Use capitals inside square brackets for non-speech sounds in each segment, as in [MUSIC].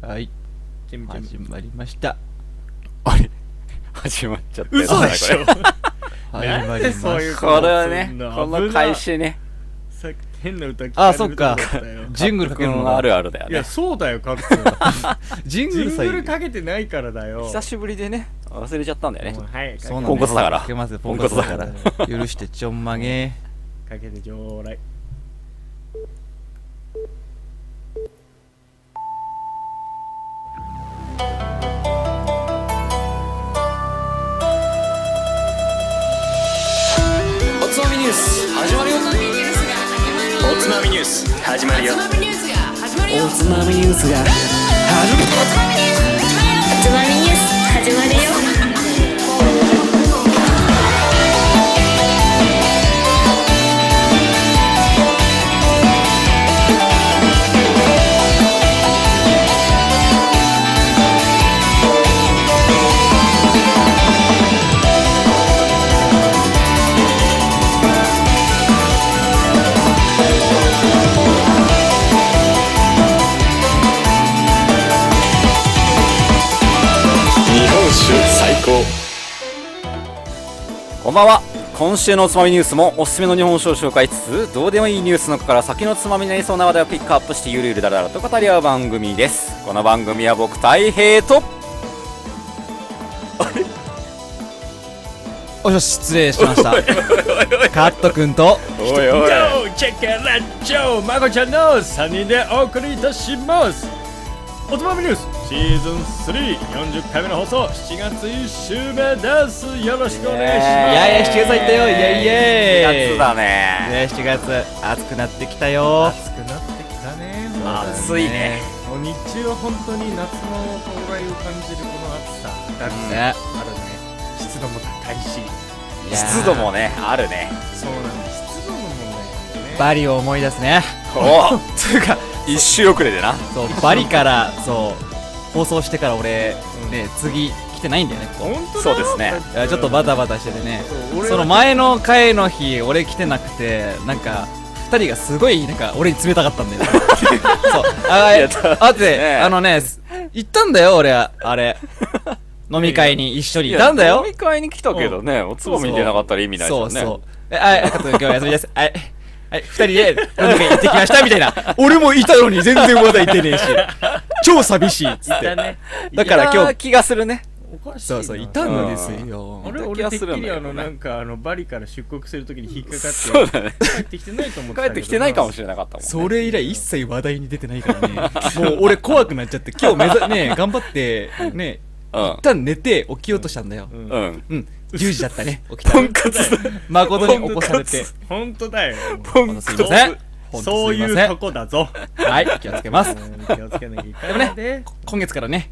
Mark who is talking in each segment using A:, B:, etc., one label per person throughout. A: はい
B: ちみちみ
A: 始まりました
C: あれ始まっちゃったやつだ
B: 嘘でしょ
C: こ
A: 始
B: なんで
A: まりまし
B: そういう
A: た
C: れこれはね
B: そんな
C: この開始ね
B: さっき変な歌聞
A: あ
B: かれ
A: そっ
B: る
A: か
B: と思ったよ
A: ジングルかけるの
C: のあるあるだよ
B: い
C: ね
B: やそうだよカル君
A: ジング
B: ジ
A: ル
B: ン
A: さ
B: グ
A: え
B: ルかけてないからだよ
C: 久しぶりでね忘れちゃったんだよね
B: もう早く
A: そうなん
C: ポンコツだから
A: かけますよ
C: ポンコツだから
A: ポンコツだから許してちょんまげ
B: かけてちょうだい
C: おつまみニュース始まるよ
D: おつまみニュースが始まるよ
C: つまみニュース始まる
D: おつまみニュースが始まるよ
C: おつまみニュースが
E: つまみニュース始まるよ
C: 日本酒最高こんばんは今週のおつまみニュースもおすすめの日本酒を紹介しつつどうでもいいニュースの中から先のつまみになりそうな話題をピックアップしてゆるゆるだらだらと語り合う番組ですこの番組は僕大平と
A: おしょ失礼しましたカットくんと
C: おい
B: どうチェックラッチョーまこちゃんの3人でお送りいたしますおつまみニュースシーズン340回目の放送7月1週目ですよろしくお願いしま
A: い
B: す
A: やいや7月入ったよイエイイエイ
C: 7月だね
A: ね7月暑くなってきたよ
B: 暑くなってきたね
C: 暑いね
B: もう日中は本当に夏の到来を感じるこの暑さだけ
A: ね
B: あるね湿度も高いし
C: 湿度もねあるね
B: そうなんです湿度もね
A: バリを思い出すね
C: おつうか一周遅れでな
A: そうバリからそう放送してから俺ね次来てないんだよねここ
B: 本当だ
C: そうですね
A: いやちょっとバタバタしててね
B: そう俺
A: その前の回の日俺来てなくてなんか2人がすごいなんか俺に冷たかったんだよ
C: [LAUGHS]
A: ねそうあ
C: いや
A: ああって、
C: ね
A: あのねす行ったんだよ俺はあ
C: [LAUGHS]
A: れ飲み会に一緒に行ったんだよ
C: 飲み会に来たけどねおつまみに出なかったら意味ないです
A: そ
C: よ
A: う
C: ね
A: そうえあい加藤君今日は休みですはいはい、二人で飲み会行ってきましたみたいな
C: [LAUGHS]
A: 俺もいたのに全然まだ行ってねえし超寂しいっつっ
B: いた
A: て
B: ね
A: だから今日
C: 日気がするね
B: おかしいな
A: そうそういたのですよ
B: あれ
C: うん
B: 俺てっき
C: 気がするん
B: り
C: だよ
B: あ
C: ね
B: のなんかあのバリから出国するときに引っかか
C: そ
B: っ
C: う
B: て
C: だね
B: 帰ってきてないと思って
C: 帰
B: た
C: ってきてないかもし
B: れ
C: れなかったもん、ね、
A: それ以来一切話題に出てないからね [LAUGHS] もう俺怖くなっちゃって今日目ざね頑張ってね一
C: う
A: 旦寝て起きようとしたんだよ
B: ん
C: んうん
A: うん10時だったね [LAUGHS] 起きた
C: ポンコツだ
A: 誠に起こされて
B: 本当だよ
C: ポン
A: あの
C: コ
A: すい
C: ツ
A: ませんほんと
B: そ
A: す
B: う
A: いま
B: い
A: せ
B: うとこだぞ
A: んはい気をつけます
B: うん気をつけなきゃいけ
A: でも
B: ない
A: ね
B: で
A: こ今月からね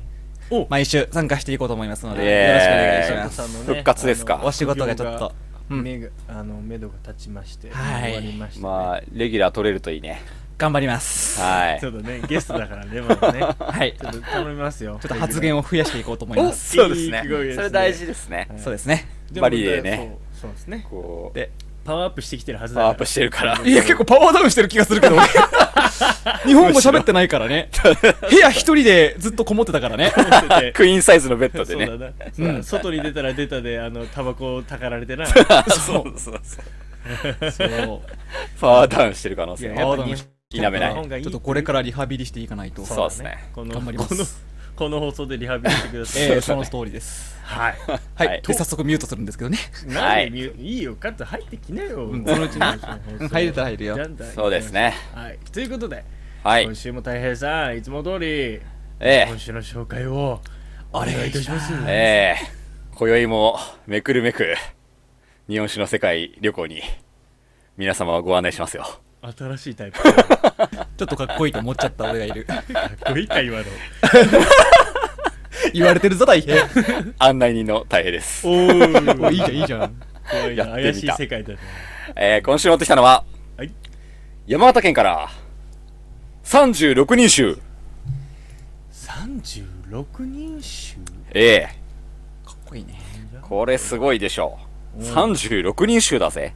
B: お
A: 毎週参加していこうと思いますので
C: イ
A: よろしくお願い
C: エーイ
A: します
B: さんのね
C: 復活ですか
B: あの
A: お仕事がちょっとうん
B: 目があの目処が立ちまして、
A: はい
B: 終わりました、ね
C: まあレギュラー取れるといいね
A: 頑張ります
C: は
B: ちょ
C: い
B: っとねゲストだからねまだね
C: [LAUGHS]
A: はい
B: ち
A: ち
B: ょ
A: ょ
B: っと頼みますよ
A: っと発言
B: を
A: を増やしていこうと思います
C: そうですね
B: いい声ですね
C: それ大事ですね
B: はい
A: そうですね
C: バリでね
B: そうそうですね
C: こう
A: で
B: パワーアップしてきてるはずだ
C: パ
B: か
C: ワ
B: ら
C: ーアップしてるから
A: いや結構パワーダウンしてる気がするけど俺日本語喋ってないからね部屋一人でずっとこもってたからね
B: 思ってて
C: クイーンサイズのベッドで
B: そう
C: ね
B: だな、
A: うん
B: そうだ外に出たら出たであのタバコをたかられてな
C: [LAUGHS] そうそうそう
A: そう
C: パワーダウンしてる可能
B: い
C: 性
B: や
A: パ
B: や
A: ワー
B: っぱ
A: ダウン
B: 日
C: 否めない
B: 本がいい
A: ちょっとこれからリハビリしていかないと。
C: そうですね
B: この
A: 頑張ります
B: このこの放送でリハビリしてください、
A: ええその通りです。
B: はい
A: はい。
C: はい
A: で、早速ミュートするんですけどね。
B: なんでミュいいよ、カット入ってきなよ。
A: うんそのうちねうん入れたら入るよ
B: じゃんだ
C: そうですね。
B: はい。ということで、
C: はい
B: 今週も大平さん、いつも通り、
C: え
B: 今週の紹介をお願いいたします。
C: えええ今宵もめくるめく日本酒の世界旅行に皆様をご案内しますよ
B: 新しいタイプ。か
A: ちょっとかっこいいと思っちゃった俺がいる。
B: っこいいか、今の。
A: 言われてるぞ、大変。
C: 案内人の大平です、
B: お
A: お
B: お、
A: いい
B: い
A: じゃん、いいじゃん。
B: 怖いな。
C: や
B: 怪
C: ってみ
B: しい
C: た
B: 世界だね。
C: ええ今週持ってきたのは
B: はい。
C: 山形県から36人衆
B: 36人衆
C: ええ
A: かっこいいね。
C: これすごいでしょう36人衆だぜ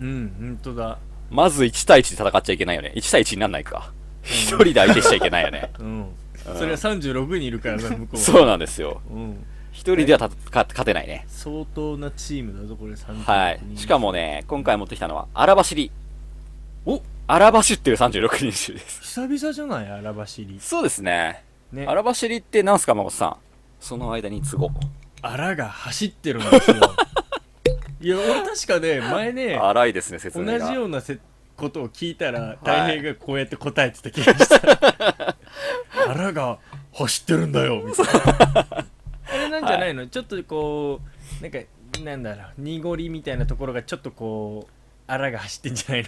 B: うん、ほんとだ。
C: まず1対1で戦っちゃいけないよね1対1になんないか1人で相手しちゃいけないよね
B: うん。それは36人いるから
C: [LAUGHS]
B: な向こうは
C: そうなんですよ
B: うん、
C: 一人ではたか勝てないね
B: 相当なチームだぞこれ36人
C: はいしかもね今回持ってきたのは荒走り
B: お
C: 荒走ってる36人衆です
B: 久々じゃない荒走り
C: そうですね
B: ね
C: 荒走りってなんすか真帆さんその間に都合
B: 荒が走ってるんです
C: [LAUGHS]
B: よいや俺確かね前ね
C: 荒いですね説
B: 同
C: 明が
B: じようなせことを聞いたら大平がこうやって答えてた気がした、
C: [LAUGHS]
B: 腹が走ってるんだよみたいなあれなんじゃないの、ちょっとこうなんかなんだろう濁りみたいなところがちょっとこう腹が走ってんじゃない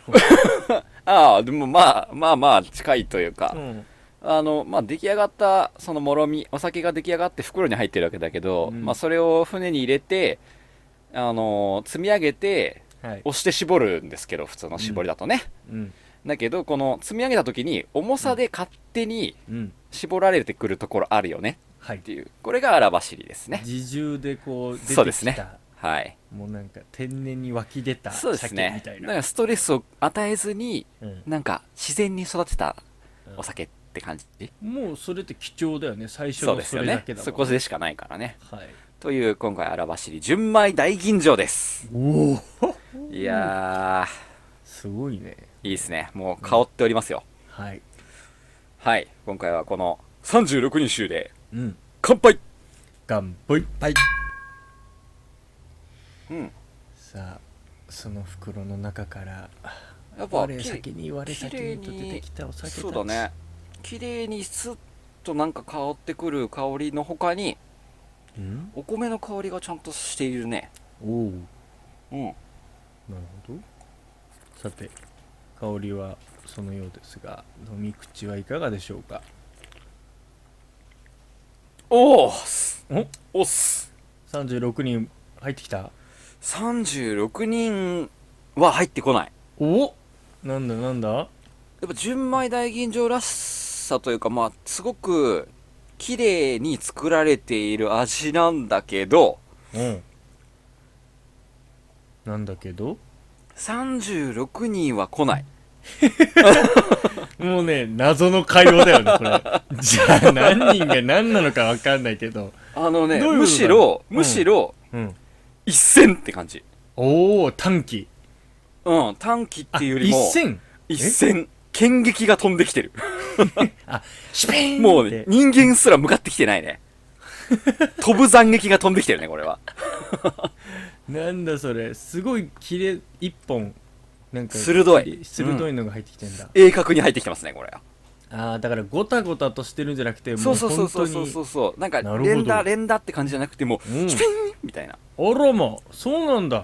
C: ああでもまあまあまあ近いと [LAUGHS] いうか、
B: の、うん、
C: あのまあ出来上がったそのもろみお酒が出来上がって袋に入ってるわけだけど、
B: うん
C: まあそれを船に入れてあの積み上げて
B: はい、
C: 押して絞るんですけど普通の絞りだとね、
B: うん
C: だけどこの積み上げた時に重さで勝手に
B: うん
C: 絞られてくるところあるよね
B: は
C: っ
B: い
C: ていうこれが荒走りですね
B: 自重でこう出てきた
C: そうですねはい
B: もうなんか天然に湧き出た
C: そうです
B: 鮭
C: ね
B: みた
C: だ
B: い
C: か
B: な、
C: らストレスを与えずに
B: うん
C: なんか自然に育てたお酒って感じ、
B: もうそれって貴重だよね最初
C: そう
B: の
C: です
B: そ
C: よ
B: れだ
C: ね
B: けだもん
C: そこでしかないからね
B: はい
C: という今回荒走り純米大吟醸です
B: おお
C: いや
B: すごいね
C: ーいいですねもう香っておりますよ
B: はい
C: はい今回はこの36人衆で
B: うん
C: 乾杯
B: 乾杯はい
C: うん
B: さあその袋の中から
C: やっぱ
B: 我
C: き
B: 先に我先にと
C: 綺麗
B: 出
C: に
B: てきたお酒たち
C: そうだね綺麗にスッとなんか香ってくる香りの他に
B: うん
C: お米の香りがちゃんとしているね
B: おお
C: うん
B: なるほどさて香りはそのようですが飲み口はいかがでしょうか
C: おーっす
B: お
C: おっす
B: 36人入ってきた
C: 36人は入ってこない
B: おなんだなんだ
C: やっぱ純米大吟醸らしさというかまあすごく綺麗に作られている味なんだけど
B: うんなんだけど
C: 36人は来ない
B: もうね謎の会話だよ
C: [LAUGHS]
B: ねこれじゃあ何人が何なのか分かんないけど
C: あのね
B: どういうことだろう
C: むしろ、
B: うん
C: むしろ
B: うん
C: 一戦って感じ
B: おお短期
C: うん短期っていうより
B: 一
C: も
B: 戦
C: 一戦剣撃が飛んできてる
B: シュペーン
C: もう
B: って
C: ね人間すら向かってきてな
B: [LAUGHS]
C: いね飛ぶ斬撃が飛んできてるねこれは
B: なんだそれすごい切れ一本なんか
C: 鋭い
B: 切れ鋭いのが入ってきてんだ、
C: 鋭角に入ってきてますねこれは
B: ああだからゴタゴタとしてるんじゃなくても
C: そううそうそう
B: 本
C: そ
B: 当
C: うそう
B: に
C: そうそうなんか
B: なるほど
C: 連打連打って感じじゃなくてもう、
B: うん
C: シュピンみたいな
B: あらまそうなんだ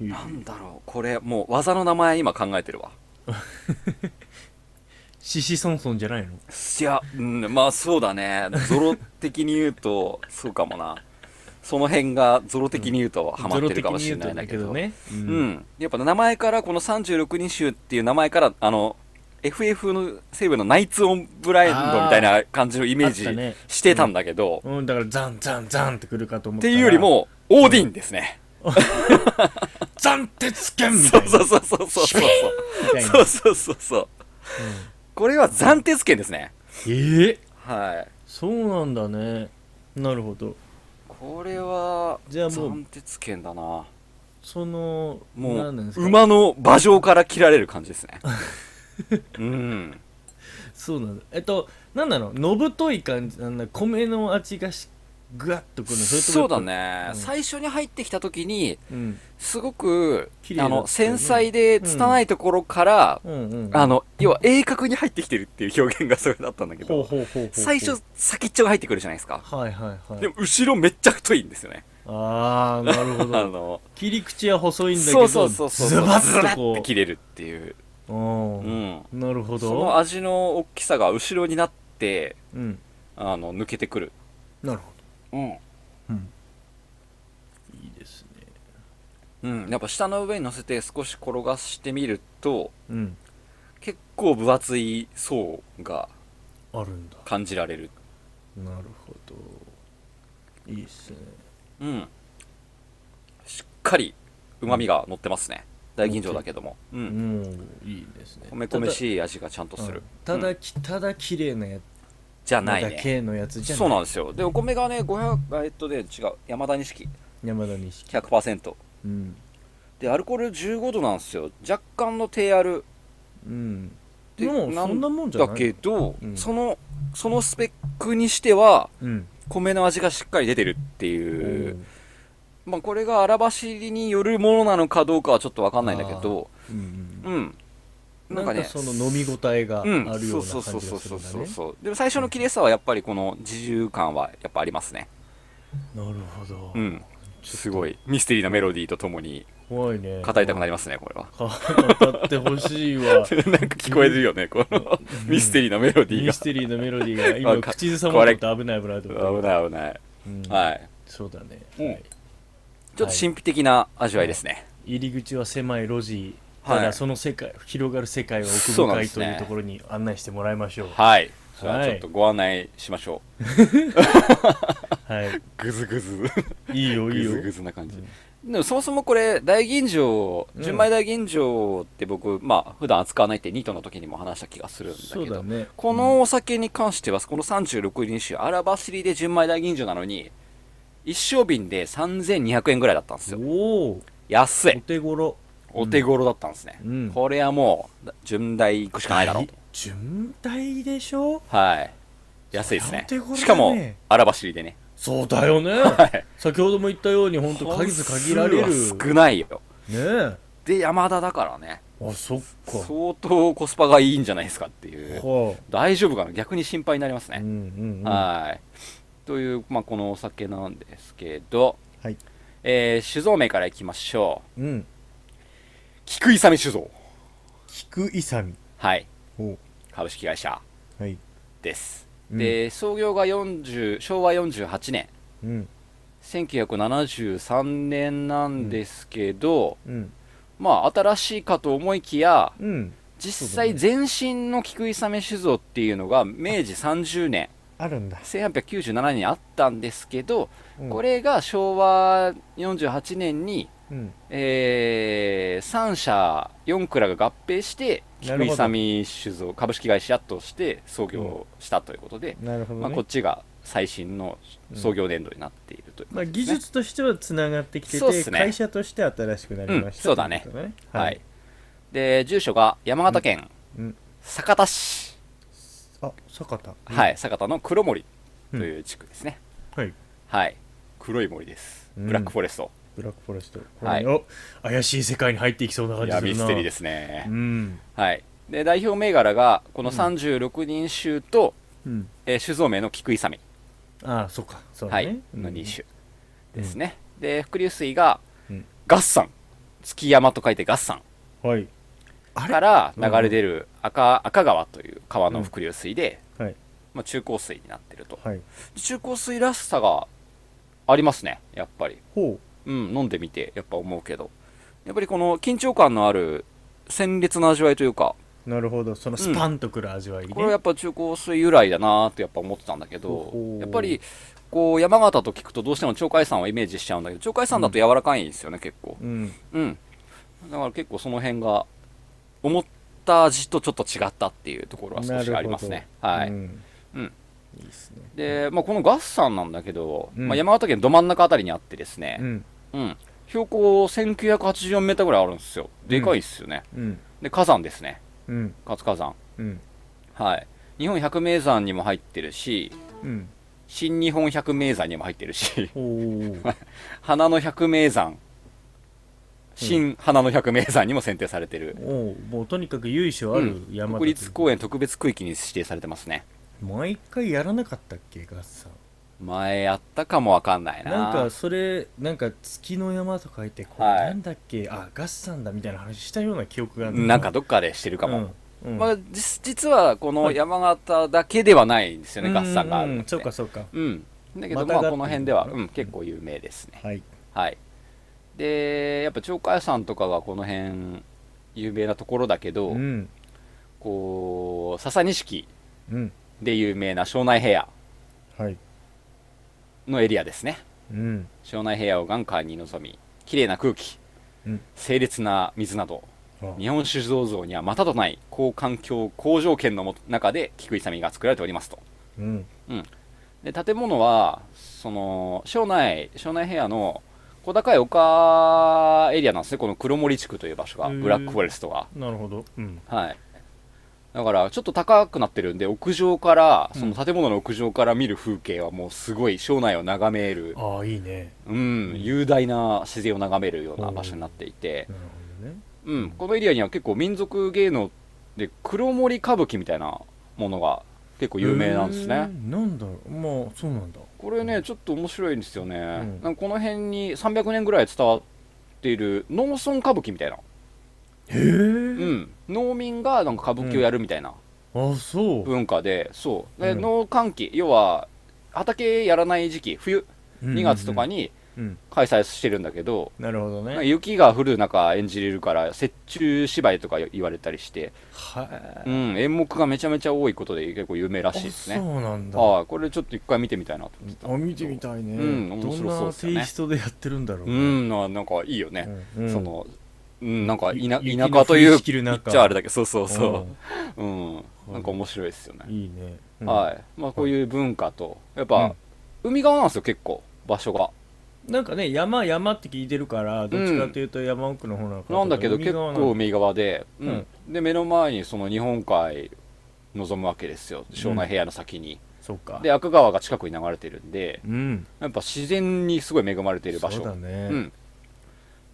B: へえ
C: なんだろうこれもう技の名前今考えてるわ
B: シシソンソンじゃないの
C: いや、うん、まあそうだねゾロ的に言うとそうかもなその辺がゾロ的に言うとハマってるかもしれないんだけど,、
B: ゾロ的に言うとだけどね、
C: うん、やっぱ名前からこの36人衆っていう名前からあの FF の西部のナイツ・オン・ブラインドみたいな感じのイメー
B: あったね
C: ジしてたんだけど、っ
B: うん、だからザンザンザンってくるかと思った
C: て
B: ら
C: いうよりもオーディンですね、
B: ザン鉄拳みたいう
C: そ
B: な
C: そうそうそうそうそう
B: みたいな
C: そうそうそうそうこれは暫定権ですね
B: ええ
C: はい
B: そうなんだねなるほど
C: これは
B: じゃあもう
C: 暫定権だな
B: その
C: も
B: 何なんで
C: う
B: すか
C: 馬の馬上から切られる感じですねうん
B: そうなんだえっと何なののぶとい感じなんだ米の味がしぐわっとくるの
C: そうだ、
B: れ
C: ね、
B: うん
C: 最初に入ってきた時に
B: ともやっ
C: すごく、
B: 綺麗だ
C: あ
B: ったよ
C: の
B: ね
C: 繊細で拙いところから
B: ぱ、うん、うんうん
C: あの要は鋭角に入ってきてるっていう表現がそれだったんだけ
B: ほう
C: ど
B: ほうほうほうほう
C: 最初先っちょが入ってくるじゃないですか
B: はいはいはい
C: でも後ろめっちゃ太いんですよね
B: ああなるほ
C: あ [LAUGHS]
B: ど
C: の
B: 切り口は細いんだけ
C: そ
B: ど
C: うそうそうそう
B: ズバッとこ
C: って切れるっていう
B: ううん、
C: うん
B: なるほ
C: その
B: ど
C: 味の大きさが後ろになって
B: うん
C: あの抜けてくる
B: なるほ
C: うん
B: ど、うん、いいですね
C: うん、やっぱ下の上に乗せて少し転がしてみると
B: うん
C: 結構分厚い層が
B: あるんだ
C: 感じられる
B: なるほどいいっすね
C: うんしっかりうまみが乗ってますね大吟醸だけどもう
B: うんんいいですね
C: 米米しい味がちゃんとする
B: ただ,、
C: う
B: きただ綺麗なや
C: じゃない
B: まだ
C: ね
B: K のやつじゃ
C: そう
B: ない
C: なんですよでお米がね500えっとね違う山田錦
B: 山田錦
C: 100%
B: うん
C: でアルコール15度なんですよ若干の低アル
B: うん
C: で
B: でもそんなもんじゃない
C: だけど、
B: うん
C: そのそのスペックにしては
B: うん
C: 米の味がしっかり出てるっていう、
B: うん
C: まあ、これが荒走りによるものなのかどうかはちょっとわかんないんだけど
B: うん
C: うん
B: な
C: なんん
B: か
C: かね
B: その飲み応えがある
C: うん、
B: よ
C: そう
B: な
C: うそ
B: 感
C: う
B: じ
C: そ
B: が
C: う
B: す
C: そ
B: る
C: うん
B: だ
C: そう
B: ね
C: そうでも最初の綺麗さはやっぱりこの自重感はやっぱありますね
B: なるほど
C: うんすごいミステリーなメロディーとともに
B: 怖いね
C: 語りたく
B: り
C: なりますねこれは
B: 語ってほしい
C: [LAUGHS]
B: わ
C: なんか聞こえるよねこのミステリーなメロディー
B: ミ
C: が
B: ステリーのメロディーが今
C: わか
B: 口ずさまると危ない危ないと思っ
C: 危ない危ない、
B: たい
C: はい
B: そうだね
C: うん
B: はい
C: ちょっと神秘的な味わいですね、
B: 入り口は狭い路地
C: はい
B: ただその世界広がる世界は奥
C: そうなん
B: 深
C: で
B: い
C: す
B: とい
C: ね
B: うところに案内してもらいましょう
C: はい。じゃ
B: は
C: あ
B: い
C: ちょっとご案内しましょ
B: は
C: う。ぐずぐず。
B: いいいよ
C: ぐ
B: いいよ
C: ずぐずな感じ。でもそもそもこれ、大吟醸、
B: うん
C: 純米大吟醸って僕、まあ、普段扱わないってニートの時にも話した気がするんだ
B: そう
C: けど、
B: だね
C: このお酒に関しては、この36輪酒、荒走りで純米大吟醸なのに、一升瓶で3200円ぐらいだったんです
B: お
C: よ。
B: お
C: 安
B: お
C: い。
B: 手頃
C: お手頃だったんですね。
B: うん
C: これはもう、純大行くしかないだろうと。
B: 順体でしょ
C: はい。安いですね
B: お手頃だ。ね
C: しかも、荒走りでね。
B: そうだよね、
C: い
B: 先ほども言ったように本当数限られる
C: 本数は少ないよ
B: ね
C: で山田だからね
B: えあそっか
C: 相当コスパがいいんじゃないですかっていう
B: は
C: 大丈夫かな逆に心配になります
B: あうん
C: ね、
B: うんうん
C: はいという、まあ、このお酒なんですけど、
B: はい
C: えー酒造名からいきましょう
B: うん
C: 菊勇酒造
B: 菊勇
C: はい
B: お
C: 株式会社
B: はい
C: です、
B: うん
C: で創業が40昭和48年
B: うん
C: 1973年なんですけど、
B: うん
C: まあ新しいかと思いきや
B: うん
C: 実際前身の菊井鮫酒造っていうのが明治30年
B: あるんだ、
C: 1897年にあったんですけど、
B: うん
C: これが昭和48年に、
B: うん
C: え3社4蔵が合併して
B: な
C: 菊
B: るほ
C: 井
B: ど
C: 鮫酒造株式会社として創業したということで、
B: なるほどね、
C: まあ、こっちが最新の創業年度になっているという
B: ま
C: こ
B: あ、
C: とで
B: 技
C: すね、
B: 術としてはつながってきて、
C: そうってすね
B: 会社として新しくなりました、
C: うんそうだね
B: といこと
C: はい、
B: はい、
C: で住所が山形県
B: うんうん
C: 酒田市、
B: あ坂田
C: はい酒田の黒森という地区ですね、
B: はい
C: はい。黒い森です。
B: うん
C: ブラックフォレスト。
B: ブラックフォレスト
C: はい
B: お怪しい世界に入っていきそうな感じ
C: い
B: す
C: や、
B: るな
C: ミステリーですすね
B: う。ん
C: はい。で、代表銘柄が、この36人衆と、
B: うん
C: えー酒造名の菊井サミ、
B: ああそっかそうだ
C: は
B: ね、
C: い、
B: うん
C: の2種ですね。で、伏流水が
B: うん、
C: ガッサン。月山と書いてガッサン
B: はいあれ
C: から流れ出る赤,、赤川という川の伏流水で、
B: はい
C: まあ、中高水になってると。
B: はい
C: 中高水らしさがありますね、やっぱり。
B: ほ
C: うん、飲んでみて、やっぱ思うけど。やっぱりこの緊張感のある、鮮烈な味わいというか、
B: うなるほどそのスパンとくる味わいね、
C: これはやっぱ中高水由来だなーってやっぱ思ってたんだけど
B: ほほ、う
C: やっぱり、こう、山形と聞くとどうしても鳥海山をイメージしちゃうんだけど、鳥海山だと柔らかいんですよね、結構。
B: うん
C: うん。だから結構その辺が、思った味とちょっと違ったっていうところは少しありますね。はい。
B: うん
C: うん
B: いいっすね
C: で、まあ、このガッサンなんだけど、
B: うん
C: まあ、山形県ど真ん中あたりにあってですね、
B: うん
C: うん。標高1984メーターぐらいあるんですよ。でかいっすよね。
B: うん
C: で、火山ですね。
B: うん
C: 活火山。
B: うん
C: はい。日本百名山にも入ってるし、
B: うん
C: 新日本百名山にも入ってるし、 [LAUGHS]
B: おお
C: 花の百名山、新花の百名山にも選定されてる。
B: おーもうとにかく由緒ある
C: うん
B: 山だと
C: 国立公園特別区域に指定されてますね。
B: 毎回やらなかったっけガッサン
C: 前あったかもわかんないな。
B: なんかそれなんか月の山と書いてこう、
C: はい
B: なんだっけあガッサンだみたいな話したような記憶がある
C: なんかどっかでしてるかも。
B: うん、うん
C: まあ、実実はこの山形だけではないんですよね、合算があるの
B: う
C: っ
B: ん
C: て
B: うんそうかそうか
C: うん、だけ
B: ま
C: ど、ま
B: たが
C: あ、この辺では、
B: っていううの
C: ん、結構有名ですね。
B: はい
C: はい。で、やっぱ鳥海山とかがこの辺、有名なところだけど、
B: うん
C: こう、笹錦
B: うん
C: で有名な庄内平
B: はい
C: 野のエリアですね。
B: うん
C: 庄内平野を眼下に臨み、綺麗な空気、
B: うん
C: 清冽な水など、
B: あ
C: 日本酒造像にはまたとない好環境、好条件のもと中で菊井さみが作られておりますと。
A: うん。
C: で建物はその庄内庄内平野の小高い丘エリアなんですねこの黒森地区という場所が
F: へー
C: ブラックフォレストが
F: なるほど。うん。
C: はいだからちょっと高くなってるんで屋上からその建物の屋上から見る風景はもうすごい庄内を眺める、
F: ああ、いいね。
C: うん、雄大な自然を眺めるような場所になっていて、
F: なるほどね。
C: うん、このエリアには結構民族芸能で黒森歌舞伎みたいなものが結構有名なんですね、
F: へーなんだろう。まあ、そうなんだ。
C: これねちょっと面白いんですよね、
F: ん
C: なんかこの辺に300年ぐらい伝わっている農村歌舞伎みたいな、
F: へえ。
C: うん、農民がなんか歌舞伎をやるみたいな
F: あ、そう。
C: 文化で、そうで、
F: うん
C: 農閑期要は畑やらない時期冬2月とか
F: に。
C: に
F: うん。
C: 開催してるんだけど、
F: なるほど
C: なんか
F: ね。
C: 雪が降る中演じれるから雪中芝居とか言われたりして、
F: は
C: うん、演目がめちゃめちゃ多いことで結構有名ら
F: い。
C: しいですね
F: そうなんだ。
C: はいこれちょっと一回見てみたいなと思ってた
F: あ、見てみたいね。
C: うん面白そう
F: どんな
C: ですよね
F: テイストでやってるんだろう
C: う
F: ね。
C: んななんかいいよね、
F: うん。うん
C: そ。の、うん、なんか、いな
F: 雪
C: 田
F: の
C: 舎とい
F: 降
C: う、
F: りしきる
C: 言
F: 中
C: っちゃあれだけど、そうそうそう。うん。なんか面白いですよ
F: うん。
C: ね。
F: いいね。うん
C: はい。まあ、こういう文化と、やっぱ、海側なんですよ、結構、場所が。
F: なんかね、山、山って聞いてるから、どっちかっていうと山奥の方なのか
C: なんだけど、結構
F: 見
C: 海側で、う。
F: うん
C: で、目の前にその日本海、望むわけですよ庄内平野の先に、
F: そうか。
C: で悪川が近くに流れてるんで
F: うん。
C: やっぱ自然にすごい恵まれている場所
F: そうだね。
C: うん、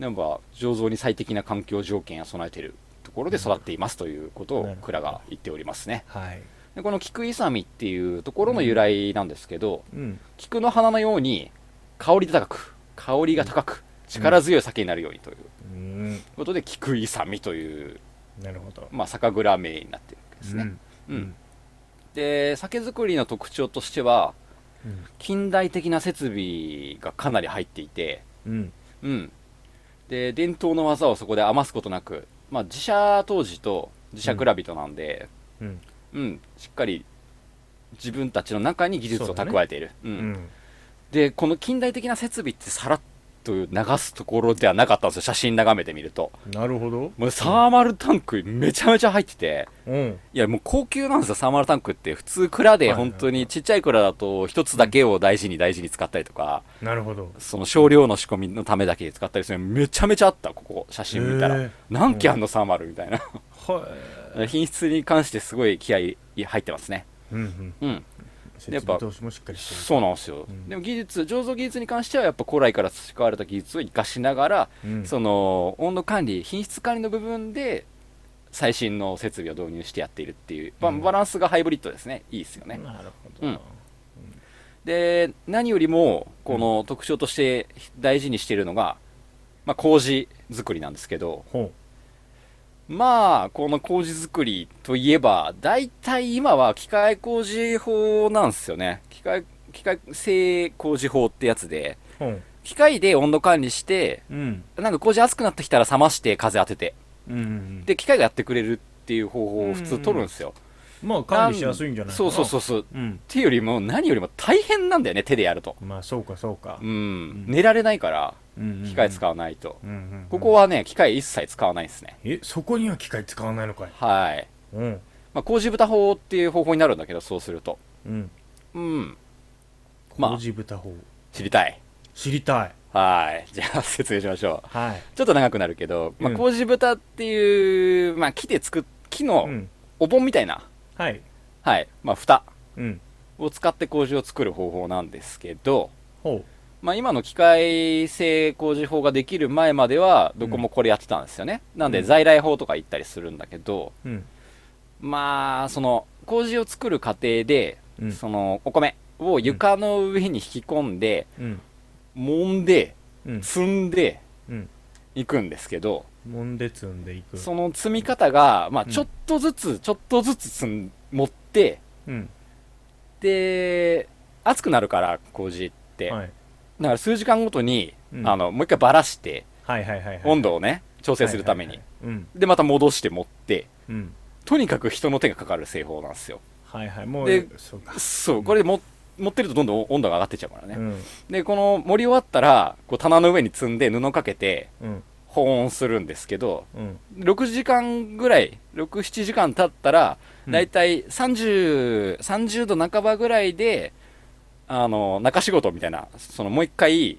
C: なんか醸造に最適な環境条件や備えているところで育っていますということ
F: な
C: を
F: るほど
C: 蔵が言っておりますね
F: はい。
C: でこの菊イサミっていうところの由来なんですけど、
F: うん。
C: 菊の花のように香り高く香りが高く力強い酒になるようにという
F: うん。
C: ことで菊イサミという、
F: なるほど。
C: まあ、酒蔵名になっているわけですね、
F: うん。
C: うんで酒造りの特徴としては
F: うん
C: 近代的な設備がかなり入っていて、
F: うん。
C: うん。で、伝統の技をそこで余すことなく、まあ、自社当時と自社蔵人なんで、
F: うん。
C: うん、しっかり自分たちの中に技術を蓄えている。う
F: うんん。
C: で、この近代的な設備ってさらっと流すところではなかったんですよ、写真眺めてみると。
F: なるほど。
C: もうサーマルタンクめちゃめちゃ入ってて、
F: うん。
C: いやもう高級なんですよ、サーマルタンクって。普通蔵で
F: はいはい
C: 本当にちっちゃい蔵だと一つだけを大事に大事に使ったりとか、
F: なるほど。
C: その少量の仕込みのためだけ使ったりするめちゃめちゃあったここ写真見たら、
F: へえ
C: 何機あんのサーマルみたいな
F: はい。
C: 品質に関してすごい気合い入ってますね
F: うんうん。
C: うんや
F: 設
C: っぱ
F: 備投資もしっかりして
C: そうなんですよ、
F: ん
C: でも技術醸造技術に関してはやっぱ古来から培われた技術を生かしながら、
F: る。うん
C: その温度管理品質管理の部分で最新の設備を導入してやっているっていう、まあ
F: うん
C: バランスがハイブリッドですねいいですよね、
F: なるほ
C: うん
F: ど。
C: で何よりもこの特徴として大事にしているのが、まあ、麹作りなんですけど、
F: ほ
C: まあ、この麹作りといえば、大体今は機械工事法なんですよね。機械、機械製工事法ってやつで、
F: う。ほう。
C: 機械で温度管理して、
F: うん。
C: なんか麹熱くなってきたら冷まして風当てて、
F: うん。
C: で、機械がやってくれるっていう方法を普通取るんですよ。
F: まあ管理しやすいんじゃないか
C: そう
F: な
C: そうそうそう。っ
F: うん
C: ていうよりも、何よりも大変なんだよね、手でやると。
F: まあそうかそうか
C: うん。寝られないから、機械使
F: う
C: わないと。
F: んうんうん
C: ここはね、機械一切使わないですね。
F: えそこには機械使わないのかい
C: はい。
F: うん
C: まあ、麹豚法っていう方法になるんだけど、そうすると。
F: うん
C: うん。まあ
F: 麹豚法
C: 知りたい。
F: 知りたい
C: はい。 [LAUGHS] じゃあ、説明しましょう。
F: はい
C: ちょっと長くなるけど、まあ、
F: うん
C: 麹豚っていう、まあ、木で作っ、木の
F: うん
C: お盆みたいな、
F: はい
C: はい。まあ、蓋
F: うん
C: を使って麹を作る方法なんですけど、
F: ほ
C: まあ、今の機械製麹法ができる前までは、どこもこれやってたんですよね。なんで、在来法とか言ったりするんだけど、
F: ううん
C: まあ、その、麹を作る過程で、
F: うん
C: その、お米を床の上に引き込んで、
F: うん
C: 揉んで、
F: うん
C: 積んで
F: うん
C: いくんですけど、
F: もんで積んでいく
C: その積み方が、まあ、
F: うん
C: ちょっとずつ、ちょっとずつ積ん持って、
F: うん
C: で、熱くなるから、麹って。
F: はい
C: だから数時間ごとに、
F: うん
C: あの、もう一回ばらして、
F: はいはいはいはい
C: 温度をね、調整するために。
F: はいはいはいうん
C: で、また戻して持って、
F: うん
C: とにかく人の手がかかる製法なんですよ。
F: はいはいも
C: で
F: うそうか
C: そう、これも、持ってるとどんどん温度が上がってっちゃうからね。
F: うん
C: で、この盛り終わったら、こう棚の上に積んで布かけて、
F: うん
C: 保温するんですけど、
F: うん
C: 6時間ぐらい、6、7時間経ったら、だいたい30、30度半ばぐらいで、あの、中仕事みたいな、そのもう一回、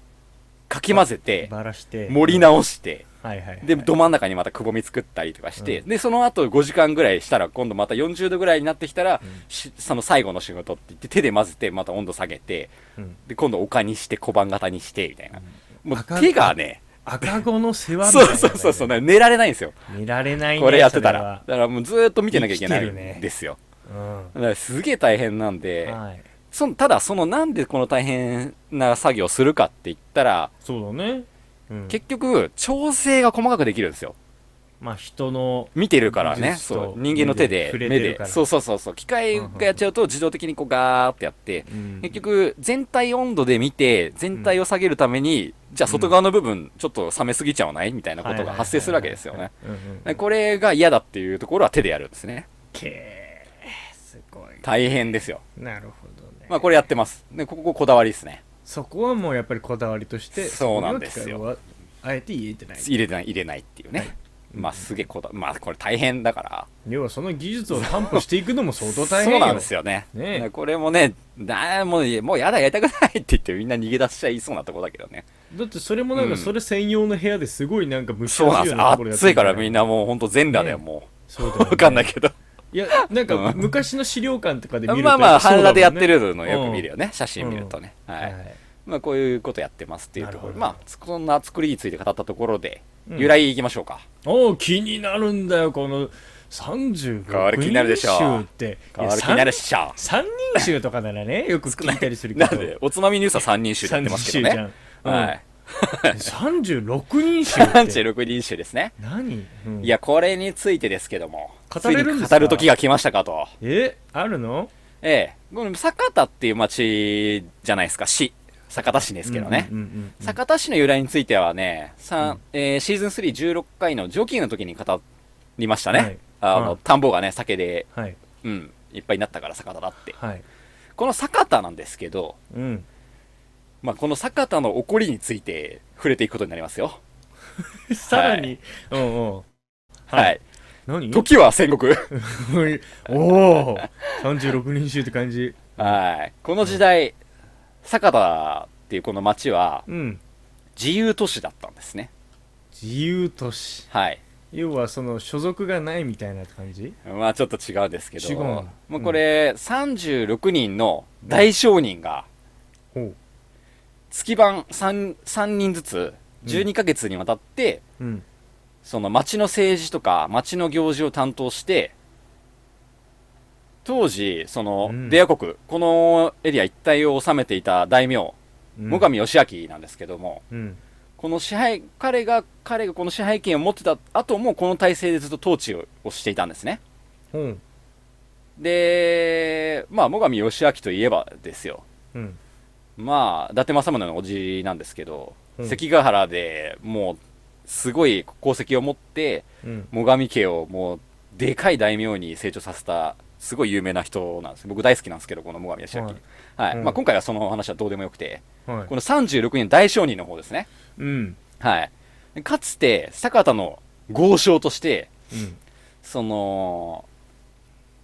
C: かき混ぜて、
B: バラして
C: 盛り直して、
B: はいはいはい
C: で、ど真ん中にまたくぼみ作ったりとかして、で、その後5時間ぐらいしたら、今度また40度ぐらいになってきたら、しその最後の仕事って言って、手で混ぜて、また温度下げて、
B: うん
C: で、今度丘にして、小判型にして、みたいな。も
B: 赤
C: う手がね、
B: 赤子の世話みたい
C: そ
B: な
C: う
B: ね
C: そうそうそう、寝られないんですよ。
B: 見られないね
C: これやってた
B: それ
C: ら
B: は。
C: だからもうずーっと見てなきゃいけな
B: 生
C: い
B: きてるね
C: んですよ。
B: うん
C: だからすげえ大変なんで、
B: はい
C: そのただそのなんでこの大変な作業をするかって言ったら、
B: そうだねうん
C: 結局、調整が細かくできるんですよ。
B: まあ人の
C: 見てるからね、
B: ずっと
C: そう、人間の手で、
B: 目で触れ
C: 目
B: てる
C: で
B: か、ら
C: そうそうそうそう、機械がやっちゃうと自動的にこうガーってやって、結局、全体温度で見て、全体を下げるために、じゃあ外側の部分、ちょっと冷めすぎちゃわないみたいなことが発生するわけですよね。
B: うんうん
C: でこれが嫌だっていうところは手でやるんですね。
B: けーすごい
C: 大変ですよ。
B: なるほどね
C: まあこれやってます。で、こここだわりですね。
B: そこはもうやっぱりこだわりとして
C: そうなんですよ
B: そこには機械はあえて入れてない
C: 入れない、入れないっていうね。まあすげえこだ、まあこれ大変だから。
B: 要はその技術を担保していくのも相当大変
C: そう
B: よ
C: なんですよね。
B: ねえ
C: だからこれもね、だもう、もうやだ、やりたくないって言ってみんな逃げ出しちゃいそうなとこだけどね。
B: だってそれもなん
C: うん
B: かそれ専用の部屋ですごいなんか蒸し
C: そうなん
B: 暑い
C: です
B: よう
C: よ。
B: なところやって
C: 暑いからみん
B: な
C: なもうほんと全裸だよ、
B: ね
C: も
B: そうだ
C: う。
B: よね
C: わかんないけど。
B: いやなんか
C: うん
B: 昔の資料館とかで見ると
C: まあまあ、
B: そうだ
C: 半
B: もんね
C: 裸でやってるのよく見るよね。写真見るとね。
B: うん
C: は
B: はいい。はい
C: まあこういうことやってますっていうところ。
B: なる
C: ま
B: ほど
C: あ、そんな作りについて語ったところで、
B: うん
C: 由来いきましょうか。
B: おお気になるんだよこの35
C: 変わる気になるでしょう
B: 人衆って
C: 変わる気になるっ
B: 3
C: しゃ。
B: 人衆とかならね
C: [LAUGHS]
B: よく聞いたりするけ
C: な
B: ど
C: んで、おつまみニュースは3人集でやってますけどね。
B: は
C: はいい。
B: 36人衆って
C: 36人集ですね。
B: 何、うん
C: いや、これについてですけども。
B: 語れるんですか
C: ついに語る時が来ましたかと。
B: えあるの
C: ええ、この酒田っていう町じゃないですか、市。酒田市ですけどね。
B: うんうんうんうん
C: 酒田市の由来についてはね、三えーシーズン316回の上記の時に語りましたね。
B: はい
C: あの、
B: はい
C: 田んぼがね、酒で、
B: はい
C: うん、いっぱいになったから酒田だって。
B: はい
C: この酒田なんですけど、
B: うん
C: まあ、この酒田の起こりについて触れていくことになりますよ。
B: さらに、うんうん
C: はい。
B: はい何
C: 時は戦国。
B: [LAUGHS] おお36人衆って感じ
C: はい。この時代、酒田っていうこの町は
B: うん
C: 自由都市だったんですね。
B: 自由都市
C: はい。
B: 要はその所属がないみたいな感じ
C: まあちょっと違うんですけど、
B: 違うの
C: もうこれ、36人の大商人が、
B: ほう
C: 月番 3, 三人ずつ、12ヶ月にわたって、
B: うん
C: その町の政治とか町の行事を担当して、当時、その
B: う、ん
C: 出谷国、このエリア一帯を治めていた大名、
B: うん
C: 最上義明なんですけども、
B: うん
C: この支配、彼が、彼がこの支配権を持ってた後も、この体制でずっと統治ををしていたんですね。
B: ほう
C: で、まあ、最上義明といえばですよ。
B: うん
C: まあ、伊達政宗のおじなんですけど、
B: うん
C: 関ヶ原でもう、すごい功績を持って、
B: うん
C: 最上家をもう、でかい大名に成長させた、すごい有名な人なんです。僕大好きなんですけど、この最上義明。
B: は
C: はいい。
B: うん
C: まあ、今回はその話はどうでもよくて、
B: はい
C: この36人大商人の方ですね。
B: うん
C: はい。かつて、坂田の豪商として、
B: うん
C: その、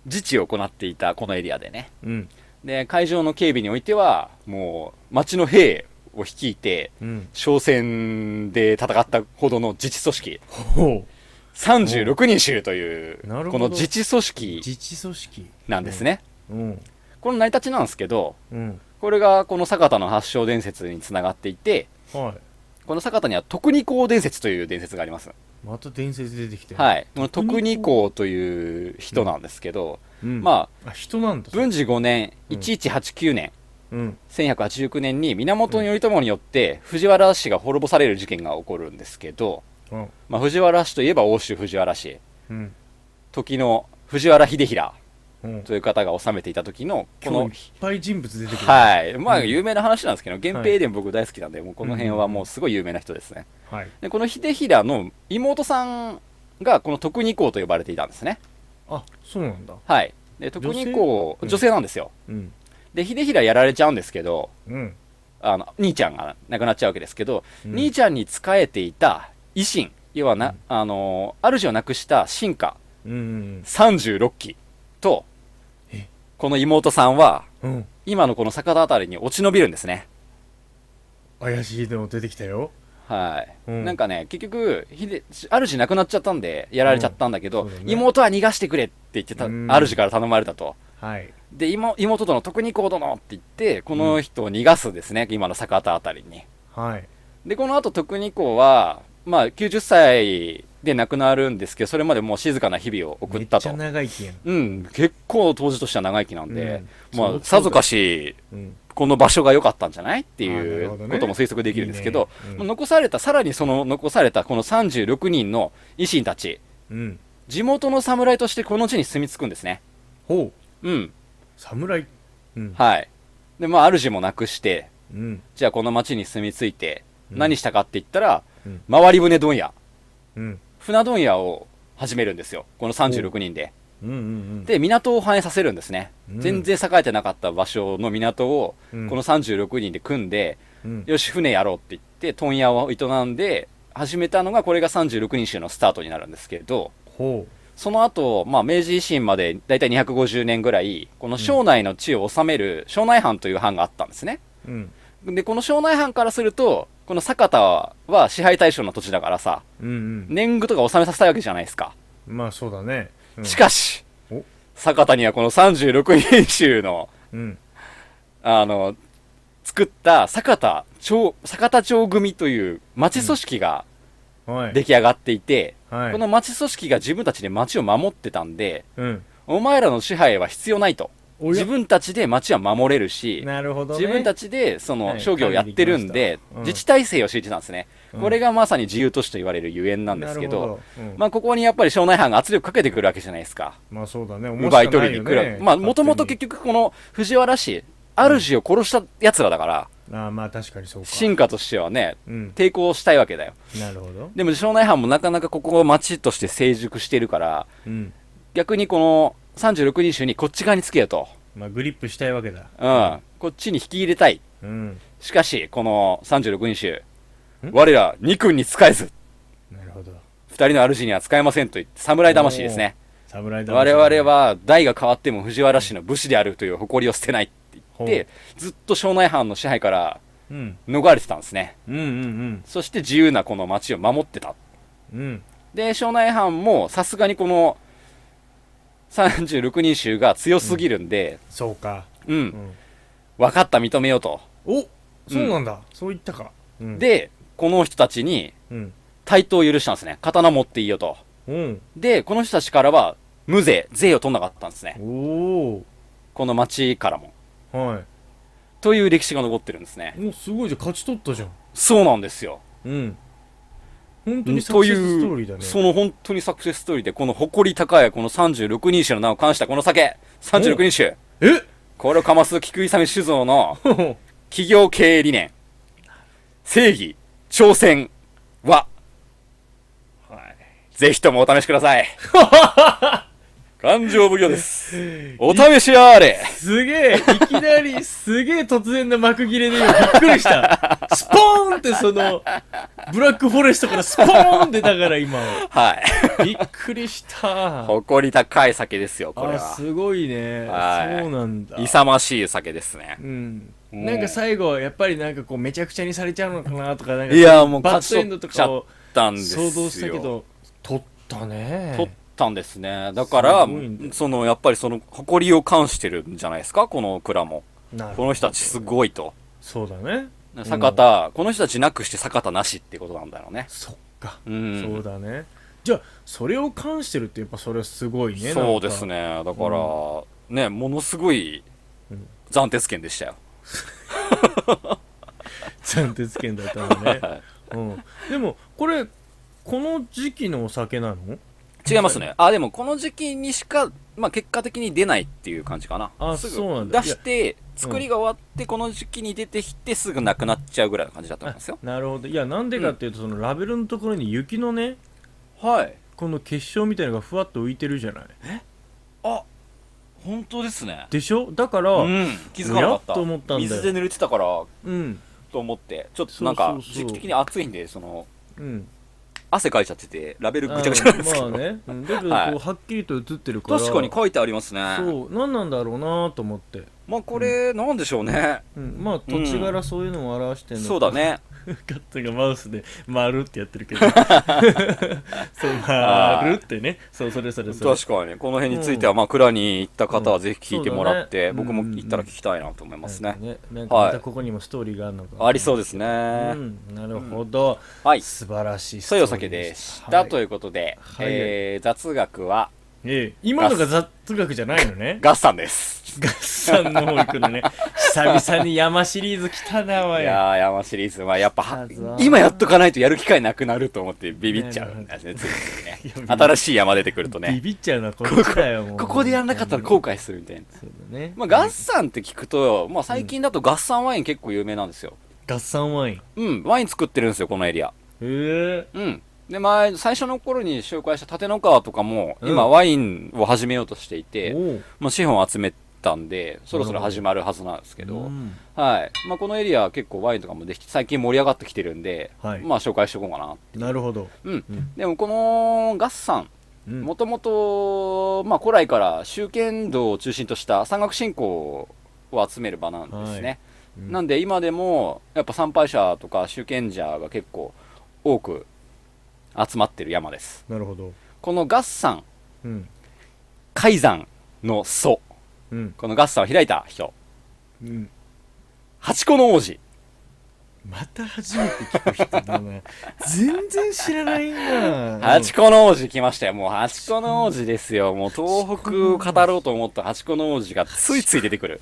C: 自治を行っていたこのエリアでね。
B: うん
C: で、会場の警備においては、もう、町の兵を率いて、
B: うん
C: 商戦で戦ったほどの自治組織、
B: ほう
C: 36人衆という、
B: なるほ
C: こ
B: ど
C: の自治組織
B: 自治組織
C: なんですね。
B: うん
C: この成り立ちなんですけど、
B: うん
C: これがこの酒田の発祥伝説につながっていて、
B: はい
C: この酒田には徳二公伝説という伝説があります。
B: また伝説出てきてい、
C: はい。この徳二公という人なんですけど、ま
B: ああ人なんだ
C: あ、文治5年、1189年、
B: うん
C: 1189年に源頼朝によって藤原氏が滅ぼされる事件が起こるんですけど、
B: うん
C: まあ、藤原氏といえば欧州藤原氏
B: うん
C: 時の藤原秀衡
B: うん
C: という方が治めていた時のこ
B: 今
C: の
B: 日いっぱい人物出てくる
C: はいまあ
B: うん
C: 有名な話なんですけど源平伝僕大好きなんでもうこの辺はもうすごい有名な人ですね
B: はい
C: でこの秀衡の妹さんがこの徳二公と呼ばれていたんですね
B: あそうなんだ
C: はいで徳二公
B: 女性
C: 女性なんですよ
B: うん
C: で秀衡やられちゃうんですけど
B: うん
C: あの兄ちゃんが亡くなっちゃうわけですけど、
B: うん
C: 兄ちゃんに仕えていた維新要は
B: う
C: な、
B: ん
C: あのー主を亡くした臣下
B: うん
C: 36期と
G: え、
C: この妹さんは、
B: うん。
C: 今のこの坂田あたりに落ち延びるんですね。
B: 怪しいの出てきたよ。
C: はい、
B: うん
C: なんかね、結局、秀主亡くなっちゃったんで、やられちゃったんだけど、
B: うんそうだね
C: 妹は逃がしてくれって言ってた、
B: うん
C: 主から頼まれたと。
B: はい。
C: で、妹妹との特に行動のって言って、この人を逃がすですね、今の坂田あたりに。
B: はい。
C: で、この後、特に子は、まあ、90歳で亡くなるんですけど、それまでもう静かな日々を送ったと
B: めっち。ゃ長生きやん。
C: うん、結構当時としては長生きなんで、
B: うんそ
C: まあ
B: う、そうだ
C: さぞかし、
B: うん。
C: この場所が良かったんじゃないって
B: あーないる
C: う
B: ほどね
C: ことも推測できるんですけど、
B: いいねうん
C: もう残された、さらにその残されたこの36人の維新たち、
B: うん。
C: 地元の侍としてこの地に住み着くんですね。
B: ほう。
C: うん、
B: 侍。うん。
C: はい。で、まあ、主もなくして、
B: うん。
C: じゃあこの町に住み着いて、
B: うん
C: 何したかって言ったら、
B: うん
C: 回り船問屋、
B: うん。
C: 船問屋を始めるんですよ。この36人で。
B: うんうんうん。
C: で、港を反映させるんですね。
B: うん
C: 全然栄えてなかった場所の港を、
B: うん
C: この36人で組んで、
B: うん、
C: よし、船やろうって言って、問屋を営んで、始めたのが、これが36人衆のスタートになるんですけれど、
B: ほ
C: その後、まあ、明治維新までだいたい250年ぐらい、この庄内の地を治める庄内藩という藩があったんですね。
B: う。うん。
C: で、この庄内藩からすると、この酒田は支配対象の土地だからさ、
B: うんうん。
C: 年貢とか納めさせたいわけじゃないですか。
B: まあそうだね。うん、
C: しかし
B: お、
C: 酒田にはこの36人衆の、
B: うん。
C: あの、作った酒田町、酒田町組という町組織が
B: はい。
C: 出来上がっていて、
B: はい。
C: この町組織が自分たちで町を守ってたんで、
B: うん。
C: お前らの支配は必要ないと。
B: おや
C: 自分たちで町は守れるし、
B: なるほどね。
C: 自分た
B: ち。
C: ちでそ
B: は
C: の
B: い
C: 商業をやってるん
B: 管理でき
C: で
B: ましたう、ん
C: 自治体制を敷いてたんですね。
B: うん
C: これがまさに自由都市と言われるゆえんなんですけど、、
B: うん、ま
C: まあここにやっぱり庄内藩が圧力かけてくるわけじゃないですか。
B: あそうだね。
C: 奪い取りに来るわけ。まあ、もともと
B: 結
C: 結局この藤原氏、主を殺した奴らだから、
B: ああまあ確かにそうか。
C: 進化としてはね、
B: うん。
C: 抵抗したいわけだよ。
B: なるほど。
C: でも庄内藩もなかなかここを町として成熟してるから、
B: うん。
C: 逆にこの36人衆にこっち側につけよと。
B: まあグリップしたいわけだ。
C: うん。こっちに引き入れたい。
B: うん。
C: しかし、この36人衆
B: ん、
C: 我ら2君に仕えず、
B: なるほど。
C: 2人の主には使えませんと言って、侍魂ですね。
B: 侍だ。
C: 我々。は代が変わっても藤原氏の武士であるという誇りを捨てないって言って、ずっと庄内藩の支配から
B: うん。
C: 逃れてたんですね。
B: うんうん
C: そして自由なこの町を守ってた。
B: うん。うん。
C: で、庄内藩もさすがにこの36人衆が強すぎるんで、
B: そうか。
C: うん、
B: うん。
C: 分かった、認めようと。
B: おそうなんだ。そう言ったか。うん。、
C: で、この人たちに
B: うん。
C: 対等を許したんですね。刀持っていいよと。
B: うん。
C: で、この人たちからは、無税、税を取んなかったんですね。
B: お
C: この町からも。
B: お。は
C: という歴史が残ってるんですね
B: い。。もうすごいじゃん勝ち取ったじゃん。
C: そうなんですよ。
B: うん。本当
C: とい
B: に
C: う、
B: サクセスストーリーだね。
C: その本当にサクセスストーリーで、この誇り高い、この36人衆の名を冠したこの酒、36人衆。
B: え [LAUGHS]
C: これをかます菊井勇酒造の
B: ほほ
C: 企業経営理念。正義、挑戦は、ぜひともお試しく
B: [LAUGHS]
C: ださい。勘定奉行です。お試しあれ。
B: すげえ、いきなり、すげえ突然の幕切れで今びっくりした。スポーンってその、ブラックフォレストからスポーン出たから今。
C: はい。
B: びっくりした。
C: 誇り高い酒ですよ、これ
B: あ、
C: は。
B: すごいね。
C: はい
B: そうなんだ。
C: 勇ましい酒ですね
B: う。ん。
C: うん
B: なんか最後、やっぱりなんかこう、めちゃくちゃにされちゃうのかなとか、なんか、
C: いや、もう
B: バッド
C: 勝ち
B: エン
C: 取
B: ド
C: っ
B: と
C: ちゃ
B: か
C: っ
B: を
C: たんですよ。
B: 想像したけど、取ったね。
C: 取ったんですね。だから
B: すごいんだ、よ
C: その、やっぱりその、誇りを冠してるんじゃないですか、この蔵も。
B: なる
C: こ
B: ほど
C: の人たちすごいと。
B: そうだね。
C: 坂田、この人たちなくして坂田なしってことなんだろうね。
B: そっか。
C: うん。
B: そうだね。じゃあ、それを関してるって、やっぱそれはすごいね。
C: そうです
B: ね
C: ね。だから、ね、ものすごい
B: うん、
C: 暫定権でしたよ。
B: 暫定権だったの
C: [LAUGHS]
B: ね、うん、でもこれこの時期のお酒なの
C: 違いますね。あ、でもこの時期にしか、まあ結果的に出ないっていう感じかな。
B: あ
C: すぐ
B: そうなんだ
C: 出して、
B: や
C: 作りが終わって、この時期に出てきて、すぐなくなっちゃうぐらいの感じだと思いますよ。
B: なるほどいやなんでかっていうと、そのラベルのところに雪のね
C: はい。
B: この結晶みたいのがふわっと浮いてるじゃない
C: あ、本当ですね。
B: でしょだから
C: う
B: うん、
C: ん。気づかなかった。
B: やっと思ったんだよ
C: 水で濡れてたから、と思って、ちょっとなん
B: そう
C: か、
B: そうそう
C: 時期的に暑いんで、その、
B: うん、
C: 汗かいちゃってて、ラベル
B: うん
C: ぐちゃぐちゃなんですけ
B: ま
C: ど。
B: あねうんだけど
C: は
B: こ
C: いう
B: はっきりと映ってるから
C: 確かに書いてありますね。
B: そう何なんだろうなと思って、
C: まあこれ、なんでしょうね。
B: うん、まあ土地柄そういうのを表してるの
C: そうだね。
B: ガッツがマウスで「丸ってやって
C: [LAUGHS]
B: るけどそう「
C: あー
B: 丸ってねそうそれそれそれ
C: 確かに、この辺については、まあ蔵に行った方はぜひ聞いてもらって、
B: うんそう
C: 僕
B: だね
C: も行ったら聞きたいなと思いますね。
B: なんかまたここにもストーリーがあるのか、
C: ありそう
B: で
C: ですね。
B: うん、なるほど、
C: はい。
B: 素晴らしいス
C: そう
B: トー
C: い
B: リー
C: うお酒で
B: で
C: し
B: した
C: た、と
B: はい
C: いうことで、
B: はい
C: えー、雑学は
B: ええ今のが雑学じゃないのね
C: ガッサンです。
B: ガッサンの方行くのね久々に山シリーズ来たなわ
C: い
B: よ
C: やー、山シリーズはやっぱは
B: 来たぞ、
C: 今やっとかないとやる機会なくなると思ってビビっちゃうんです [LAUGHS] ね、ついついね。新しい山出てくると
B: ビ
C: ね。
B: ビっちゃうなこっちだよもう
C: ここ [LAUGHS] でやらなかったら後悔するみたいな。
B: そうだね、
C: まあ、ガッサンって聞くと、まあ、最近だとガッサンワイン結構有名なんですよ。
B: ガッサンワインへ
C: うん、ワイン作ってるんですよ、このエリア。
B: え
C: うん。で、前、最初の頃に紹介した立野川とかも、
B: うん
C: 今、ワインを始めようとしていて、
B: おう
C: まあ、資本を集めたんで、そろそろ始まるはずなんですけど、
B: うん
C: はい。まあ、このエリアは結構ワインとかもできて、最近盛り上がってきてるんで、
B: はい
C: まあ、紹介していこうかな。
B: なるほど、
C: うん。
B: うん
C: でも、このガッサン、
B: うん
C: もともと、まあ、古来から宗剣道を中心とした山岳信仰を集める場なんですね。
B: はいうん
C: なんで今でもやっぱ参拝者とか宗剣者が結構多く集まってる山です
B: なるほど
C: この月山
B: うん
C: 海山の祖
B: うん
C: この月山を開いた人
B: うん
C: 八個の王子
B: また初めて聞く人だな全然知らないな
C: 八個の王子来ましたよもう八個の王子ですよもう東北を語ろうと思った八個の王子がついつい出てくる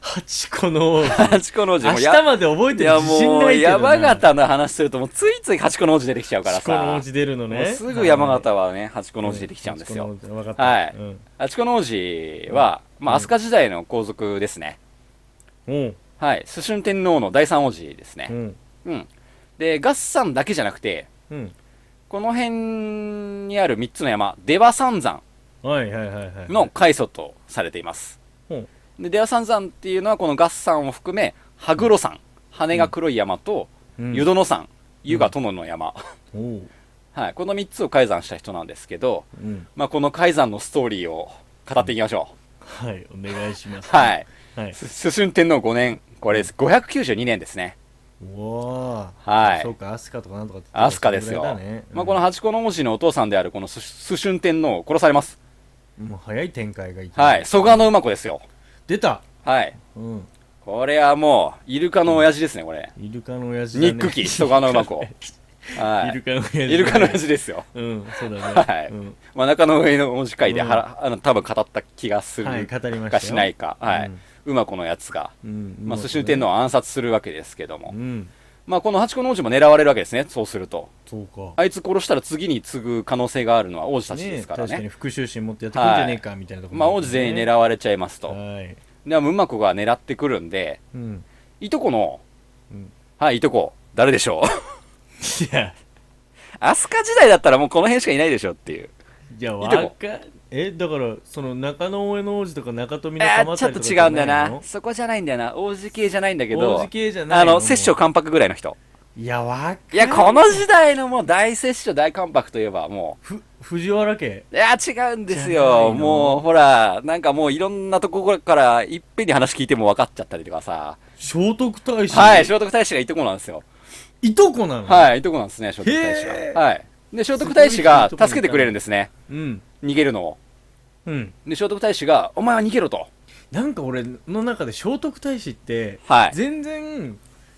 B: 八個の王子
C: 八個の王子
B: 明
C: [LAUGHS] もう
B: 日
C: や
B: まで覚え
C: い
B: てる
C: や
B: 自信
C: も
B: な
C: う
B: いけどな
C: 山形の話するともうついつい八個の王子出てきちゃうから
B: 八個の
C: さ
B: 王子出るの
C: もう
B: ね
C: すぐ山
B: は
C: 形はね八
B: い
C: 個の王子出てきちゃうんですよ
B: 八個の王子わかった
C: はい
B: うん
C: あちこの王子は、まあ、飛鳥時代の皇族ですね。
B: おう
C: はい。須春天皇の第三王子です
B: う
C: ね。
B: ん
C: うん。で、合山だけじゃなくて、
B: うん
C: この辺にある3つの山、出羽三山
B: はいはいはいはい
C: の開祖とされています。
B: うん
C: で、出羽三山っていうのは、この合山を含め、羽黒山、羽が黒い山と、
B: うん
C: 湯殿山、湯が殿の山。 [LAUGHS]
B: おう
C: はい。この3つを開山した人なんですけど、
B: うん
C: まあ、この開山のストーリーを語っていきましょう。
B: はいお願いし
C: [LAUGHS]
B: ます
C: はい。
B: はい
C: す春天皇5年、これです。592年ですね。
B: うわー
C: はい
B: そうかアスカとかなんとかって言ったら
C: アスカですよ。
B: そのぐらいだね
C: まあ、この八個の文字のお父さんであるこのすす春天皇を殺されます。
B: うんもう早い展開がいい
C: はい。蘇我の馬子ですよ。
B: 出た
C: はい。
B: うん
C: これはもう、イルカの親父ですね、これ。
B: イルカの親父だね
C: ニックキ、蘇我
B: [LAUGHS]
C: の馬子。は
B: イ
C: い
B: ル。カの親父だね
C: イルカの親父ですよ。
B: うんそうだね
C: はい
B: うん
C: まあ、中野上の文字会で、
B: うん
C: はらあの多分語った気がす
B: はい
C: る
B: 語りました
C: か
B: よ
C: しないか。は
B: う
C: い
B: ん。
C: 馬子のやつが。
B: うん
C: まあ、寿春天皇を暗殺するわけですけども
B: う、ん
C: まあ、この八個の王子も狙われるわけですね、そうすると。
B: そうか
C: あいつ殺したら次に継ぐ可能性があるのは王子たちですから
B: 確かに
C: ね。
B: 復讐心持ってやってくんじゃねえかみたいなところ
C: まあ王子全員狙われちゃいますと。
B: はい
C: でも馬子が狙ってくるんで、
B: うん
C: いとこの
B: うん、
C: はい、いとこ、誰でしょう
B: いや
C: 飛鳥時代だったらもうこの辺しかいないでしょっていう。
B: いや
C: い
B: わ
C: とこ
B: かえだからその中野大江の王子とか中富の
C: あ
B: 鎌
C: ーちょ
B: 足り
C: っ
B: と
C: と
B: か
C: 違
B: じゃ
C: うんだよ
B: ない
C: な
B: の。
C: そこじゃないんだよな。王子系じゃないんだけど、
B: 王子系じゃない
C: あの、
B: 摂
C: 摂政関白ぐらいの人。
B: いやわか
C: いや、この時代のもう大摂政大関白といえばも
B: ふ藤原家
C: う、いや、違うんです
B: じゃない
C: よ。
B: の
C: もう、ほら、なんかもういろんなとこからいっぺんに話聞いても分かっちゃったりとかさ。
B: 聖徳太子
C: はい、聖徳太子がいとこなんですよ。
B: いとこなの
C: はい、いとこなんですね、聖徳太子
B: へー
C: が。はい。で、聖徳太
B: すごいいい
C: 子が
B: とこにいたな
C: 助けてくれるんですね。
B: うん
C: 逃げるのを。
B: うん
C: で、聖徳太子が、お前は逃げろと。
B: なんか俺の中で聖徳太子って、
C: はい
B: 全然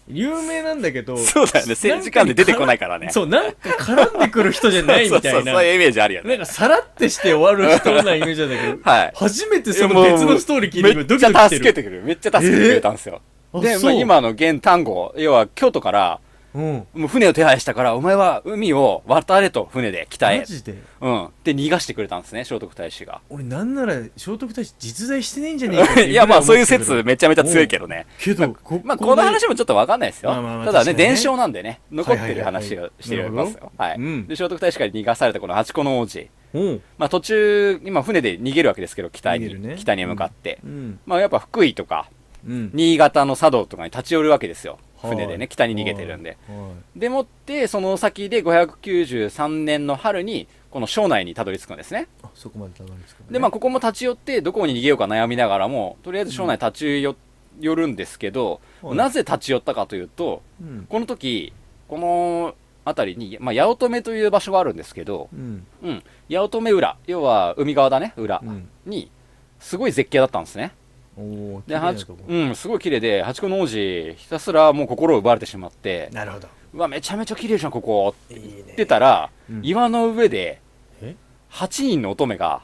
B: 有名なんだけど
C: そうだよね政治家で出てこないからね
B: そうなんか絡んでくる人じゃないみた
C: [LAUGHS] そう
B: い
C: そ
B: な
C: うそういうイメージあるよね。
B: なんかさらってして終わる人なイメージなんだけど、
C: はい
B: 初めてその別のストーリー聞いて
C: め
B: 今
C: っ
B: ドキ
C: ち
B: ドキ
C: ゃ
B: して
C: 助
B: る
C: けてくれる。めっちゃ助けてくれたんですよ。
B: あ
C: で、
B: そ
C: まあ、
B: う
C: 今の現単語、要は京都から、
B: うん
C: もう船を手配したから、お前は海を渡れと、船で、北
B: マ
C: へ。
B: ジで
C: うん。で、逃がしてくれたんですね、聖徳太子が。
B: 俺なんなら聖徳太子実在してないんじゃねえかってぐら
C: [LAUGHS] いや、まあ、そういう
B: 思
C: 説
B: って
C: めちゃめちゃ強いけどね。
B: たけどこ
C: まあ、この話もちょっとわかんないですよ。
B: まあまあまあ
C: ただ
B: 確
C: ね、
B: かにね
C: 伝承なんでね、残ってる
B: はいはいはい
C: 話をしておりますよ。は
B: る
C: い
B: ほどうん
C: で、聖徳太子から逃がされたこの八個の王子。
B: うん
C: まあ、途中、今船で逃げるわけですけど、北
B: 逃げ
C: に、
B: るね
C: 北に向かって。
B: うん
C: まあ、やっぱ福井とか、
B: うん
C: 新潟の茶道とかに立ち寄るわけですよ。船でね北に逃げてるんで
B: はい
C: でもってその先で593年の春にこの庄内にたどり着くんですね
B: あそこまでたどり着くのね
C: でまあここも立ち寄ってどこに逃げようか悩みながらもとりあえず庄内立ち寄寄るんですけど、
B: はい
C: なぜ立ち寄ったかというと
B: うん
C: この時この辺りに、まあ、八乙女という場所があるんですけど、
B: うん
C: うん、八乙女浦要は海側だね裏、
B: うん
C: にすごい絶景だったんですね
B: おお
C: で八うんすごい綺麗で八九の王子ひたすらもう心を奪われてしまって
B: なるほど
C: うわめちゃめちゃ綺麗じゃんここって
B: いいね
C: 言ってたら、
B: うん
C: 岩の上で
B: え
C: 8人の乙女が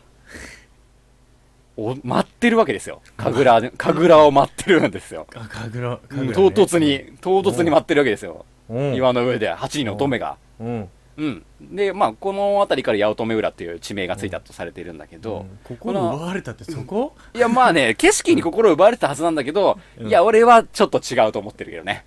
C: お待ってるわけですよ神楽で神楽を待ってるんですよ
B: あかぐらか
C: うん唐突に唐突に待ってるわけですよ、
B: うん
C: 岩の上で8人の乙女が、
B: うん
C: うんでまあこの辺りから八乙女浦っていう地名がついたとされているんだけど、
B: うん心奪われたってそこ
C: いや、まあね、景色に心を奪われたはずなんだけど、
B: うん
C: いや、俺はちょっと違うと思ってるけどね。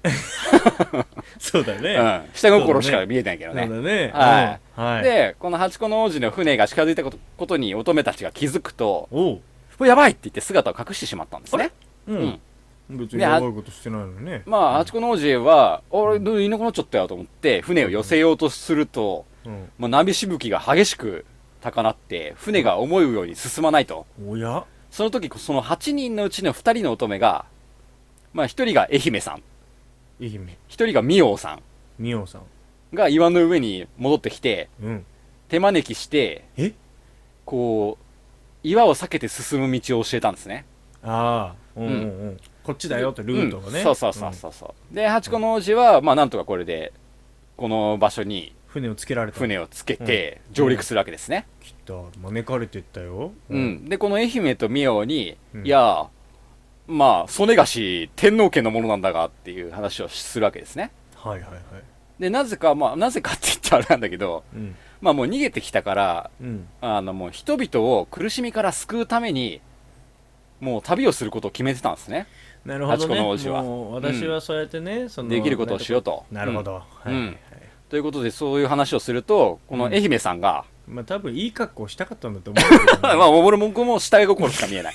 B: そうだ
C: う
B: ね
C: ん。下心しか見えないけ
B: そ
C: ど
B: うだ
C: ね。
B: ね
C: は
B: うんはい
C: で、この八個の王子の船が近づいたことことに乙女たちが気づくと、
B: おう
C: うわやばいって言って姿を隠してしまったんですね。
B: う
C: うん
B: ん別に
C: であ
B: やばいことしてないのにね
C: まあ、八個の王子は、俺、いなくなっちゃったよと思って、船を寄せようとすると、
B: うん
C: もう波しぶきが激しく高鳴って、船が思うように進まないと。
B: おや
C: その時、その8人のうちの2人の乙女が、まあ、1人が愛媛さん、
B: 愛媛
C: 1人が美桜さん、
B: みおさん
C: が岩の上に戻ってきて、
B: うん
C: 手招きして、
B: え
C: こう、岩を避けて進む道を教えたんですね。
B: ああうんうんうんこっちだよってルートが
C: う
B: ね
C: んそうそうそうそうそう。で、八個の王子は、まあなんとかこれで、この場所に
B: 船をつけられた
C: 船をつけて上陸するわけですね。
B: きた招かれてったよ
C: うん。で、この愛媛と美桜に、
B: うん
C: いやー、まあ、曽根菓子、天皇家のものなんだがっていう話をするわけですね。
B: はいはいはい
C: で、なぜか、まあ、なぜかって言ったらあれなんだけど、
B: うん
C: まあもう逃げてきたから、
B: うん
C: あのもう人々を苦しみから救うために、もう旅をすることを決めてたんですね。
B: なるほど
C: 八個
B: ね
C: の王子は
B: もう私はそうやってねその
C: できることをしようと。
B: なるほ
C: うん
B: どは
C: う
B: い
C: ん
B: はい
C: ということで、そういう話をすると、この愛媛さんが、
B: まあ多分いい格好したかったんだと思うけど
C: ま [LAUGHS] あ、
B: ね
C: 俺も僕も下絵心しか見
B: [LAUGHS]
C: えない。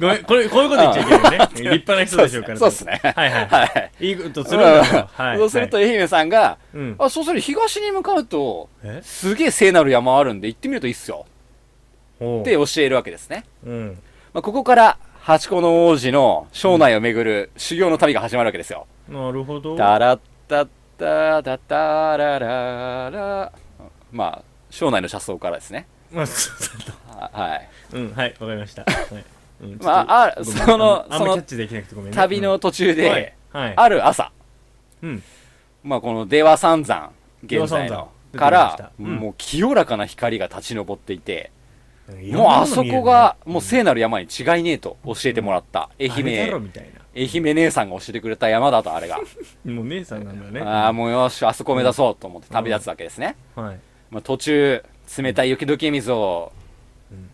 B: ごめんこれこういうこと言っちゃいけ
C: [LAUGHS]
B: ないね立派な人でしょうから
C: そうっすね [LAUGHS]
B: はいはいは
C: はい。
B: いいいことする
C: うん
B: んだよはい
C: そうすると
B: はい
C: 愛媛さんが、
B: うん
C: あ、そうすると東に向かうと、
B: え
C: すげえ聖なる山あるんで行ってみるといいっすよ。
B: ほう
C: って教えるわけですね。
B: うん
C: まあ、ここから、八個の王子の庄内を巡る修行の旅が始まるわけですよ。
B: なるほど
C: タラッタッタタタラララまあ庄内の車窓からですね
B: まあそうだ
C: ははい
B: とうんはいわかりましたはいうん
C: まああ
B: ちょっとごめん
C: その
B: ああん
C: そ
B: ま
C: の
B: キャッチできなくてごめんね
C: 旅
B: う
C: の
B: ん
C: 途中で、
B: はいはい
C: ある朝、
B: うん
C: まあ、この出羽三山現在
B: 出羽三山
C: のから、
B: 出てきましたうん
C: もう清らかな光が立ち上っていて、
B: いろん
C: もう
B: なの
C: あそ
B: 見える
C: こ
B: ね
C: がもう聖なる山に違いねえと教えてもらった、愛
B: あれだろ
C: 媛
B: みたい
C: 愛媛姉さんが教えてくれた山だとあれが、
B: なもう姉さんなんだね
C: ああもうよしあそこ目指そうと思って旅立つわけですね、
B: はい
C: まあ、途中冷たい雪解け水を
B: うん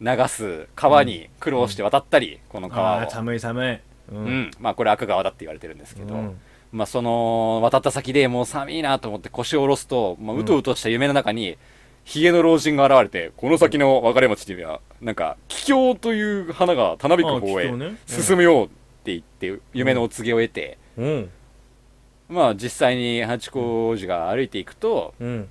C: 流す川に苦労して渡ったり、この
B: あ
C: 川を
B: あ、寒い寒いうん
C: うんまあ、これ悪川だって言われてるんですけど、
B: うん
C: まあ、その渡った先でもう寒いなと思って腰を下ろすと、まあ、うとうとした夢の中に、ヒゲの老人が現れてこの先の別れ町にはなんか桔梗という花がたなびく方
B: あ
C: へ
B: 桔梗ねうん
C: 進むようって言って夢のお告げを得て、
B: うん
C: まあ、実際に八甲王子が歩いていくと、
B: うん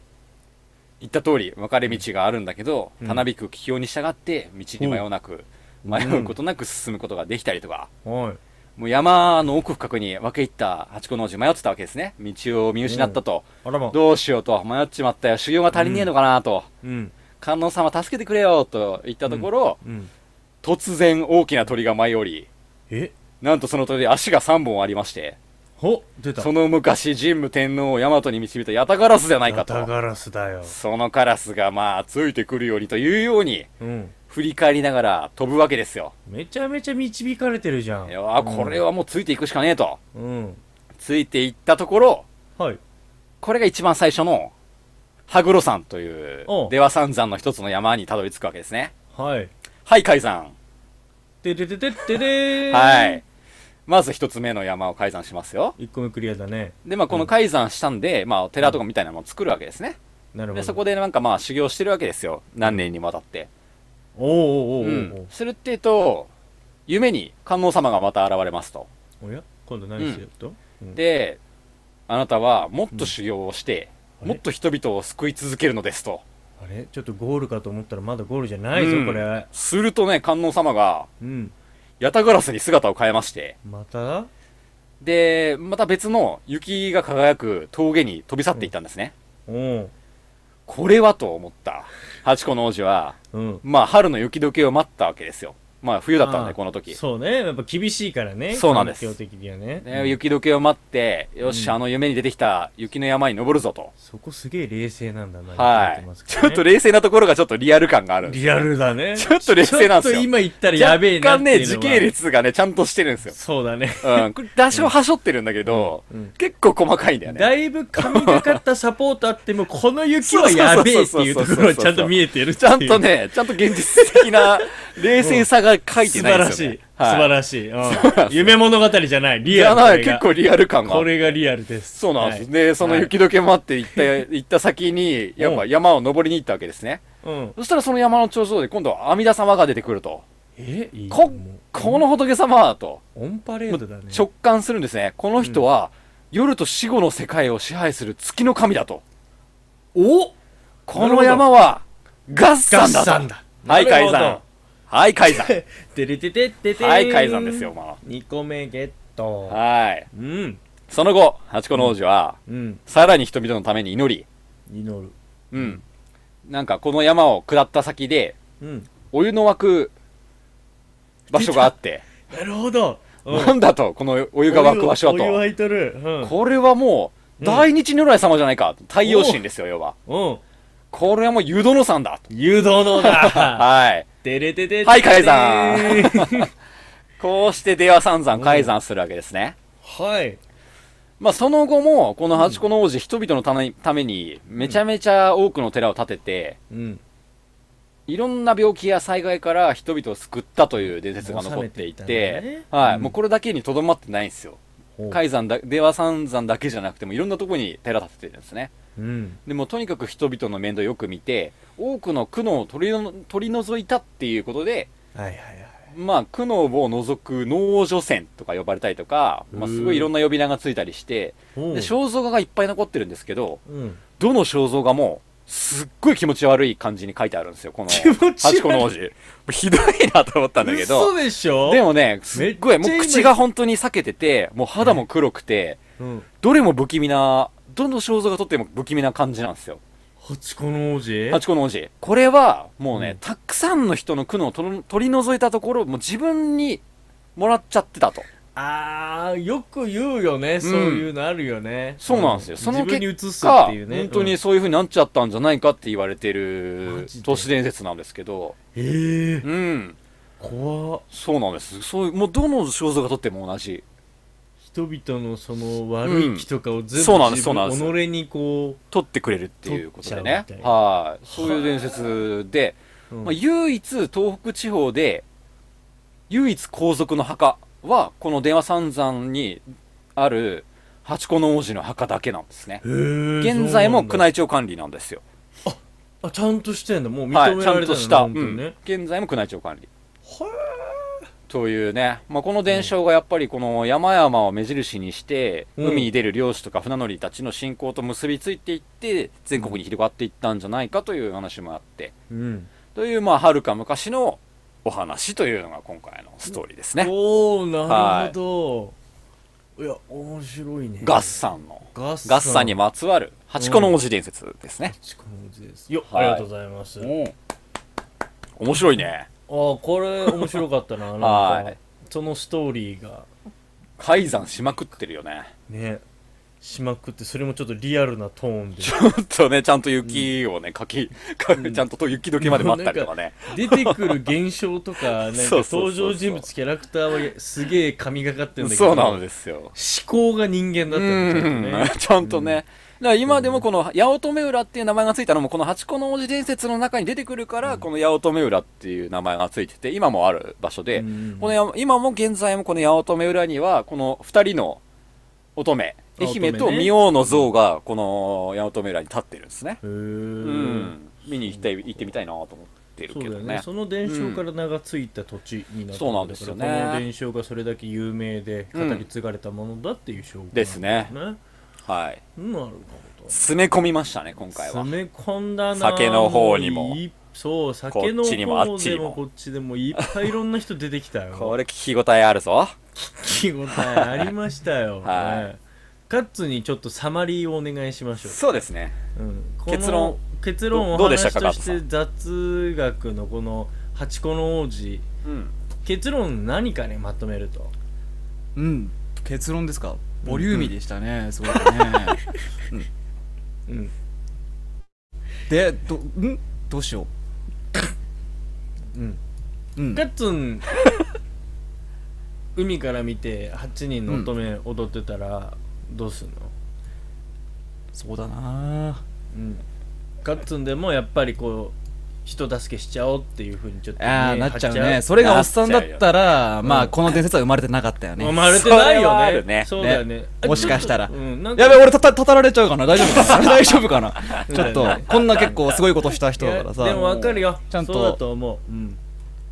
C: 言った通り分かれ道があるんだけど、
B: うん
C: たなびく気境に従って道に迷うなく、迷うことなく進むことができたりとか、
B: はい
C: もう山の奥深くに分け入った八甲の字迷ってたわけですね道を見失ったと、
B: あらま
C: どうしようと迷っちまったよ修行が足りねえのかなと、
B: うん
C: 観音様助けてくれよと言ったところ、
B: うん
C: 突然大きな鳥が舞い降り
B: え
C: なんとその鳥足が3本ありまして
B: ほ出た
C: その昔神武天皇を大和に導いたヤタガラスじゃないか
B: ガタ
C: と
B: ガラスだよ
C: そのカラスがまあついてくるようにというように
B: うん
C: 振り返りながら飛ぶわけですよ。
B: めちゃめちゃ導かれてるじゃん
C: いやーこれはもうついていくしかねえと。
B: うん
C: ついていったところ、
B: はい
C: これが一番最初の、羽黒山という
B: お、う
C: 出羽三山の一つの山にたどり着くわけですね。
B: はい
C: はい、海山。
B: ででででででー
C: はい。まず一つ目の山を海山しますよ。
B: 一個目クリアだね
C: で、まあこの海山したんで、まあお寺とかみたいなものを作るわけですね。
B: なるほど
C: で、そこでなんかまあ修行してるわけですよ。何年にわたって。
B: おーおーお
C: う
B: ーおー
C: ん。するってえと、夢に観音様がまた現れますと。
B: おや今度何しようと
C: であなたはもっと修行をして、
B: うん
C: もっと人々を救い続けるのですと
B: あれちょっとゴールかと思ったらまだゴールじゃないぞ、
C: うん
B: これ
C: するとね観音様が
B: うん
C: ヤタガラスに姿を変えまして
B: また
C: でまた別の雪が輝く峠に飛び去っていったんですね、
B: おう
C: これはと思った八個の王子は
B: うん
C: まあ春の雪解けを待ったわけですよまあ冬だったん
B: あ
C: で
B: ー
C: この時
B: そうねやっぱ厳しいからね
C: そうなんです
B: 環境的にはね
C: ね雪解けを待ってよし、
B: うん
C: あの夢に出てきた雪の山に登るぞと、
B: そこすげえ冷静なんだな
C: はい、
B: 言てますけ
C: ち
B: ど
C: ょ
B: ね
C: っと冷静なところがちょっとリアル感がある
B: リアルだね
C: ちょっと冷静なんですよ
B: ちょっと今言ったらやべえなっ
C: 若干
B: ていうの
C: ね
B: は
C: 時系列がねちゃんとしてるんですよ
B: そうだね [LAUGHS]
C: うん、これ出しをはしょってるんだけど、
B: うんうん
C: 結構細かいんだよね
B: だいぶ神がかったサポートあってもこの雪はやべえっていうところはちゃんと見えてるって
C: ち
B: いう
C: ゃんとね、ちゃんと現実的な冷静さが書い
B: [LAUGHS]
C: て
B: 素
C: な
B: 晴
C: い
B: ら
C: です
B: し
C: よ、ね
B: い、素晴
C: しい。
B: らしい、うん、夢物語じゃない
C: い
B: リア
C: や、
B: ルこ
C: な
B: れ
C: 結
B: が
C: 構リアル感が。
B: これがリアルです
C: そうなんです。
B: はい
C: で、その雪解けもあって
B: [LAUGHS]
C: 行った、行った先に、やっぱ山を登りに行ったわけですね。
B: うん、
C: そしたらその山の頂上で今度は阿弥陀様が出てくると。
B: えいい
C: こ
B: もう、
C: この仏様はと
B: オンパレードだね
C: 直感するんですね。この人は夜と死後の世界を支配する月の神だと。
B: お
C: この山はガッサ
B: ガッ
C: ンだと。
B: サンだ
C: はい、
B: なる
C: 解
B: ほど
C: 散。はい、
B: [LAUGHS]
C: 解散。
B: てれててってて
C: はい、改ざんですよ、ま
B: 2個目ゲット
C: あ。はい。
B: うん
C: その後、ハチコの王子は、
B: うん
C: さらに人々のために祈り、
B: 祈る
C: うん。なんか、この山を下った先で、
B: うん
C: お湯の湧く場所があって、
B: なるほど、うん
C: なんだと、このお湯が湧く場所
B: お湯お湯
C: は
B: 沸いとるうん
C: と。これはもう、大日如来様じゃないか。太陽神ですよ、要は。
B: うん
C: これはもう、湯殿さんだ。
B: 誘導の [LAUGHS] だ
C: はい。
B: てれてて
C: はい改
B: ざん
C: [LAUGHS] ざこうして、出羽三山改ざんするわけですね。
B: はい
C: まあ、その後も、このハチコの王子、人々のためために、めちゃめちゃ多くの寺を建てて、
B: うん
C: いろんな病気や災害から人々を救ったという伝説が残って
B: もう冷めていっ
C: いて、
B: たんだね
C: はい、
B: うん
C: もうこれだけにとどまってないんですよ。
B: ほう
C: 海山だ、出羽三山だけじゃなくても、いろんなところに寺建ててるんですね。
B: うん
C: でも、とにかく人々の面倒をよく見て、多くの苦悩を取りの取り除いたっていうことで、
B: はいはいはい
C: まあ、苦悩を除く農女船とか呼ばれたりとか、まあ、すごいいろんな呼び名がついたりして、
B: おう
C: で肖像画がいっぱい残ってるんですけど、
B: うん
C: どの肖像画も、すっごい気持ち悪い感じに書いてあるんですよ、この、
B: 気持ち悪い
C: ハチコの王子。ひどいなと思ったんだけ
B: 嘘
C: ど、
B: でしょ
C: でもね、すっご
B: め
C: い、
B: っ
C: も
B: ちゃ
C: う
B: 今
C: 口が本当に裂けてて、もう肌も黒くて、
B: うん
C: どれも不気味な、どの肖像が撮っても不気味な感じなんですよ。
B: ハチコの王子
C: ハチコの王子。これは、もうね、
B: うん
C: たくさんの人の苦悩を取り取り除いたところ、もう自分にもらっちゃってたと。
B: あーよく言うよね、そういうのあるよね
C: そうなんですよ。その
B: 自分に移
C: 結
B: す
C: 果、
B: っていうね
C: 本当に
B: うん
C: そういう風になっちゃったんじゃないかって言われて
B: マ
C: る
B: ジで
C: 都市伝説なんですけど、
B: えー、
C: うん。
B: 怖っ
C: そうなんです。そういう、もうどの肖像が撮っても同じ。
B: 人々のその悪い気とかを全
C: そう
B: 部
C: なんです
B: 自
C: そうなんです
B: 分己にこ
C: 撮ってくれるっていうこと
B: 撮
C: でね
B: っちゃうみ。たいな
C: はい。そういう伝説で、
B: う、うん
C: まあ、唯一東北地方で、唯一皇族の墓は、この電話三山にある八個の王子の墓だけなんですね。
B: へー
C: 現在も
B: そうなんだ
C: 宮内庁管理なんですよ。
B: あちゃんとしてんだもう認めら
C: は
B: れ
C: い。
B: た
C: ちゃんとした。う
B: 本当に
C: ん
B: ね、
C: 現在も宮内庁管理。
B: は
C: というね、まあ、この伝承がやっぱりこの山々を目印にして、
B: うん
C: 海に出る漁師とか船乗りたちの信仰と結びついていって全国に広がっていったんじゃないかという話もあって
B: ーうん
C: というまあはるか昔のお話というのが今回のストーリーですね
B: おおなるほど、い、や面白いね
C: ガッサンの
B: ガッサン
C: ガッサンにまつわる八個の王子伝説ですね
B: ハ、チコの王子ですよ、
C: は
B: あ
C: い
B: りがとうございますあ
C: おう面白いね
B: ーこれ面白かったな
C: [LAUGHS]
B: なんか、
C: はい
B: そのストーリーが
C: 改ざんしまくってるよね
B: ねしまくってそれもちょっとリアルなトーンで
C: ちょっとねちゃんと雪をねかき、か
B: うん
C: ちゃんと雪解けまで待ったりとかね
B: 出てくる現象
C: [LAUGHS]
B: とかなんか
C: そうそうそうそう
B: 登場人物キャラクターはすげえ神がかってんだけど
C: そうなんですよ
B: す思考が人間だったみたいなね
C: うんちゃんとね。だから今でもこの八乙女浦っていう名前がついたのもこの八個の王子伝説の中に出てくるからこの八乙女浦っていう名前がついてて今もある場所で
B: うん
C: このや今も現在もこの八乙女浦にはこの二人の乙女愛媛
B: 乙
C: と
B: 女ね
C: 明王の像がこの八乙女浦に立ってるんですね
B: へ
C: う
B: ー
C: ん見に行きたい行ってみたいなと思っってる
B: そう
C: け
B: だ
C: ど
B: よね
C: ね
B: その伝承から名が付いた土地になってる
C: そうなんですよね
B: だからこの伝承がそれだけ有名で語り継がれたものだっていう証拠なんだよ
C: ですね
B: なる
C: はい
B: ほど
C: 詰め込みましたね今回は
B: 詰め込んだな
C: 酒の方にも
B: いそう酒の
C: こっちにもあ
B: 方
C: っち
B: で
C: に
B: も
C: も
B: こっちでもいっぱいいろんな人出てきたよ
C: [LAUGHS] これ聞き応えあるぞ
B: 聞き応えありましたよ、
C: [LAUGHS] はい
B: ねカッツにちょっとサマリーをお願いしましょう
C: そうですね
B: うん
C: 結論
B: 結論を
C: どどうでし
B: 話
C: たか
B: とし
C: カッ
B: て雑学のこの八個の王子
C: うん
B: 結論何かねまとめると
A: うん結論ですかボリューミーでしたね、すごいね
B: うん
A: でどんどうしよ
B: うん
A: ううん
B: ガッツン海から見て8人の乙女踊ってたらどうすんの、
A: そうだな
B: うん、ガッツンでもやっぱりこう人助けしちゃおうっていうふうにちょっと、
A: ああなっちゃうね
B: 張
A: それがおっさんだったらまあこの伝説は生まれてなかったよね、
B: 生まれてない
C: それはあ
B: よ
C: る
B: ね
C: ね
B: そうだよね
A: もしかしたら
B: うん、なんか
A: やべ俺たたたたられちゃうかな大丈夫かな大丈夫かなちょっ
B: そう
A: と
B: だよね
A: こんな結構すごいことした人だからさ
B: いやでもわかるよ
A: ちゃんと
B: そうだと思う、うん、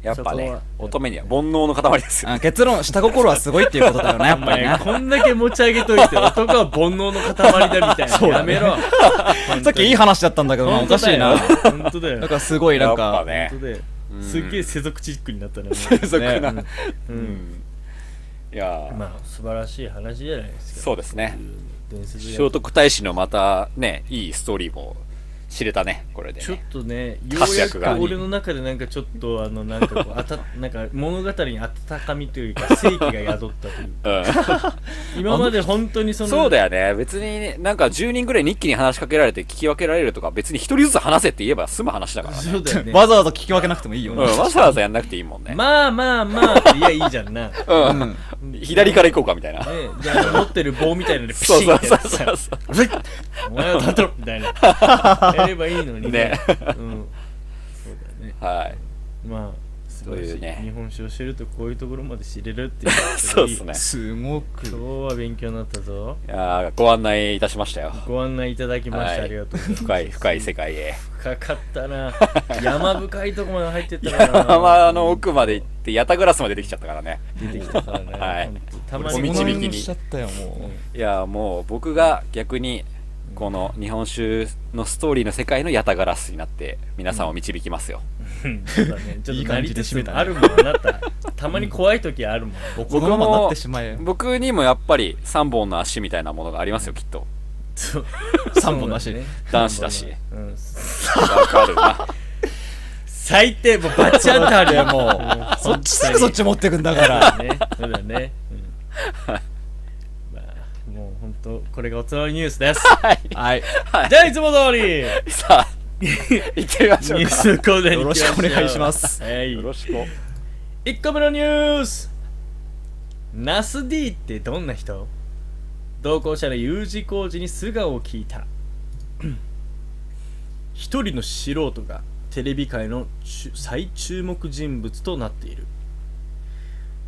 C: やっぱ
B: そこ
C: ね
B: は
C: 乙女には煩悩の塊で
B: [LAUGHS]
C: すよ
A: あ結論下心はすごいっていうことだよねやっぱ
B: お [LAUGHS]
A: り
B: 前
A: な
B: こんだけ持ち上げといて男は煩悩の塊だみたいな、やめろ
A: [LAUGHS] さっきいい話だったんだけどなお
B: 本
A: か
B: 当
A: し
B: だ
A: い
B: よ
A: な
B: [LAUGHS] 本当だよ
A: なんかすごいなん
C: や
A: か
C: っぱね
B: 本当だよ
C: うん
B: すっげえ世俗チックになった
C: [LAUGHS]
B: ね、
C: 俗な
A: ね
B: う
C: うんんいやー
B: まあ素晴らしい話じゃないですか
C: そうですね
B: 伝説
C: 聖
B: が
C: 徳太子のまたねいいストーリーも知れたねこれで
B: ちょっ
C: ね
B: とね、よう
C: 活
B: や
C: 躍が
B: く俺の中でなんかちょっとあのなんか
C: [LAUGHS]
B: こうあたなんか物語に温かみというか正気が宿
C: [LAUGHS]
B: ったという
C: うん
B: 今まで本当にその
C: そうだよね別にねなんか10人ぐらい日記に話しかけられて聞き分けられるとか別に一人ずつ話せって言えば済む話だからね、
B: そうだよね
A: [LAUGHS] わざわざ聞き分けなくてもいいよ
C: うん、
A: ね
C: わざわざやんなくていいもんね、
B: まあまあまあいやいいじゃん
C: [LAUGHS]
B: な、ね、
C: うん左から行こうかみたいな、
B: じゃあ持ってる棒みたいなのでピシ
C: [LAUGHS] そうそ
B: ッ
C: う
B: って
C: そ
B: や
C: う
B: つ
C: そうそう
B: お前は立てろみた
C: [LAUGHS]
B: いなやればいいのに
C: ね
B: うん、そうだよね
C: はい
B: まあ素晴ら
C: そう
B: し
C: い
B: いう
C: ね
B: 日本史を知るとこういうところまで知れるっていう
C: [LAUGHS] そうっすね
A: すごく
B: 今日は勉強になったぞ
C: いやーご案内いたしましたよ
B: ご案内いただきまして、
C: はい
B: ありがとうございます
C: 深い深い世界へ
B: 深かった
C: [LAUGHS]
B: な山深いとこまで入ってったからな
C: 山の奥まで行ってヤタグラスまで出てきちゃったからね
B: 出てきたからね、
C: はい
B: ほんとたま
C: お
B: に
C: 導きに
A: しちゃったよも
C: いやもう僕が逆にこの日本酒のストーリーの世界のヤタガラスになって皆さんを導きますよ、
B: うんそうだ
C: [LAUGHS]
B: ねちょっ
A: いい
B: とな
A: 感
B: り
A: じで
B: つつ
A: 締めたね
B: あるもんあなたたまに怖い時あるもん
A: うこのままなってしまえ
C: 僕にもやっぱり3本の足みたいなものがありますよきっ
B: [LAUGHS]
C: と
B: そう
A: 3本なし
B: そうだね
C: 男子だし
B: うん
C: わかるな
B: 最低もうバチ当たりや
C: [LAUGHS]
B: もう
A: そっちすぐそっち持ってくんだ [LAUGHS] か
B: だ
A: ら
B: ねそうだね、うんまあもう本当これがおつまみニュースです
A: [LAUGHS] はい
B: じゃあいつも通り [LAUGHS]
C: さあ行ってみましょ
B: ニ
C: う
B: ュー
C: か
B: スコーナーに
A: よ
B: 行
A: ろ
B: き
A: し
B: まょう
A: くお願いします
B: はい
C: よろしく
B: 1個目のニュースナス D ってどんな人同行者の U 字工事に素顔を聞いた一人の素人がテレビ界の注最注目人物となっている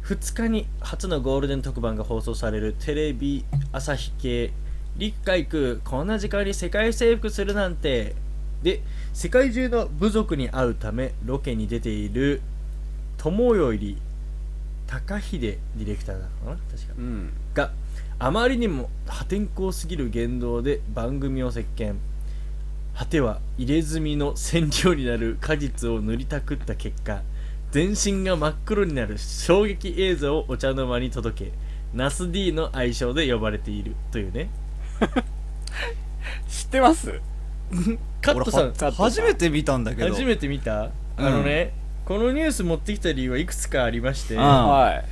B: 2日に初のゴールデン特番が放送されるテレビ朝日系陸海空こんな時間に世界征服するなんてで世界中の部族に会うためロケに出ている友より高秀ディレクターだったかな確か
C: うん
B: があまりにも破天荒すぎる言動で番組を席巻果ては入れ墨の染料になる果実を塗りたくった結果全身が真っ黒になる衝撃映像をお茶の間に届けナス D の愛称で呼ばれているというね
C: 知ってます
B: カットさん
A: 俺は初めて見たんだけど
B: 初めて見た
A: うん
B: あのね、このニュース持ってきた理由はいくつかありまして
A: うん
B: あ
C: はい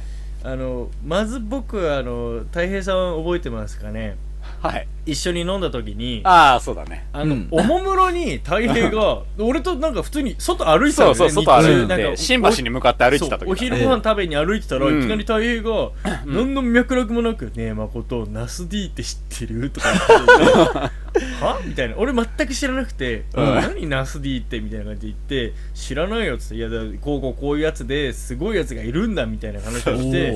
B: のまず僕はあの太平さん覚えてますかね
C: はい
B: 一緒に飲んだ時に
C: ああそうだね
B: あの、
A: うん
B: おもむろに太平
C: [LAUGHS]
B: が俺となんか普通に外歩いてた
C: そ
B: よね
C: うそう外歩い
B: 日中なん
C: て
B: か
C: 新橋に向かって歩いてた
B: そう
C: 時
B: お
C: だ
B: 昼ご飯食べに歩いてたら、
C: うん
B: いきなり太平が、何の脈絡もなく「ねえ誠ナス D って知ってる?」とか言
C: [LAUGHS]
B: っててはみたいな俺全く知らなくて「何ナス D って」みたいな感じで言って「知らないよ」っつって「いやだこうこうこういうやつですごいやつがいるんだ」みたいな話をして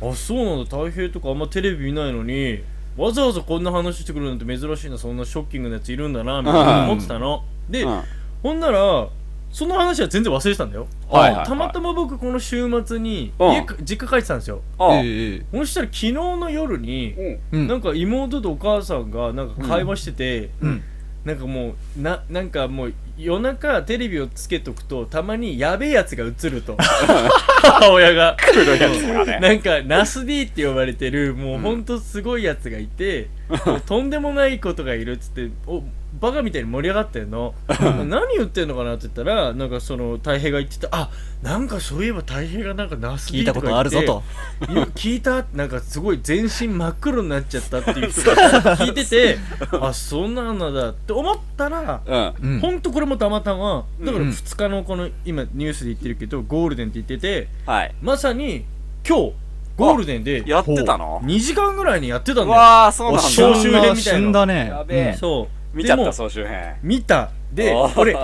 A: おー
B: あそうなんだ太平とかあんまテレビ見ないのにわざわざこんな話してくるなんて珍しいなそんなショッキングなやついるんだなみたいな思ってたの、で、
C: うん
B: ほんならその話は全然忘れてたんだよ、
C: はいはいはい
B: たまたま僕この週末に
C: うん
B: 家か実家帰ってたんですよ
C: ああ
A: ええ
B: そしたら昨日の夜に
C: うん
A: うん
B: なんか妹とお母さんがなんか会話してて、
A: うん
B: なんかもうななんかもう夜中テレビをつけとくとたまにやべえやつが映
C: [LAUGHS]
B: ると [LAUGHS] 母親が
C: 黒いやつがね。
B: なんかナス D って呼ばれてるもうほんとすごいやつがいて、もうとんでもないことがいるっつっておバカみたいに盛り上がってんの何言ってんのかなって言ったらなんかその太平が言ってたあなんかそういえば太平がなんかナス
A: 聞
B: D
A: いたことあるぞと
B: いや聞いたなんかすごい全身真っ黒になっちゃっ
A: [LAUGHS]
B: たっていう人が聞いててあそんなのだって思ったら
C: うん。
A: うん
B: ほんとこれもたまたまだから
A: うん
B: 2日のこの今ニュースで言ってるけどゴールデンって言ってて
C: はい。
B: まさに今日ゴールデンで
C: やってたの
B: 2時間ぐらいにやってたんだよ
C: わあ、そうなん
B: お消
C: だ。
B: 臭編みたいな
A: 死んだね
C: やべえ
B: そう
C: 見ちゃっ
B: で
C: た、
B: も
C: 総集編。
B: 見たで
C: あー
B: 俺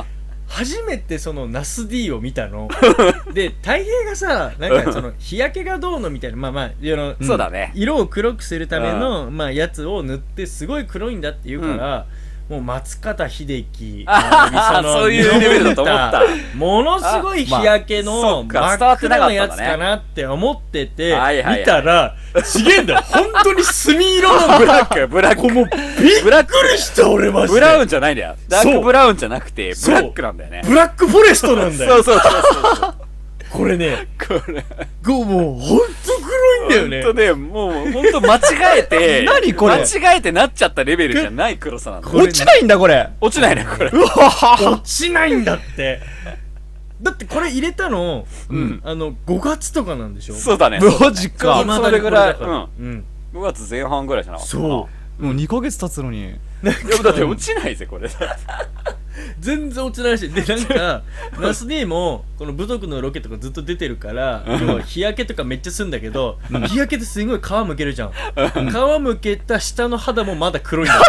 B: 初めてそのナス D を見た
C: [LAUGHS]
B: ので太平がさなんかその日焼けがどうのみたいなまあまああの
C: そうだね。
B: 色を黒くするための、まあ、やつを塗ってすごい黒いんだって言うから、もう松方秀樹
C: ああ、
B: の
C: そういうレベルだと思った。
B: ものすごい日焼け
C: あそ
B: の
C: っ
B: 真
C: か
B: っ
C: 伝わって
B: 暗
C: なか
B: な
C: ったんだ
B: や
C: ね
B: つかなって思ってて
C: はいはいはい
B: 見たらちげえんだよ本当に墨色の
C: [LAUGHS]
B: ブラック [LAUGHS]
C: ブラック。
B: もうびっ
C: ブラック。
B: くりした俺マジで
C: ブラウンじゃないんだよ。ダークブラウンじゃなくて、
B: そ
C: ブ
B: う
C: ラックなんだよね。
B: ブラックフォレストなんだ
C: そ
B: よ
C: うそうそうそう。
B: これね
C: これ。
B: ごもう本当黒いんだよ
C: ほんと
B: ね
C: ね、もう、ほんと間違え
B: [LAUGHS]
C: て、
A: 何これ
C: 間違えてなっちゃったレベルじゃない黒さなんだ。
B: これ
A: 落ちないんだこれ
C: 落ちないね、これ。
A: うわ
B: 落ちないんだってだってこれ入れたの
C: うん。
B: あの5月とかなんでしょ
C: そうだね。
A: [LAUGHS] マジ
C: そう
A: か
C: 今それぐらい
B: うん、
C: 5月前半ぐらいじゃなかったか
B: そ
C: な
A: もう2ヶ月経つのに
C: いやだって落ちないぜ
B: [LAUGHS]
C: これ
B: う全然落ちないらしいでなんかナス D もこの部族のロケとかずっと出てるから要は日焼けとかめっちゃするんだけど日焼けですごい皮むけるじゃん皮むけた下の肌もまだ黒いんだ
C: [LAUGHS]
B: っ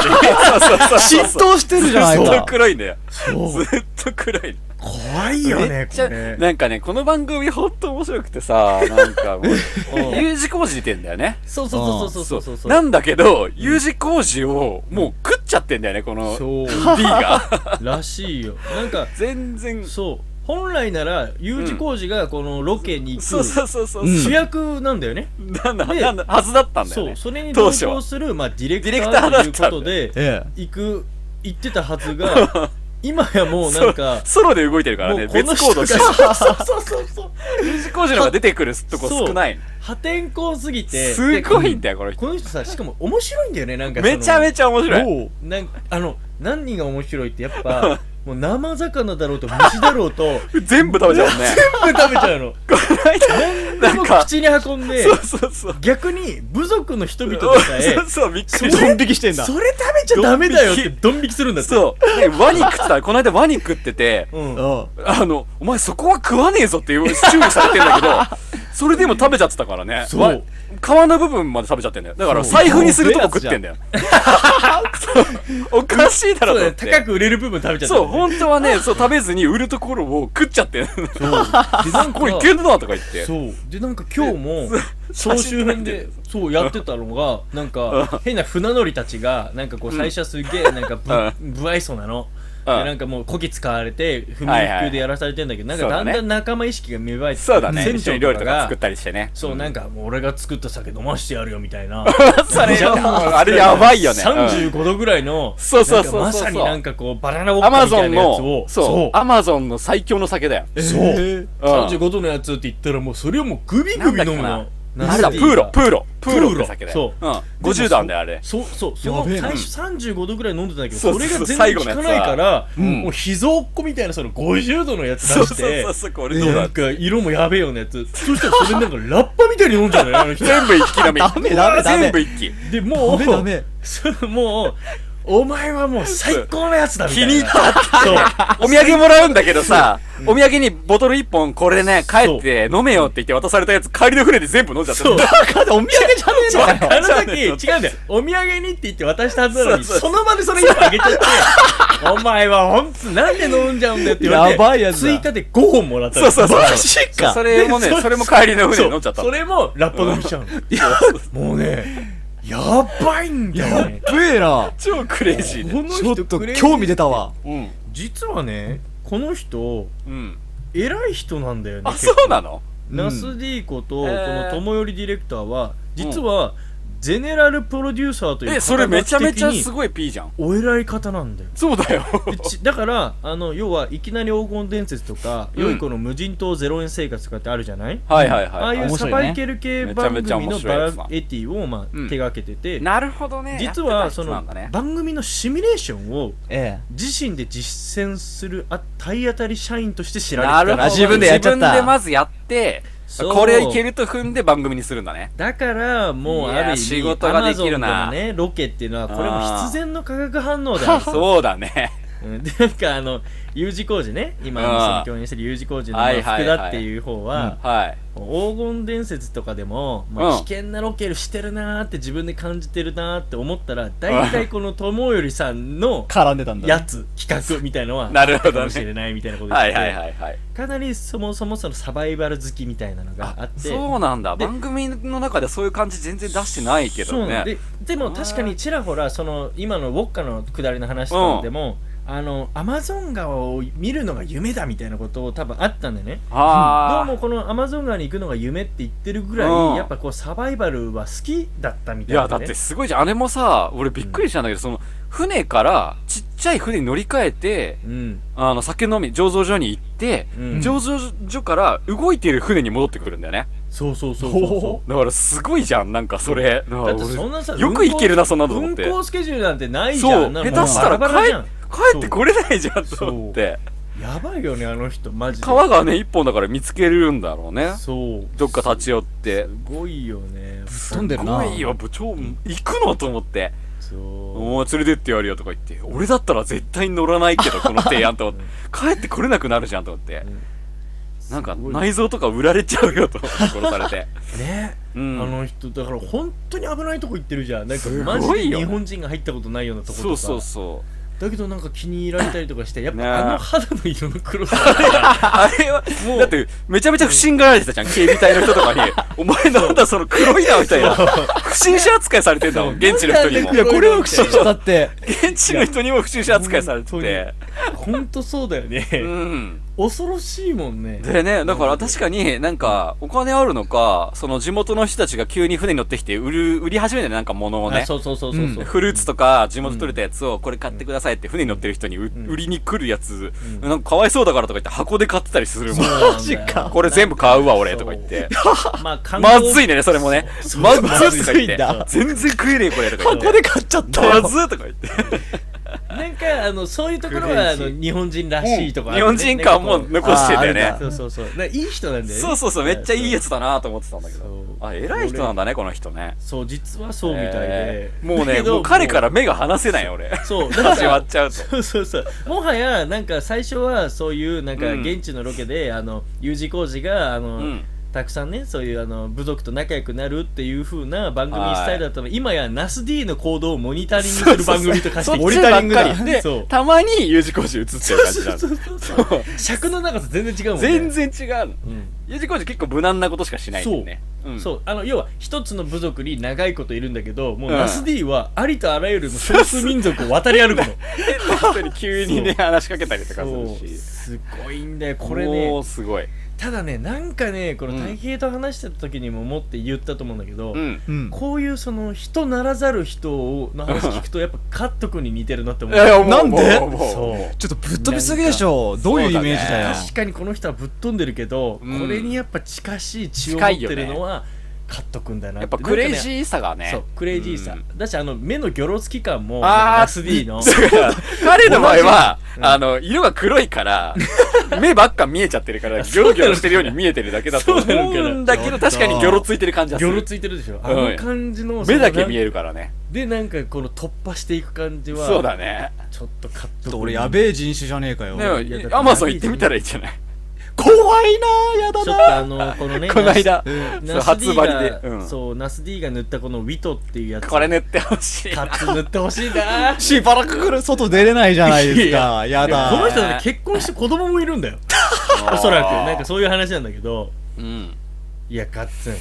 B: て
A: 浸透してるじゃない
C: ずっと
A: か
C: 黒いんだよ
B: そう
C: ずっと黒い
B: 怖いよねこれ
C: なんかねこの番組ほんと面白くてさなんかも
B: [LAUGHS]
C: う U 字工事出てんだよね
B: そうそうそうそうそうそうそう
C: なんだけど U 字工事をもう食っちゃってんだよねこの
B: そう
C: D が
B: らしいよなんか
C: 全然
B: そう本来なら U 字工事がこのロケに
C: そう
B: 行
C: そうそうそう
A: うん
B: く主役なんだよね
C: なんだ
B: で
C: なんだはずだったんだよ
B: そう
C: ね
B: それに
C: 当
B: 同
C: 初は
B: 行するまあディレク
C: ディレク
B: タ
C: ター
B: ー
C: だっ
B: という
C: た
B: こ
C: んだ
B: とで
A: ええ
B: 行く行ってたはず
C: [LAUGHS]
B: が今やもうなんか
C: ソロで動いてるから
B: も
C: ね
B: うこの
C: 別
B: 人
C: 行
B: が
C: 動してる
B: そうそうそうそう
C: U 字工事の方が出てくるとこ少ない
B: 破天荒すぎて
C: すごいん
B: で
C: だよこの人
B: この人さしかも面白いんだよねなんか
C: めちゃめ
B: ち
C: ちゃ面白い
A: おう
B: ゃなんあの何が面白いってやっ
C: [LAUGHS]
B: ぱもう生魚だろうと虫だろうと
C: 全部食べちゃうね
B: 全部食べちゃ
C: [LAUGHS]
B: うの
C: この間
B: で
C: な
B: も
C: んか
B: 口に運んで
C: そうそうそう
B: 逆に部族の人々とかへ
C: そうそう、びっくり
A: ドン
C: し
A: 引きしてんだ
B: それ食べちゃダメだよって
C: ドン
B: ドン引きするんだ
C: た。
B: って
C: そう。ねワニ食ってた。この間ワニ食ってて、
B: うん
A: うん
C: あの、お前そこは食わねえぞっていう注意されてん
B: [LAUGHS]
C: だけど、それでも食べちゃってたからね。
B: そう
C: わ皮の部分まで食べちゃってんだよ。だから財布にするとこ食ってんだよ。そうおかしいだ
B: そうだ
C: ろと思
B: よ
C: って。
B: 高く売れる部分食べちゃった
C: そう、
B: よね
C: 本当はね、そう食べずに売るところを食っちゃってんの。
B: でなんか
C: これいけるなとか言って。
B: そうでなんか今日も総集編でそうやってたのがなんか変な船乗りたちがなんかこう最初はすげえなんかぶ不愛想なので
C: うん
B: なんかもうこき使われて不
C: はいはい
B: 眠級でやらされてんだけどなんか
C: そう
B: だ
C: だ
B: ん
C: ね
B: だん仲間意識が芽生えて
C: そうだね。
B: 船
C: 一緒に
B: 長と
C: 料理
B: か
C: とか
B: が
C: 作ったりしてね。
B: そうなんかもう俺が作った酒飲ましてやるよみたいな
C: それや [LAUGHS] ばあれやばいよね。うん
B: 35度ぐらいの
C: そうそうそうそう
B: なんかまさになんかこうバナナウォッ
C: ア
B: カ
C: マ
B: みた
C: ゾ
B: い
C: ン
B: なやつ
C: の
B: を、
C: そう、アマゾンの最強の酒だよ。
B: そう
C: うん
B: 35度のやつって言ったらもうそれをもうグビグビ飲むの
C: あれだ、プーロ、プーロ、プーロって酒だよ。
B: プ
C: うん。50段だよ、あれ。
B: そうそうその
A: やべ
B: 最
A: えな
B: 初35度ぐらい飲んでたんだけど
C: そう
B: それが
C: そう
B: 全
C: 最
B: 然効
C: 後の
B: か
C: やつ
B: な
C: は
B: いから
A: うん
B: もう秘蔵っ子みたいなその50度のやつ
C: そう
B: 出
C: そ
B: し
C: う
B: て
C: そうそう、これどう
B: な
C: だ
B: んか色もやべえようなやつそしたらそれなんかラッパみたいに飲んじゃうのよあ
C: [LAUGHS]
B: の人
C: 全部一気だめ。
A: ダメダメダメ
C: 全部一気。
B: でもう
A: ダメダメ
B: そう [LAUGHS] もうお前はもう最高のやつだみたいな
C: 気に入ったお土産もらうんだけどさ、お土産にボトル1本、これね、帰って飲めよって言って渡されたやつ、帰りの船で全部飲んじゃった。
B: そう
C: だ
A: だってお土産じゃねえのかよ
B: あの時違うんだよお土産にって言って渡したはずなのに
C: そう
B: そ
C: そう
B: の場でそれ今あげちゃって「お前はほんとなんで飲んじゃうんだよ」って言われて
A: やばいやつだ
B: 追加で5本もらったの
C: そうそうそう。
A: ジか
C: それもね、それも帰りの船
B: そ
C: で飲んじゃった
B: そ。れもラッパ飲みしちゃうのもうねやばいんだよね
A: やっべえな
C: 超クレイジーで。
B: この
A: ちょ
B: 人
A: っと
B: クレイジー
A: 興味出たわ
C: うん。
B: 実はねこの人
C: うん。
B: 偉い人なんだよね
C: あ、
B: 結構
C: そうなの
B: ナス D 子とこ
C: へ
B: の
C: ー
B: 友寄りディレクターは実はゼネラルプロデューサーという
C: え、それめちゃめちゃす
B: い
C: ごい P じゃん。
B: お偉い方なんだ
C: [LAUGHS]
B: よ
C: そうだよ。
B: でちだからあの要はいきなり黄金伝説とか、
C: うん
B: 良い子の無人島ゼロ円生活とかってあるじゃない、
C: はいはい
B: ああ
C: はいい。
B: う
A: 面
B: サ
A: 白いね
B: バイケル系番
C: めちゃめ
B: 組
C: ちゃ面
B: の
C: 白いやつ
B: バ
C: だ
B: ラエティを、まあ
C: うん
B: 手がけてて
C: なるほどね。
B: 実は
C: やってた
B: そ
C: 人な
B: の
C: んだね
B: 番組のシミュレーションを
A: え
B: 自身で実践するあ体当たり社員として知られて
C: な
B: た
C: るほど。
A: あ自分でやっちゃった
C: 自分でまずやって、
B: そう
C: これいけると踏んで番組にするんだね。
B: だからもう
C: いや
B: ある意味
C: 仕事ができるな
B: Amazon でのねロケっていうのはこれも必然の化学反応だよ
C: そうだね。
B: [LAUGHS] うんでなんかあの U 字工事ね今
C: うん
B: あの共演してる U 字工事の
C: はい
B: 福
C: はいはい
B: 田っていう方は
C: はい。
B: 黄金伝説とかでも、まあ
C: うん
B: 危険なロケしてるなーって自分で感じてるなーって思ったら大体この友よりさんの
A: え絡んでたんだ
B: やつ企画みたいのは
C: なるほどね
B: かもしれないみたいなこと言っ
C: は
B: て
C: いはいはいはい。
B: かなりそもそもそのサバイバル好きみたいなのがあって
C: そうなんだ。
B: で
C: 番組の中でそういう感じ全然出してないけ
B: そ
C: ど
B: うなん
C: ね。
B: ででも確かにちらほらその今のウォッカのくだりの話とかでも、あのアマゾン川を見るのが夢だみたいなことを多分あったんだよねどう
C: あ
B: も
C: あ。
B: このアマゾン川に行くのが夢って言ってるぐらい、
C: うん
B: やっぱこうサバイバルは好きだったみたい
C: い
B: な、ね、
C: や、だってすごいじゃん。あれもさ、俺びっくりしたんだけど、その、船から、ちっちゃい船に乗り換えて、
B: うん
C: あの、酒飲み、醸造所に行って、
B: うん
C: 醸造所から動いてる船に戻ってくるんだよね。
B: そうそうそうそうそう
C: だからすごいじゃん、なんかそれ。だか
B: だ
C: ら
B: って
C: 俺
B: そんなさ
C: よくいけるな、そんなのと思
B: 運
C: って。
B: 行スケジュールなんてないじゃん
C: そう、
B: なん
C: 下手
B: かも
C: したら
B: バラバラ
C: 帰
B: じゃん
C: 帰ってこれないじゃんと思って。
B: やばいよねあの人マジで
C: 川がね、一本だから見つけるんだろうね。
B: そう
C: どっか立ち寄って
B: す。ごいよね
A: 飛んでるな
C: すごいよ、部長、行くのと思って。
B: そう
C: お前連れてってやるよとか言って、俺だったら絶対乗らないけ
A: [LAUGHS]
C: ど、この提案と思って。帰ってこれなくなるじゃんと思って
B: ん。
C: なんか内臓とか売られちゃうよと思って殺されて。
B: ね
C: うん。
B: あの人だから本当に危ないとこ行ってるじゃんなんか
C: すごい
B: マ
C: よ
B: ジで日本人が入ったことないようなところと
C: そ
B: か
C: うそうそう。
B: だけどなんか気に入られたりとかしてやっ
C: ねえ
B: ぱあの肌の色の黒さ
C: あれは、だって、めちゃめちゃ不審がられてたじゃん、警備隊の人とかに。
A: [LAUGHS]
C: お前なんだその黒いな、みたいな。不審者扱いされてんだもん、現地の人にも
A: い。やこれは不審者だって
C: 現地の人にも不審者扱いされて
B: いや
C: て。
B: 本当そうだよね、
C: うん。
B: 恐ろしいもんね
C: でね、だから確かになんか、お金あるのか、その地元の人たちが急に船に乗ってきて売る、売り始めてなんか物を
B: あ
C: ね。
B: そうそうそうそうそう、
C: フルーツとか地元で取れたやつをこれ買ってくださいって船に乗ってる人に売売りに来るやつ、
B: うん
C: なんかかわいそうだからとか言って箱で買ってたりするもん。
B: マ
A: ジか
C: これ全部買うわ俺とか言って。
B: まあ観
C: ま
B: 光
C: ずいね、それもね。
B: そう
C: ま
A: ま
C: ずいと
A: ず
C: か言
A: い
C: っ
A: ん
C: て
A: だ。
C: 全然食えねえ、これとか
A: こ
C: 言
A: こ
C: って。
A: で買っちゃった
C: ま
A: よ
C: ずいとか言って。
B: なんかあのそういうところはあの日本人らしいとこある
C: 日
B: よ
C: 本
B: ね
C: 人感も
B: なんかこ
C: 残してたよ
A: あーあ
C: ね
A: る。
B: うそうそうそうなんかいい人なんだよね
C: そうそうそう、めっちゃいいや
B: つ
C: つだなと思ってたんだけど。あ、偉い人なんだね、この人ね。
B: そう実はそうみたいで、
C: えーもう
B: だ
C: ね、
B: けど
C: もう彼から目が離せない、俺。
B: そうだから
C: 始まっちゃうと。
B: そうそうそうもはやなんか最初はそういうなんか
C: うん
B: 現地のロケで、あの U 字工事があの、
C: うん
B: たくさんねそういうあの部族と仲良くなるっていう風な番組スタイルだったの今やナス D の行動をモニタリングする番組と化してきて
C: そっち
A: モニタリングだ
C: ばっかりで
B: そう、
C: たまに U 字工事映ってる感じなんだ
B: そうそうそうそう尺の長さ全然違うもんね
C: 全然違うの。
B: うん、
C: U 字工事結構無難なことしかしないんだよね。うん
B: そうあの要は一つの部族に長いこといるんだけどもう
C: うん
B: ナス D はありとあらゆるの少数民族を渡り歩
C: [LAUGHS]
B: くの
C: 変な人に急にね、話しかけたりとか
B: そ
C: す
B: う
C: るし。
B: すごいんだよこれね
C: もうすごい。
B: ただねなんかねこの
C: うん
B: 太平と話してた時にも思って言ったと思うんだけど、
C: うん。
A: うん
B: こういうその人ならざる人をの話聞くとやっぱカット君に似てるなって思
C: いやいうやもう
A: なんで
C: もうもう
B: そう
A: ちょっとぶっ飛びすぎでしょどういうイメージだよ
B: 確かにこの人はぶっ飛んでるけど、
C: うん
B: これにやっぱ近しい血を持ってるのは、カット君だな
C: やっぱクレイジ
B: ー
C: ーさがね
B: そうクレイジーさ、
C: う
B: だしあの目のギョロつき感も
C: あー
B: ラス D
C: [LAUGHS]
B: の
C: だから彼の場合は、あの色が黒い
B: [LAUGHS]
C: から目ばっか見えちゃってるからギョロギョロしてるように見えてるだけだと思うんだけど確かにギョロついてる感じはす
B: ギョロ
C: る
B: ついてるでしょあ
C: うん
B: の感じの
C: 目だけ見え
B: る
C: るからね
B: でなんかこの突破していく感じは
C: そうだね
B: ちょっとカッ
A: ちょっ
B: ト
A: と
B: 君
A: 俺やべえ人種じゃねえかよ
C: ね
B: いやだって
C: アマゾン行ってみたらいいじゃない
A: 怖いなーやだ
B: ちょっとあ
A: な
B: のこのね
C: [LAUGHS] この間そう
B: ナス D が
C: 初張りでうん
B: そうナス D が塗ったこのウィトっていうやつ
C: これ塗ってほしい
B: カッツ塗ってほしいなこ
A: しばらく来る外出れないじゃないですかやだ
B: の人ね結婚して子供もいるんだよおそらくなんかそういう話なんだけど
C: うん
B: いやカッツン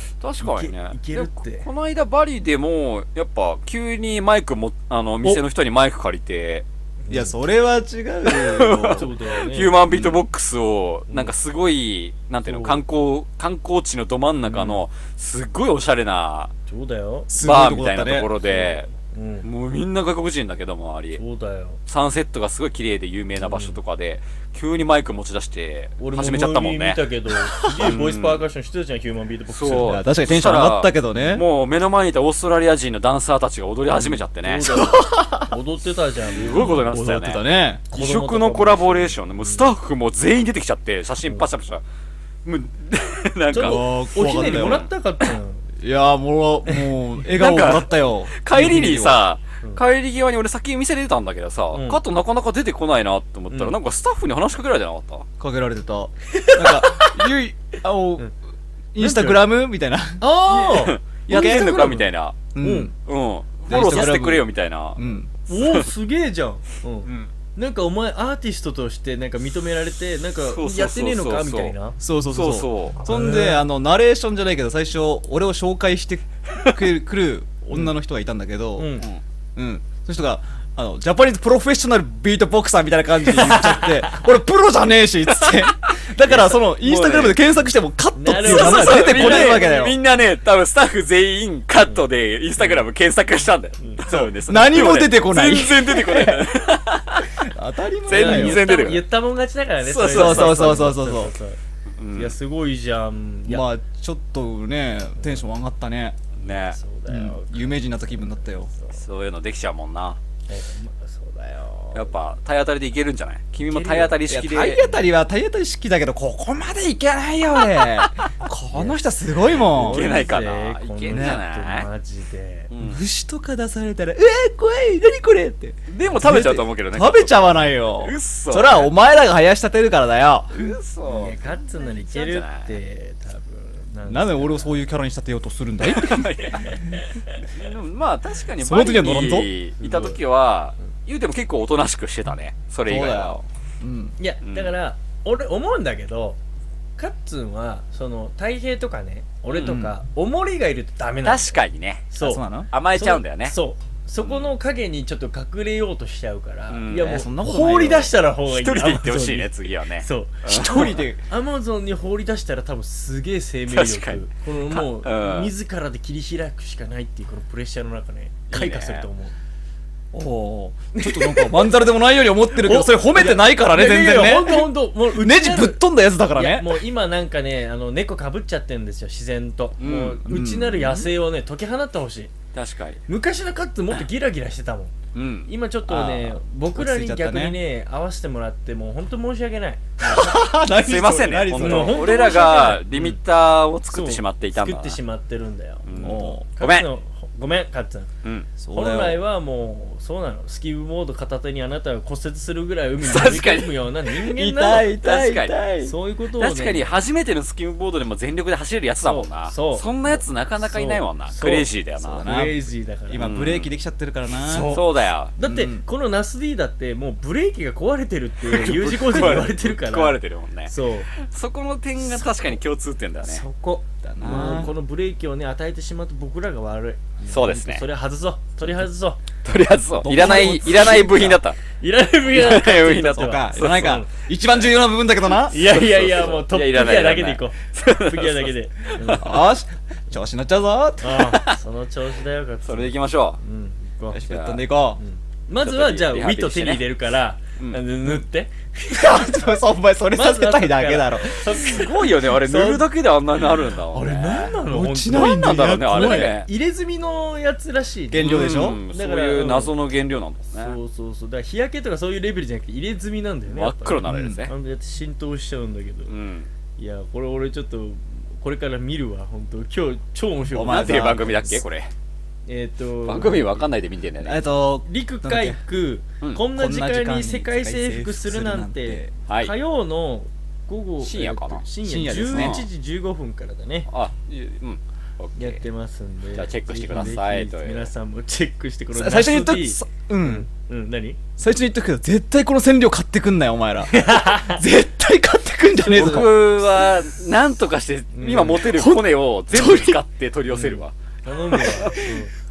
C: 確かにね
B: いけいけるって
C: でここの間バリでもやっぱ急にマイクもあの店の人にマイク借りて
A: いや、それは違う [LAUGHS] よ。
B: そうだよね
C: ヒューマンビートボックスを、なんかすごい、なんていうの、観光、観光地のど真ん中の、すっごいおしゃれな
B: そうだよ、
A: すごい
C: バ
A: と
C: ーみ
A: こ
C: た
A: だ
C: い
A: っ
C: な
A: た
C: と
A: ね
C: こ。ろで、
B: うん、
C: もうみんな外国人だけど、周り。
B: そうだよ
C: サンセットがすごい綺麗で有名な場所とかで、急にマイク持ち出して
B: 俺も
C: 始めちゃったもん
B: ムービー見
C: ね。
B: たけどすげえボイスパーカッションしてたじゃん、ヒューマンビートボックス
C: そう
A: いや確かにテンション上がったけどね。
C: もう目の前にいたオーストラリア人のダンサーたちが踊り始めちゃってね。す
B: そうだよ踊ってたじゃんす
C: ごいことになってた
A: 踊
C: よ
A: ってた
C: ね。
A: ね。
C: 異色のコラボレーションねもうスタッフも全員出てきちゃって、写真パシャパシャ。もう、 [LAUGHS] なん
B: ちょっ
C: か、
A: あ
B: と
A: ー
B: おひねりもらったかったの
A: いやーもう、もう、笑顔もらったよ。
C: 帰りにさ、帰り際に俺先店出たんだけどさ、
B: ん
C: カットなかなか出てこないなと思ったら、
B: うん
C: なんかスタッフに話しかけられてなかった
A: かけられ [LAUGHS] てた。なんか、ゆい、あお、インスタグラムみたいな。
B: あ
A: [LAUGHS]
B: あ
C: やってんのかみたいな。
A: う
B: うんん。
C: うん。フォローさせてくれよみたいな
A: う。ん。
B: おおすげえじゃん、うん
C: ん
B: なんかお前アーティストとしてなんか認められてなんか
C: そうそうそうそう
B: やってねえのかみたいな
A: そうそう
C: そ
A: そううそう。
C: そう。
A: そんで、あの、ナレーションじゃないけど、最初、俺を紹介してくるくる女の人がいたんだけど、
B: う
A: うん。
B: ん
A: その人が、あの、ジャパニーズプロフェッショナルビートボクサーみたいな感じで言っちゃ [LAUGHS] って、俺プロじゃねえし、つ [LAUGHS] って。だから、その、インスタグラムで検索しても、カットっていう名前が出てこないわけだよ。
C: みんなね、多分スタッフ全員カットでインスタグラム検索したんだよ。そうです
A: 何も出てこない
C: 全然出てこない。
A: [LAUGHS] 当たり前だ
C: 全
A: よ。
C: 然出てこな
B: 言っ
C: い。
B: たもん勝ちだからね
C: そう
A: そう
B: い
A: そう
B: の
A: そうそうそうそう
B: いやすごいじゃんいや
A: まあちょっとねテンション上がったね、
C: ね
B: そう
A: う
B: だよ
A: ん、有名人になった気分だったよ
C: そういうのできちゃうもんな。
B: えまあそうだよ
C: やっぱ体当たりでいけるんじゃない君も体当たり式で。
A: いや体当たりは体当たり式だけどここまでいけないよ
C: [LAUGHS]
A: 俺この人すごいも
C: いけ
A: ん
C: ないかな
B: この人
C: いけんじゃない
B: マジで
C: うん
A: 虫とか出されたらうわ怖い何これって
C: でも食べちゃうと思うけどね。
A: 食べちゃわないよ
C: うっそ
A: それはお前らが林立てるからだよ
C: 嘘
B: いやガッツならいけるって多分なんか
A: なんで俺をそういうキャラに仕立てようとするんだい
C: でもまあ確かに
A: その時は乗らんぞ
C: バリにいた時は、言うても結構おとなしくしてたね。それ以外は。
A: うん
B: いや
C: うん
B: だから俺思うんだけどカッツンはその太平とかね俺とかおもりがいるとダメなの
C: 確かにね。
B: そ
A: あそうなの
C: 甘えちゃうんだよね。
B: そうそこの影にちょっと隠れようとしちゃうから、
C: うん
B: いや
C: い
B: も
A: やそんな
B: う
A: ことないよ
B: 放り出したら方がい
C: 一
B: い
C: 人で行ってほしいね、次はね。
B: そう
A: 一人で
B: アマゾンに放り出したら多分すげえ生命力
C: 確かに
B: このもう、
C: たうん
B: 自らで切り開くしかないっていうこのプレッシャーの中ね開花すると思う
A: おおーちょっとなんかまんざらでもないように思ってるけどそれ褒めてないからね全然
B: ほんと
A: ね
B: ほんともう
A: ネジぶっ飛んだやつだから
B: い
A: ね
B: やもう今なんかねあの猫かぶっちゃってるんですよ自然と、
C: ん
B: もう内なる野生をね解き放ってほしい
C: 確かに。
B: 昔のカッツンもっとギラギラしてたもん
C: うん。
B: 今ちょっとね
A: あー
B: 僕らに
A: 落ち着いちゃっ
B: 逆
A: たね
B: にね合わせてもらってもう本当申し訳ない
A: [LAUGHS]
C: すいませんね、
A: 何そ
C: 本
A: れ
B: もう
C: 当
B: 本当
C: 俺らがリミッターを作ってしまっていたんだ
B: 作ってしまってるんだよ、
C: うん
A: もう
C: ごめん
B: カッツンほごめんカッツン
C: うん。
A: そう
B: 本
A: だよ
B: 来はもうそうなのスキーボード片手にあなたが骨折するぐらい海に飛び込むような人間な
A: 痛
B: の
A: い痛い
C: 確か
A: 痛い
B: そういうことを、ね、
C: 確かに初めてのスキムボードでも全力で走れるやつだもんな。
B: そうそう
C: そんなやつなかなかいないもんな。
B: そう
C: クレイジーだよ
B: そう
C: な。
A: な
B: クレイジーだから
A: 今
C: うん
A: ブレーキできちゃってるからな、
B: そう
C: そうだよ。
B: だって、
A: うん
B: このナス D だってもうブレーキが壊れてるって
C: [LAUGHS]
B: U 字工事に言われてるから
C: 壊れてるもんね。
B: そう
C: そこの点が確かに共通点だよね。
B: そこ
A: だな
B: もうこのブレーキをね与えてしまうと僕らが悪い
C: そうですね
B: もうほんとそれ外そう取り外そ
C: とりあえずそう。いらない、いらない部品だった。
B: ういらない部
C: い
B: 品だ
C: らな
B: った
C: [LAUGHS] い部品だっ
A: そう
C: た。
A: かいらないか一番重要な部分だけどない
B: やいやいや
C: そうそうそう
B: もうトップ
C: い
B: ギ
C: やいらない
B: アだけでいこうトップギアだけでうんあ
A: よーし調子乗っちゃうぞーって
B: あその調子だよかっ
C: それで行きましょ
B: うん行こ
A: よしぶ
B: う
A: っ飛んでいこ
B: まずはじゃあウ
C: リ
B: ィ
C: ハビ
B: ッ
C: リ
B: ト
C: して
B: 手
C: ね
B: に入れるからあ
C: ん
B: の塗って
A: う [LAUGHS] そうお前それさせたいだけだろ
B: そう
C: う。すごいよね、あれ塗るだけであんなになるんだもんね。
B: 何なの
A: 落ち
B: ほんと
A: ないんだ
C: なんだろうね、あれ
A: 怖い
C: ね。
B: 入れ墨のやつらしいね
A: 原料でしょ、
C: うんそ
B: だ
C: う
B: から
C: いう謎の原料なんだよ
B: そ
C: ね。
B: うそうそうだから日焼けとかそういうレベルじゃなくて入れ墨なんだよね
C: 真っ黒
B: な
C: なあれですね。
B: だって浸透しちゃうんだけど、
C: うん。
B: いやこれ俺ちょっとこれから見るわ本当今日超面白い
A: お
C: な
A: 前
C: ん
A: さ
C: ていう番組だっけこれ。
B: えっ、と
C: 番組わかんないで見てんだよ
A: えっ
C: ね。
A: と
B: 陸海空、
C: うん
B: こんな時
A: こんな時
B: 間
A: 間に
B: に世界征服するなんて
C: はい
B: 火。曜の午後
C: 深夜かな
B: えっと深
A: 深
B: 夜
A: 夜ですね
B: 11時15分からだね
C: あ、いうん。オッケ
B: やっ
C: ー
B: てますんで
C: じゃあチェックしてください
B: ぜひぜ
C: とい
B: ひ
C: う
B: 皆さんもチェックしてこの
A: さ最初に言っとく
B: Last D
A: さうん
B: うん何
A: 最初に言っとくけど絶対この染料買ってくんなよお前ら絶対買ってくんじゃねえ
C: 僕
A: ぞ
C: は、なんとかして、今持てるコネを全部使って取り寄せるわ。
B: 頼むわ、うん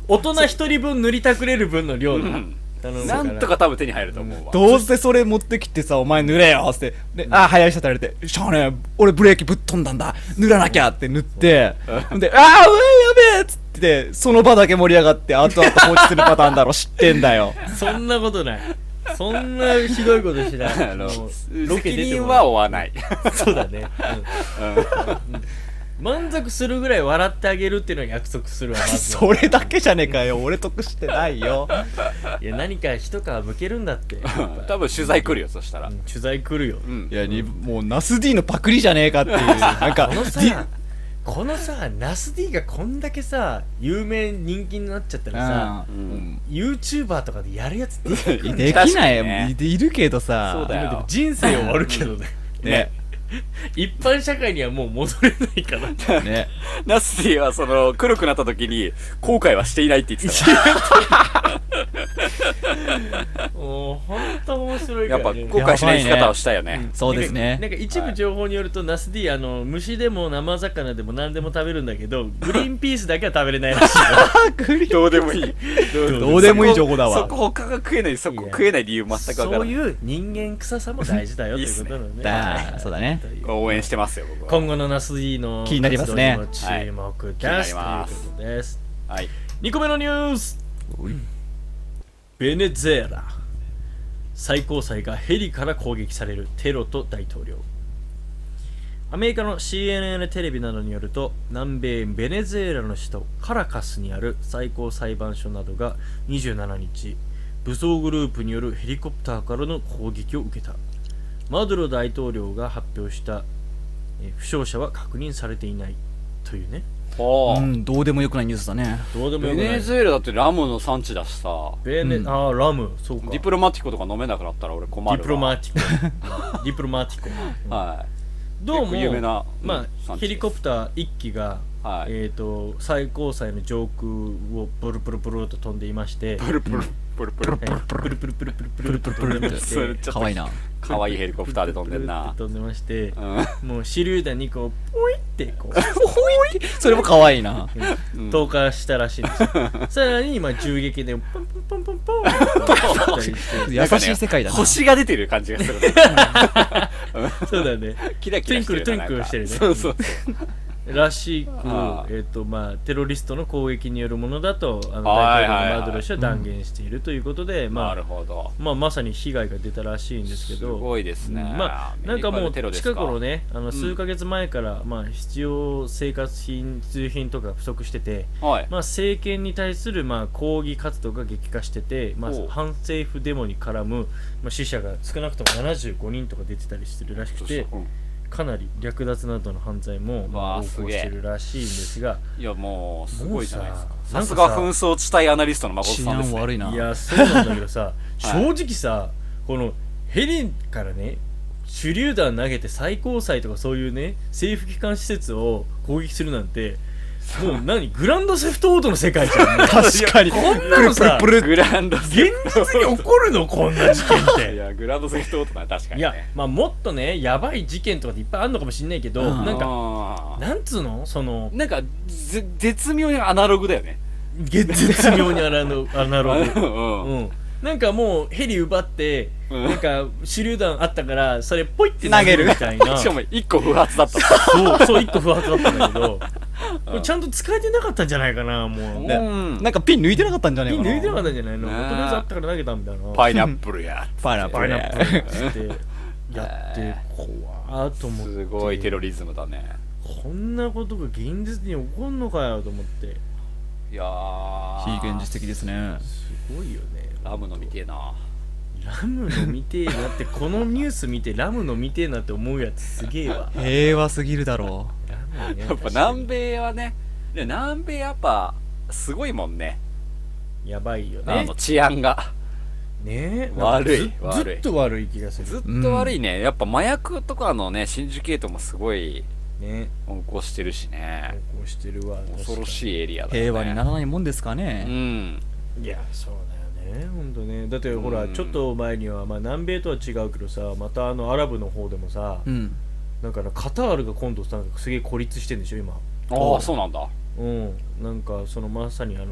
B: 大人一人分塗りたくれる分の量
C: う
B: だ、
C: ん。
B: 頼むから
C: なんとか多分手に入ると思うわ。
A: どうせそれ持ってきてさ、お前濡れよっつって。で、あー、早い人たられて、しゃあねえ、俺ブレーキぶっ飛んだんだ、塗らなきゃって塗って、で、あー、うわやべえっつって、その場だけ盛り上がって、後々放置するパターンだ
C: [LAUGHS]
A: ろ、知ってんだよ。
B: そんなことないそんなひどいことしな
C: [LAUGHS] あ
B: い
C: の
B: もう出
C: 責
B: て
C: 任
B: も
C: は負わない。
B: そうだね、うん満足するぐらい笑ってあげるっていうのを約束するわまず
A: それだけじゃねえかよ、俺得してないよ。
B: いや何か一皮むけるんだ
C: [LAUGHS]
B: ってやっぱ
C: 多分取材来るよ、そしたら。
B: うん取材来るよ
C: うん
A: い。や、にもうナス D のパクリじゃねえかっていう、なんか、
B: このさ
A: ディ
B: このさナス D がこんだけさ有名人気になっちゃったらさ、
C: うん。
B: YouTuber とかでやるやつって
C: [LAUGHS]
A: うんでき
C: 確か
A: な
C: に
A: い、
C: ね
A: いいるけどさ、
C: そうだよ
B: 人生終わるけどね
A: ね、
B: 一般社会にはもう戻れないから
C: [LAUGHS]
A: ね、
C: ナスティはその、黒くなった時に、後悔はしていないって言ってたか。
B: もうほんと面白いから
C: や
B: ら、
C: っぱ、
B: ね、
C: 後悔しない生き方をしたよね。
A: そうですね。
B: なんか一部情報によると、ナス D あの虫でも生魚でも何でも食べるんだけどグリーンピースだけは食べれないらしいよ
C: どうでもいい。
A: どうでもいい情報だわ
C: そこそこ他が食えない、そこ食えない理由全くわからない。
B: そういう人間臭さも大事だよということなのね
A: だそうだね
B: という
C: 応援してますよ、僕は。
B: 今後のナス D の
A: 気になりますね
B: 活動にも注目です、
C: はい気になります
B: ということです
C: はい。
B: 2個目のニュースベネズエラ最高裁がヘリから攻撃されるテロと大統領アメリカの CNN テレビなどによると南米ベネズエラの首都カラカスにある最高裁判所などが27日武装グループによるヘリコプターからの攻撃を受けたマドゥロ大統領が発表したえー負傷者は確認されていないというね
C: お
A: う
C: ー
A: ん、どうでもよくないニュースだね。
B: どうでもよ
C: ベ
B: くない
C: ネズエラだってラムの産地だしさ、
B: ベネ、
A: うん
B: あーラムそうか
C: ディプロマティコとか飲めなくなったら俺困るわ。
B: ディプロマティコディプロマティコ
C: は
B: どう
C: 結
B: も
C: 構有名なうん
B: まあ、
C: 産地
B: ヘリコプター1機が、
C: い。はい。
B: えー、と最高裁の上空をブルブルブルと飛んでいまして
C: プルプルプルプル。
B: プルプルプルプルプルプルプルプルプルプルプル
C: それ
B: プ
C: ちょっ
A: か
C: と
A: わいいな。
C: 可愛いヘリコプターで飛んでんな。
B: 飛んでまして
C: うん。
B: もう手榴弾にこうポイってこう
A: それもかわいいな。
B: 投下したらしいんですよさらに今銃撃でポンポンポンポンポンって撃ったりして
A: 優しい世界だな。
C: 星が出てる感じがする。
B: そうだね
C: キラキラしてるね。
B: トゥインクルトゥインクルしてるね
C: なんかそうそう。
B: らしく、
C: ああ
B: えーとまあ、テロリストの攻撃によるものだとあの
C: は
B: 大
C: い
B: 統
C: は
B: 領
C: いはい
B: のマドロ氏は断言しているということで、ま
C: なる
B: あ
C: ほど。
B: まあ、まさに被害が出たらしいんですけ
C: す
B: ど
C: ごいですね。
B: まあ、
C: ア
B: な
C: メ
B: ん
C: リ
B: か
C: カ
B: も
C: で
B: う
C: テロです
B: 近
C: か
B: 頃ねあの数ヶ月前から、まあ、必要生活品必需品とか不足してて、
C: はい。
B: まあ、政権に対する、まあ、抗議活動が激化してて、まあ
C: おう、
B: 反政府デモに絡む、まあ、死者が少なくとも75人とか出てたりしてるらしくて。
C: うん
B: かなり略奪などの犯罪もま
C: わ
B: あ
C: あ
B: 横
C: す
B: 行
C: げ
B: し
C: え
B: てるらしいんですが
C: いやもうすごいじゃないですか
B: もう。さ
C: さすが紛
B: なんか
C: 争地帯アナリストの誠
A: 治
C: さんです
A: 安
C: ね。
A: 悪いな。
B: いやそうなんだけどさ、
C: はい
B: 正直さこのヘリからね手榴弾投げて最高裁とかそういうね政府機関施設を攻撃するなんてもう何グランドセフトオートの世界じゃ
A: [LAUGHS]
B: ん
A: 確かに。
B: こんなのさ
A: プルプル
C: [LAUGHS] グランドセ
B: 現実に起こるのこんな事件っ
C: い
B: て
C: やグランドセフトオートな確か
B: い
C: に
B: や
C: ね。
B: まあもっとねやばい事件とかっていっぱいあるのかもしれないけど、
A: うん
B: なんか
C: か
B: なんつうのその
C: なんかぜ絶妙にアナログだよね。
B: 絶妙にアナログアナログ
C: うん
B: うん、なんかもうヘリ奪って、
C: うん
B: なんか手榴弾あったからそれポイって投げるみたいな
C: [LAUGHS] しかも一個不発だった。
B: そうそう一個不発だったんだけ
C: [LAUGHS]
B: ど、これちゃんと使えてなかったんじゃないかなもう
A: ね
C: うん
A: なんかピン抜いてなかったんじゃねえ
B: ピ
A: か
B: ン
A: な。
B: 抜いてなかったんじゃないのと
C: ね
B: りあえずあったから投げたみたいな
C: パイナップルや。
A: パイナップ
B: パイ
A: ル
B: ナ
A: ね。
B: ップルってやって怖ー [LAUGHS] と思って
C: すごいテロリズムだね。
B: こんなことが現実に起こんのかよと思って
C: いやー。
A: 非現実的ですね。
B: すごいよね
C: ラム飲みてえな。
B: ラムの見てえなってこのニュース見てラムの見てえなって思うやつすげえわ
A: 平和すぎるだろ
B: ラムね
C: やっぱ南米はね、で南米やっぱすごいもんね。
B: やばいよ
C: あ
B: ね
C: の治安が。
B: ねえ
C: 悪い
B: なんかず
C: 悪い
B: ずっと悪い気がす
C: ず
B: る
C: っと悪いね。やっぱ麻薬とかのね、シンジケートもすごい
B: ね
C: 横行してるし
B: こ
C: ね。
B: うしてるわ
C: 恐ろ
B: い
C: しいエリア
A: う。
C: だよね。
A: 平和にならないもんですか
C: う
A: ね。
C: ん。
B: いやそうだよね本当ねだってほら、
C: うん
B: ちょっと前には、まあ、南米とは違うけどさまたあのアラブの方でもさ、
A: うん。
B: なんかなカタールが今度さなんかすげえ孤立してんでしょ今
C: ああ、そうなんだ。
B: うんなんかそのまさにあの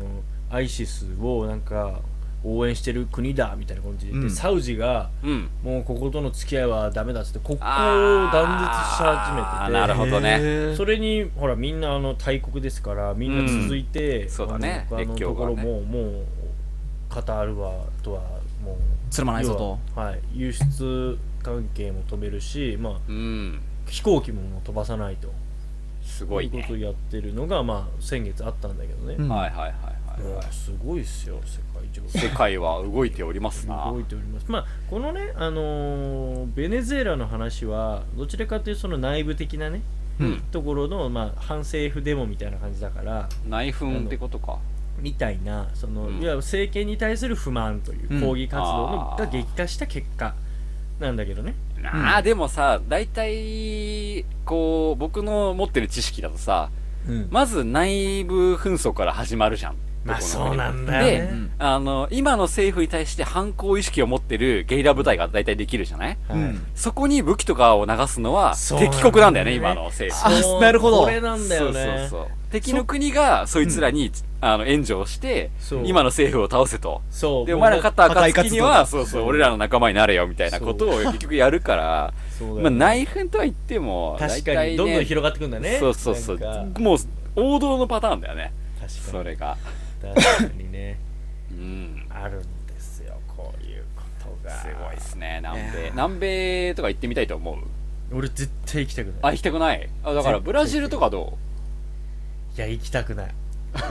B: アイシスをなんか応援してる国だみたいな感じで、
A: うん
B: サウジが
C: うん。
B: もうこことの付き合いはダメだっつって国交を
C: あー
B: 断絶し始めてて
C: なるほどね
A: へー
B: それにほらみんなあの大国ですからみんな続いて、
C: んそうだね
B: あの他の
C: 列強
B: とこ
C: が
B: ろ
C: ね
B: も、もうカタールはとはもう
A: つるまないぞと
B: 要ははい、輸出関係も止めるし、まあ、
C: うん。
B: 飛行機ももう飛ばさないと
C: すごい
B: いう
C: ね
B: こ。とをやってるのが、まあ、先月あったんだけどね、
A: うん
C: はいはいはいはい
B: い
C: は
B: やすごいっすよ世界情
C: い。
B: 勢
C: 世界は動いておりますな。
B: 動いておりますまあこのね、あのーベネズエラの話はどちらかというとその内部的なね
C: うん。
B: ところの、まあ、反政府デモみたいな感じだから
C: 内紛ってことか。
B: みたいなその、い
C: うん
B: わゆる政権に対する不満といううん抗議活動の
C: あー
B: が激化した結果なんだけどね、
C: ああ、でもさ、大体、こう、僕の持ってる知識だとさ、まず内部紛争から始まるじゃん。
B: まあ
C: どこの
B: そう
C: 国
B: なんだよ
A: う
B: ね
A: ん
C: あの、今の政府に対して反抗意識を持ってるゲリラ部隊が大体できるじゃない
A: うん
B: はい
C: そこに武器とかを流すのは
B: そうなんだよね
C: 敵国なんだよね、今の政府。
A: あ
B: そう
A: なるほど
B: これなんだよね
C: そうそうそう。敵の国がそいつらに、あの援助をして
B: そう、
C: 今の政府を倒せと。
B: そう
C: で、お前ら勝った暁には、
A: 破
C: そ
A: 壊活動
C: うそう、俺らの仲間になれよ、みたいなことを結局やるから、
B: そうだ
C: まあ、
B: よね
C: 内紛とは言っても、
B: 確かにどんどん広がってくんだ
C: が
B: ね
C: そうそうそう
B: なんか。
C: もう、王道のパターンだよね、
B: 確か
C: そ
B: に
C: れが。
B: 確かにね
C: うん。
B: あるんですよこういうことが
C: すごいですね、南
A: いや
C: 米
A: ー。
C: 南米とか行ってみたいと思う
B: 俺絶対行きたくな
C: あ、
B: い
C: 行きたくないあ、だから、ブラジルとかど
B: いや行きたくない [LAUGHS]
C: う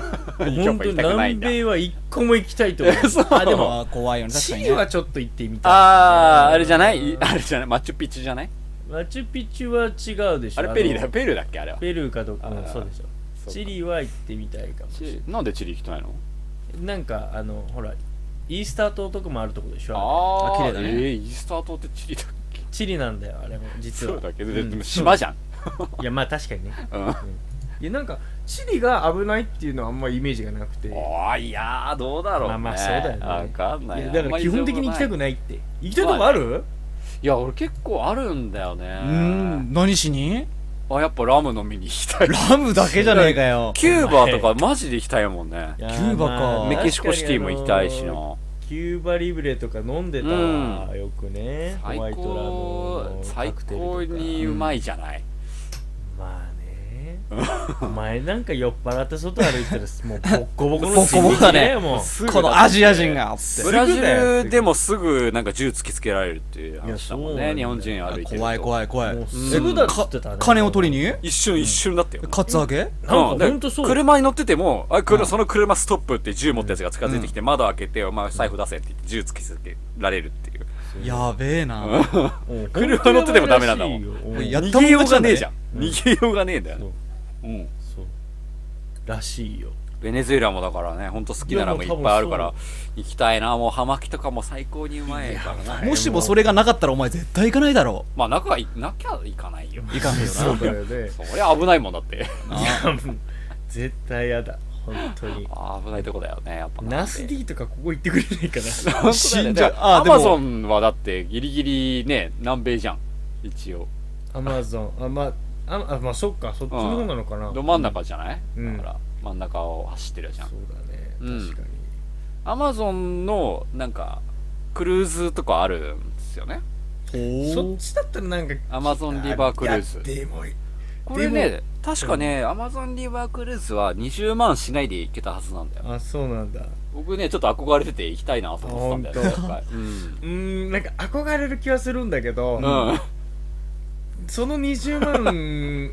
B: 本当に南米は一個も行きたいと思う
C: [LAUGHS] そう
B: あでも
A: あー怖いよね確
B: チ
A: かに
B: リは
A: ね
B: ちょっと行ってみたい
C: あー、あれじゃな
B: う
C: い
B: ん
C: あれじゃないマチュピチュじゃない
B: マチュピチュは違うでしょ
C: あれ、ペリーだ
B: の
C: よ。ペルーだっけあれは。
B: ペルーかどうかうん
C: あー
B: そうでしょ
C: そうか
B: チリは行ってみたいかもしれな
C: チリなんでチリ行きたいの
B: いなんかあのほらイースター島とかもあるとこでしょ
C: あ
B: れ
C: ー、
B: 綺麗だ
C: え
B: ね
C: ー、イースター島ってチリだっけ
B: チリなんだよあれも実は
C: そうだけど、
B: うん
C: でも島じゃん。
B: いやまあ確かに
C: [LAUGHS]
B: ね
C: うん。
B: いやなんかチリが危ないっていうのはあんまイメージがなくて
C: おーいやーどうだろうね
B: まあまあそうだよね
C: わかんないい
B: やだから基本的に行きた
C: い
B: くないって行きたいとこある
C: いや俺結構あるんだよね
A: うーん何しに
C: あやっぱラム飲みに行きたい
A: ラムだけじゃねえかよ
C: キューバとかマジで行きたいもんね
B: キ
A: やキューバかまあ
C: メキシコシティも行きたいしな
B: キューバリブレとか飲んでたわよくねホ
C: 最
B: ワイトラム
C: 高
B: の
C: 最
B: カクテルとか
C: 高にうまいじゃない、
B: まあねお前なんか酔っ払って外歩いたらもうボッコボコの
A: ボッコ
C: [LAUGHS]
A: ボコだね
B: 睡眠もう
C: すぐだ
A: このアジア人がつっ
C: ブ
A: て
C: ラジルでもすぐなんか銃突きつけられるっていう話だ
B: い
C: もん
B: やそうなんだよ
C: ね日本人歩いてると
A: 怖い怖い怖い
B: もう
A: え
B: すぐだっつってたね
A: 金を取りに
C: 一瞬一瞬だったよ、
A: カツアゲ
B: なんか
C: うん
B: ほんとそう
C: 車に乗っててもあ車その車ストップって銃持ったやつが近づいてきて、窓開けてお前財布出せって言って銃突きつけられるっていう
A: やべえな
B: うん
C: 車乗っててもダメなんだもん
B: ほとやばいらし
A: い
B: いよ
A: や
C: [LAUGHS] 逃げようがねえじゃん、
B: うん
C: 逃げようがねえんだよね、うん、
B: そうらしいよ
C: ベネズエラもだからねほんと好きなラムいっぱいあるから行きたいなもう葉巻とかも最高にうまいからな
A: もしもそれがなかったらお前絶対行かないだろ
C: まあ仲がいなきゃいかないよ
A: う行かんよ
B: そうだよね
C: そりゃ危ないもんだって
B: いやもう絶対やだ本当に
C: あー危ないとこだよねやっぱ
B: ナス D とかここ行ってくれないかな
C: 本当だよね
A: 死んじゃうあ
C: ア
A: ーでも
C: マゾンはだってギリギリね南米じゃん一応
B: アマゾンあまああまあそっかそっちの方なのかな
C: ど真ん中じゃない、
B: うん
C: だから真ん中を走ってるじゃん
B: そうだね
C: うん
B: 確かに
C: アマゾンのなんかクルーズとかあるんですよね
B: そっちだったらなんか
C: アマゾンリバークルーズ
B: いやでも
C: これね確かね、アマゾンリバークルーズは20万しないで行けたはずなんだよ
B: あそうなんだ
C: 僕ねちょっと憧れてて行きたいなと思ってたんだよね
B: あ
C: やっぱりうん
B: うーんなんか憧れる気はするんだけど、
C: うん、
B: その20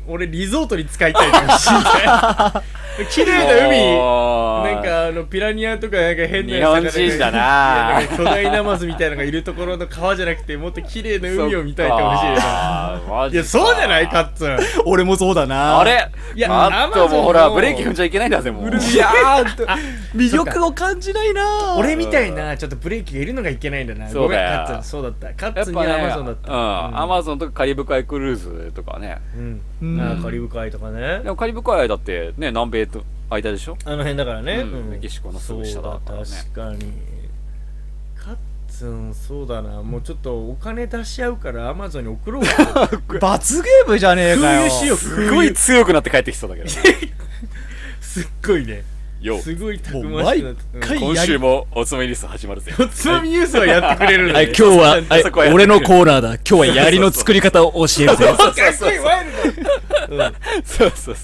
B: 万 [LAUGHS] 俺リゾートに使いたいかもしれ
C: [LAUGHS]
B: ない綺麗な海なんかあのピラニアとかなんか変なやつが
C: 日本人だない
B: やんか巨大ナマズみたいなのがいるところの川じゃなくてもっと綺麗な海を見たいかもしれない
C: ない
B: やそうじゃないカッツン
A: 俺もそうだな
C: あれ
B: い
C: い
B: や
C: やあっと
B: Amazon
C: もうほらブレーキ踏んじゃいけないんだぜもう
A: いや
C: [LAUGHS]
A: ー魅力を感じないな
B: 俺みたいなちょっとブレーキがいるのがいけないんだな
C: そうだよ
B: ごめんカッツンそうだったカ
C: や
B: ッ
C: っ
B: ツンに
C: ぱね
B: アマゾンだった
C: うんアマゾンとかカリブ海クルーズとかね
B: うん、
A: う
B: うん
A: ん
B: なんかカリブ海とかね
C: でもカリブ海だってね南米と間でしょ
B: あの辺だからね、
C: うんメキシコのすぐ下だからね
B: そうだ確かにカッツンそうだなもうちょっとお金出し合うからアマゾンに送ろ
C: [LAUGHS]
B: うか
A: 罰ゲームじゃねえかよ
B: 空輸しよう
C: すごい強くなって帰ってきそうだけどね
B: すっごいね
C: よう
F: すごいた
A: も
F: く
A: う
F: まし
A: 毎
F: くなってうん
A: 回
C: 今
A: やり
C: 週もおつまみリスト始まる
B: [LAUGHS]
C: ぜ。
F: おつまみニュースはやってくれるん
A: は
F: だ
A: い、
F: ね
A: 今日は、
C: [LAUGHS] あ
A: はい、
C: そこはやってくれ
A: 俺のコーナーだ。今日は槍の作り方を教えるぜ。
F: かっこいいワイル
C: そうそうそう。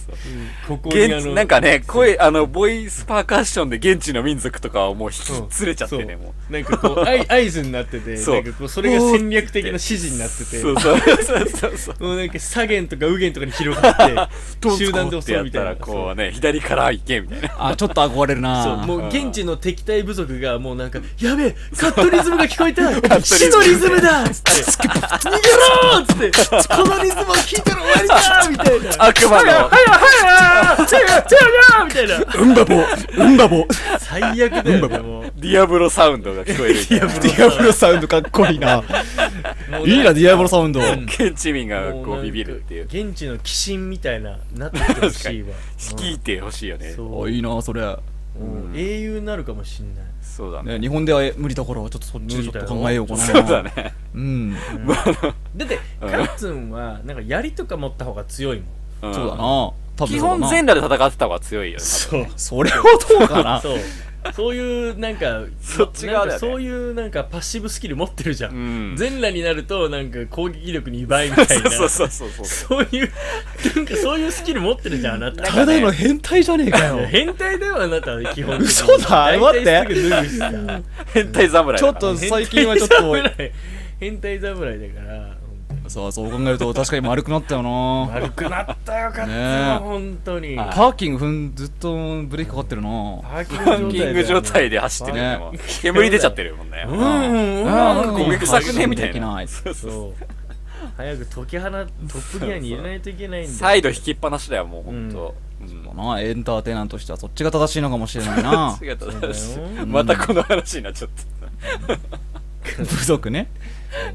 F: ドここにあ
C: 現地
F: の
C: なんかね、声、あの、ボイスパーカッションで現地の民族とかはもう [LAUGHS] 引き連れちゃってね、
F: そう
C: も
F: なんか
C: [LAUGHS]
F: こうあい合図になってて
C: そう
F: なんかこうそれが戦略的な指示になって
C: う。
F: て
C: そうそうそうそうそう。
F: もうなんか左舷とか右舷とかに広
C: [LAUGHS]
F: がっ
B: [LAUGHS]
F: て集団で
C: っ
F: 襲
C: て
F: う
C: やっ
F: みた
C: た
F: いな
C: ら、こうね、左から行けみ
A: [LAUGHS]
C: たいな。
A: [LAUGHS] あ、ちょっと憧れるな
B: そうもう現地の敵対部族がもうなんか「やべえカットリズムが聞こえ
C: [LAUGHS]
B: た死のリズムだ!」っつって「逃げろ!」っつって「このリズムを聞いたら終わ
C: [LAUGHS]
B: りだ!」みたいな「
C: 悪
A: [LAUGHS]
C: 魔の、
B: みたいな
A: うんばぼ、うんばぼ。
B: 最悪だよねもう
C: ディアブロサウンドが聞こえるみたいな。
A: ディアブロサウンドかっこいいな。いいな、ディアブロサウンド。
C: 現地民が
B: もう
C: こうビビるっていう。
B: 現地の鬼神みたいななってほしいわ
C: 聞いてほしいよね。
B: そ
C: そう
A: おいいな、それ。
B: うん英雄になるかもしんないう
C: だね。
A: ね、日本では無理だから、ちょっとそっちちょっと考えようかな。
C: そうだ。ね。
A: うん。
B: だってカッツンはなんか槍とか持った方が強いもん
C: うん
A: そうだな。多分
C: 基本全
A: 全
C: 裸で戦ってた方が強いよね。
B: そう
A: それはどうかな。
B: そうそういうなんか
C: そっち側だ
B: な
C: よね
B: んかそういうなんかパッシブスキル持ってるじゃん、
C: うん
B: 全裸になるとなんか攻撃力2倍みたいな
C: [LAUGHS] そうそうそうそうそう。
B: そういうなんかそういうスキル持ってるじゃんあなた
A: ただの変態じゃねえかよ。
B: 変態だよあなたは基本的に
A: 嘘だ
B: 大体
A: 待って
B: すぐ脱ぐしさ
C: 変態侍
A: ち
C: だ
A: ょ
C: か
A: っ
C: ら。
A: と最近はちょっと。
B: 変態侍だ
C: [LAUGHS]
B: から
A: そう、そう考えると確かに丸くなったよな。
B: 悪くなったよかった
A: ねえ
B: よ本当にパ
A: パーキング踏んずっとブレーキかかってるな。
B: ーキング
C: パンキング状態で走ってるよね
A: ね
C: もう煙出ちゃってるもんね。
B: うんうんうん
A: あ
C: なんか焦げ臭くねみたいな。
A: そうそう
B: そう早く解き放トップギアに入れないといけないんだよ
C: サイド引きっぱなしだよ、もうほんと。うん
A: だなエンターテイナーとしてはそっちが正しいのかもしれない
C: [LAUGHS]
A: な
C: 違った正しい
B: そうだよ
C: またこの話になっちゃった。
A: 部族ね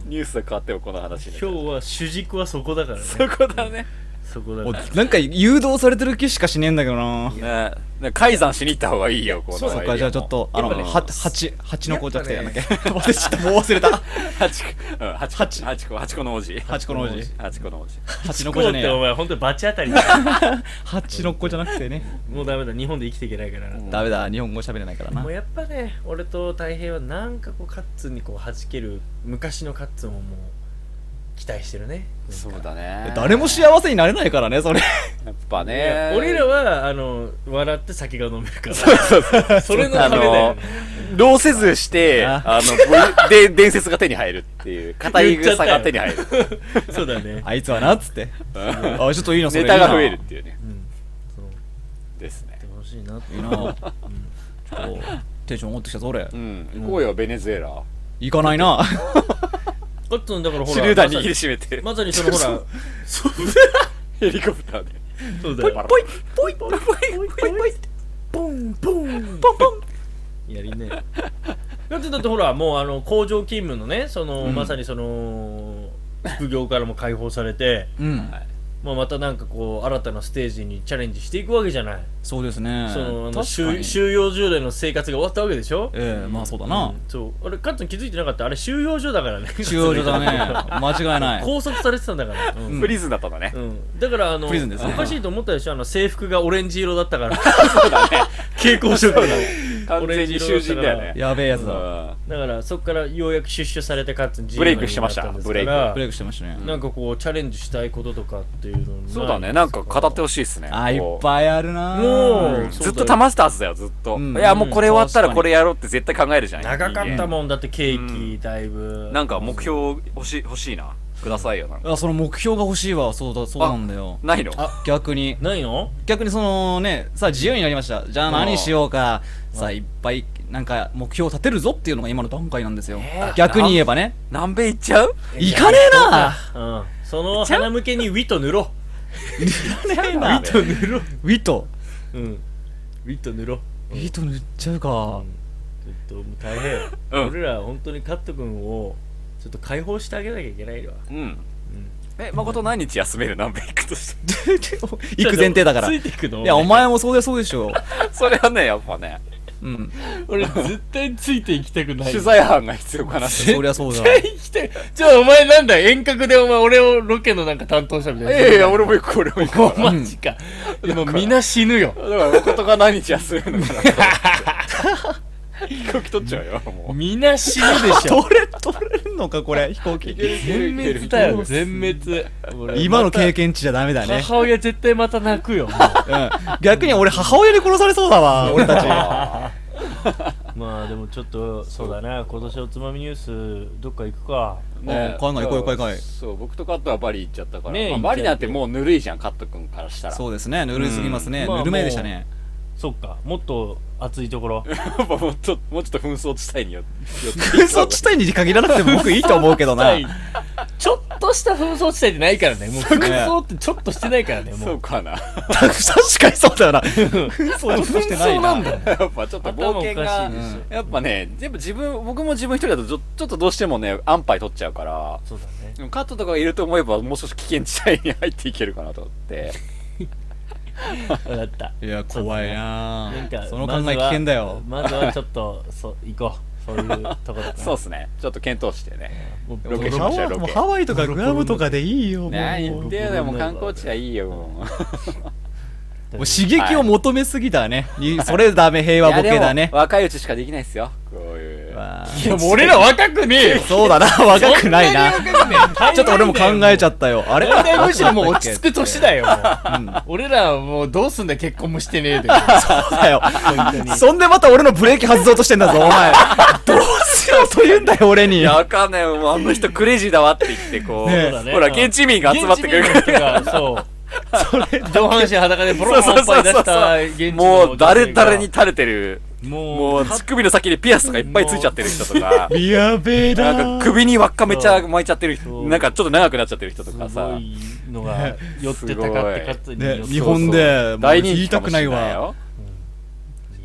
C: ニュースが変わってもこの話になっちゃ
B: 今日は主軸はそこだからね
C: う。そこだね。
B: そこだ
A: お
B: から
A: [LAUGHS] なんか誘導されてる気しかしねえんだけどな
C: ねなんか改ざんしに行った方がいいよ、この
A: そっかじゃあちょっとあの、
C: やっぱね
A: は蜂蜂の紅茶ってやんなきゃ私ちょっともう [LAUGHS] 忘れ
C: [LAUGHS]
A: た
C: 八個、うん、八個、八個、八個の王子。
A: 蜂子の王子
C: 八個の王子。
A: 蜂の子
B: こ
A: じゃ
B: うっ
A: ねえ
B: てお
A: や
B: 前本当にバチ当たりだ
A: 蜂の子じゃなくてね
B: もうダメだ日本で生きていけないからな
A: ダメだ日本語喋れないからな
B: もうやっぱね俺と太平はなんかこうカッツンにこう弾ける昔のカッツンをもう期待してるね
C: そうだね。
A: 誰も幸せになれないからねそれ [LAUGHS]
C: やっぱ
B: いや
C: ね。
B: 俺らはあの笑って酒が飲めるからそれの
C: あ
B: ためだよ
C: の
B: ね、
C: ローせずして、
A: あ
C: あの、ぶで、伝説が手に入るっていう、硬い草が手
A: [LAUGHS]
C: に入る。
B: [LAUGHS] そうだね
A: あいつはなっつってあちょっといいなそれ
C: ネタが増え
A: い
C: る
A: い
C: っていうね。
B: うんそう
C: ですね
B: やっ。てほしいなって
A: ないいなちょっとテンション上がってきたぞ俺
C: うん。行こうよ、ベネズエラ。
A: 行かないな
B: カッツンだからほら
C: 手榴弾
B: まさ
C: 握
B: に
C: りしめて、
B: まさにそのほら
C: [LAUGHS] ヘリコプターで。
B: そうだよ
C: ポイ
B: ポイポイポイポイポイポイポンポンポンポンやりねだってだってほらもうあの工場勤務のねその、まさにその副業からも解放されて、
A: うん
B: まあ、またなんかこう新たなステージにチャレンジしていくわけじゃない、
A: そうですね
B: そのあ
A: 確
B: の
A: か
B: 収
A: に
B: 収容所での生活が終わったわけでしょ
A: ええまあそうだな、
B: そうあれカットン気づいてなかったあれ収容所だからね
A: 収容所だ
C: [LAUGHS]
A: ね間違いない
B: 拘束されてたんだから、うん
C: プリズンだったんだね。
B: うん、だからあの、
A: プリズンですね
B: おかしいと思ったで
C: [LAUGHS]
B: しょあの制服がオレンジ色だったから蛍光色だ
C: 完全に囚人だよね。
A: やべえや
C: う
A: つ
C: ん
A: だ
B: だからそこからようやく出所されてかつ
C: ブレイクしてました
B: ブレイク
A: ブレイクしてましたね
B: なんかこうチャレンジしたいこととかっていうのも
C: そうだね、なんか語ってほしいですね。
A: あーい
C: こ
A: っ
C: う
A: ぱいあるな
B: もう
C: ずっとマスターズだよ、ずっと。
A: うん
C: いや、もうこれ終わったら
A: うん
C: これやろうって絶対考えるじゃん。
B: 長かった
C: ん。
B: もんだってケーキだいぶ
C: なんか目標欲しい、欲しいな。くださいよ、なんか。
A: あその目標が欲しいわそうだそうなんだよ
C: ないの
B: あ
A: 逆に
B: ないの
A: 逆にそのねさあ自由になりましたじゃあ何しようかさあいっぱいなんか目標を立てるぞっていうのが今の段階なんですよ、
C: えー
A: 逆に言えばね
C: 南米行っちゃう
A: 行かねえな
B: うんその鼻向けにウィット塗ろ
A: 行かねえ
C: な
A: な
B: うウィット塗ろう
A: ウィト
B: うんウィット塗ろう
A: ウィト塗っちゃうか
B: ちょっともう大変、
C: うん
B: 俺ら本当にカット君をちょっと解放してあげなきゃいけないわ
C: うん。え、誠何日休める南米行くとして。
A: 行く前提だから
B: つい
A: い
B: ていくの
A: やお前もそうでそうでしょ
C: それはね、やっぱね。
A: うん。
F: 俺絶対ついていきたくない
C: 取
B: [LAUGHS]
C: 材班が必要かなって
A: [LAUGHS] そりゃそうだ。
F: 絶対来てじゃあお前なんだ遠隔でお前俺をロケのなんか担当したみたい
C: い
F: な
C: やいや俺も行く俺も行く
F: マジか、でもみんな死ぬよ
C: だから誠が何日休めるのかな [LAUGHS] と思って飛行機取っちゃうよも
F: みんな死ぬでしょ
A: 取れ、取れるのか、これ、飛行機。
F: 全滅だよ
C: [LAUGHS]
F: 全滅俺
A: 今の経験値じゃダメだね。
F: 母親絶対また泣くよもう
A: うん。逆に俺、母親に殺されそうだわ、俺たち。
B: まあでもちょっとそうだね今年おつまみニュースどっか行くか
C: う
A: ね海外行こうよ海外
C: そう僕とカットはバリ行っちゃったから、
F: ねえ
C: まあバリなんてもうぬるいじゃんカット君からしたら
A: [LAUGHS] そうですね、ぬるいすぎますね。
B: うんまあ
A: ぬるめでしたね。
B: そっかもっと熱いところ
C: やっぱもうちょっともうちょっと紛争地帯によって
A: 紛争地帯に限らなくても僕いいと思うけど [LAUGHS] な。
F: [LAUGHS] ちょっとした紛争地帯ってないからねもう紛
A: か
F: 争ってちょっとしてないからねも
C: [LAUGHS] そううかなや
A: 確かにそうだよな。紛争ちょっとしてないな。
F: 紛争なんだよ
C: っぱちょっと
F: 頭
C: 冒
F: おかしい
C: 険
F: で
C: が
F: しょ
C: やっぱねやっぱ自分僕も自分一人だとちょちょっとどうしてもね安牌取っちゃうから
B: そうだね
C: でもカットとかがいると思えばもう少し危険地帯に入っていけるかなと思って
B: 分かった
A: いや、怖いな
B: なん
A: ぁ
B: か
A: その考え危険だよ。
B: まずはまずはちょっとそう行こうそういうところだな
C: そうですねちょっと検討してね
B: もう
C: ロケしましょうロケ
A: ワイとかグアムとかでいいよ、もう
C: ね言ってよでも
B: 僕も
C: 観光地はいいよ [LAUGHS] もう
A: もう刺激を求めすぎだね。にそれダメ、平和ボケだ
C: いや
A: ね
C: で。も若いうちしかできないですよこういう
A: わ
F: いやもう俺ら若くねえよ
A: ーそうだな、若くないな。
F: ち
A: ちょっと俺も考えちゃ
F: っ
A: ったよ。あ
F: た
A: れ
F: 俺はむしろもう落ち着く年だよもう
A: うん
F: 俺らはもうどうすんだよ結婚もしてねえで
A: そうだよ。そんでまた俺のブレーキ外そうとしてんだぞ、お前。どうしようと言うんだよ、俺に。
C: いや、わかんないよ。もうあの人クレイジーだわって言って、こう。
A: ねえ
B: そうだね
C: ほら、現地民が集まってくるから。
B: らそう上半身裸でボロボ
C: そう
B: ロおっ
C: そ
B: ぱ
C: う
B: い出
C: そう
B: した
C: そ
B: 現地
C: う。
B: の
C: もう、誰
B: 女性が
C: 々に垂れてる。
B: も
C: もう、乳首の先にピアスがいっぱいついちゃってる人とか。
A: やべえ
C: [LAUGHS] なんか首に輪っかめちゃ巻いちゃってる
B: そ
C: 人。
B: う
C: なんかちょっと長くなっちゃってる人と
B: す
C: か
B: ご
C: さ。
B: いのが寄ってたかってかつに
A: ね
B: 寄って
A: 日本で
C: 大人気
A: 言いたくないわ
C: かもしれよ。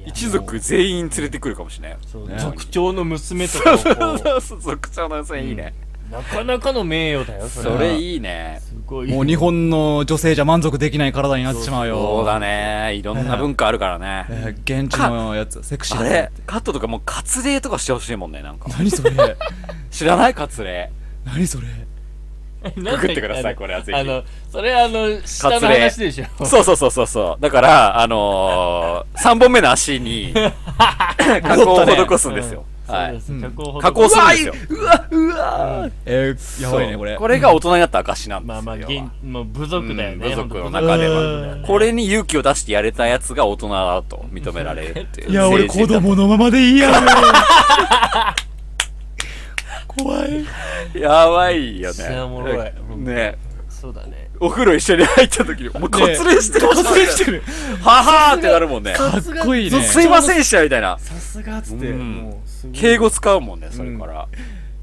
B: いや
C: 一族全員連れてくるかもしれないよ。
B: そう
A: ね
B: 族長の娘とかをこ
C: [LAUGHS] そうそうそう、口のさいいね。
B: うなかなかの名誉だよそれ
C: そ
B: は
C: れいいね。
B: すごい
A: もう日本の女性じゃ満足できない体になってしまうよ。
C: そうだね。いろんな文化あるからね。
A: えー現地のやつ、セクシー
C: あ
A: だ
C: れ
A: ね。、
C: カットとかもう、カツレとかしてほしいもんね、なんか。
A: 何それ
C: 知らないカツレ
A: 何それ
B: グ
C: グってくださいこれはぜひ
B: あのそれあの下の話でしょ
C: そうそうそうそうそう。だから、あのー、3本目の
B: [LAUGHS]
C: 足に、加工を施すんですよ。は
B: そう
C: い
B: で。す加工ほど
C: 加工するんですよ。
A: えー、やばいね、これ。
C: これが大人になった証なんですよ。
B: まあまあ現
C: 要は
B: もう部族だよね
C: うん部族の
B: 本当
C: 中では
B: 部族だよね
C: これに勇気を出してやれたやつが大人だと認められるっていう。
A: いや、俺
C: 成
A: 子
C: 人だ
A: 供のままでいいや
C: [LAUGHS]
A: ろ。怖い。
C: やばい
B: め
C: よ
B: っち
C: ね。
B: ゃおもろい
C: ね
B: そうだね
C: お風呂一緒に入った時に、もう骨折してる。骨折してる。ははーってなるもんね。
A: かっこいいね。
C: すいませんでしたみたいな。
B: さすがっつって
C: うん
B: もうすごい
C: 敬語使うもんね、それから。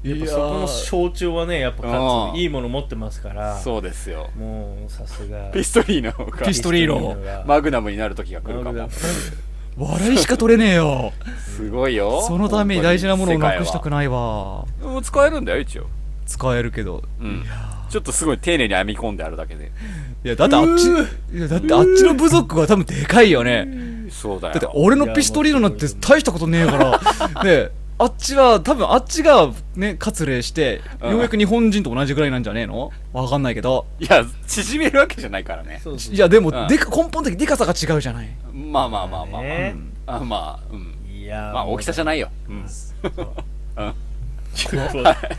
A: いや
B: そこの象徴はねやっぱか
C: うん
B: ついいもの持ってますから
C: そうですよ。
B: もうさすが
C: ピストリーノが
A: ピストリーノ
C: マグナムになる時が来るかも。
A: 笑いしか取れねえよ。
C: すごいよ。
A: そのために大事なものをなくしたく
C: な
A: ないわ。
C: い。もう使えるんだよ、一応。
A: 使えるけど。
C: うん。ちょっとすごい丁寧に編み込んであるだけで。
A: いや、だってあっち、いや、だってあっちの部族は多分でかいよね。
C: そうだよ。
A: だって俺のピストリーノなんて大したことねえから。ねあっちは、多分あっちがね、割礼して、
C: うん
A: ようやく日本人と同じぐらいなんじゃねえのわかんないけど。
C: いや、縮めるわけじゃないからね。
A: いや、でも、
C: うん
A: でか根本的にでかさが違うじゃない。
C: まあまあまあまあまあ
B: ね
C: あ。まあ、うん。
B: いや
C: まあ大きさじゃないよ。うん。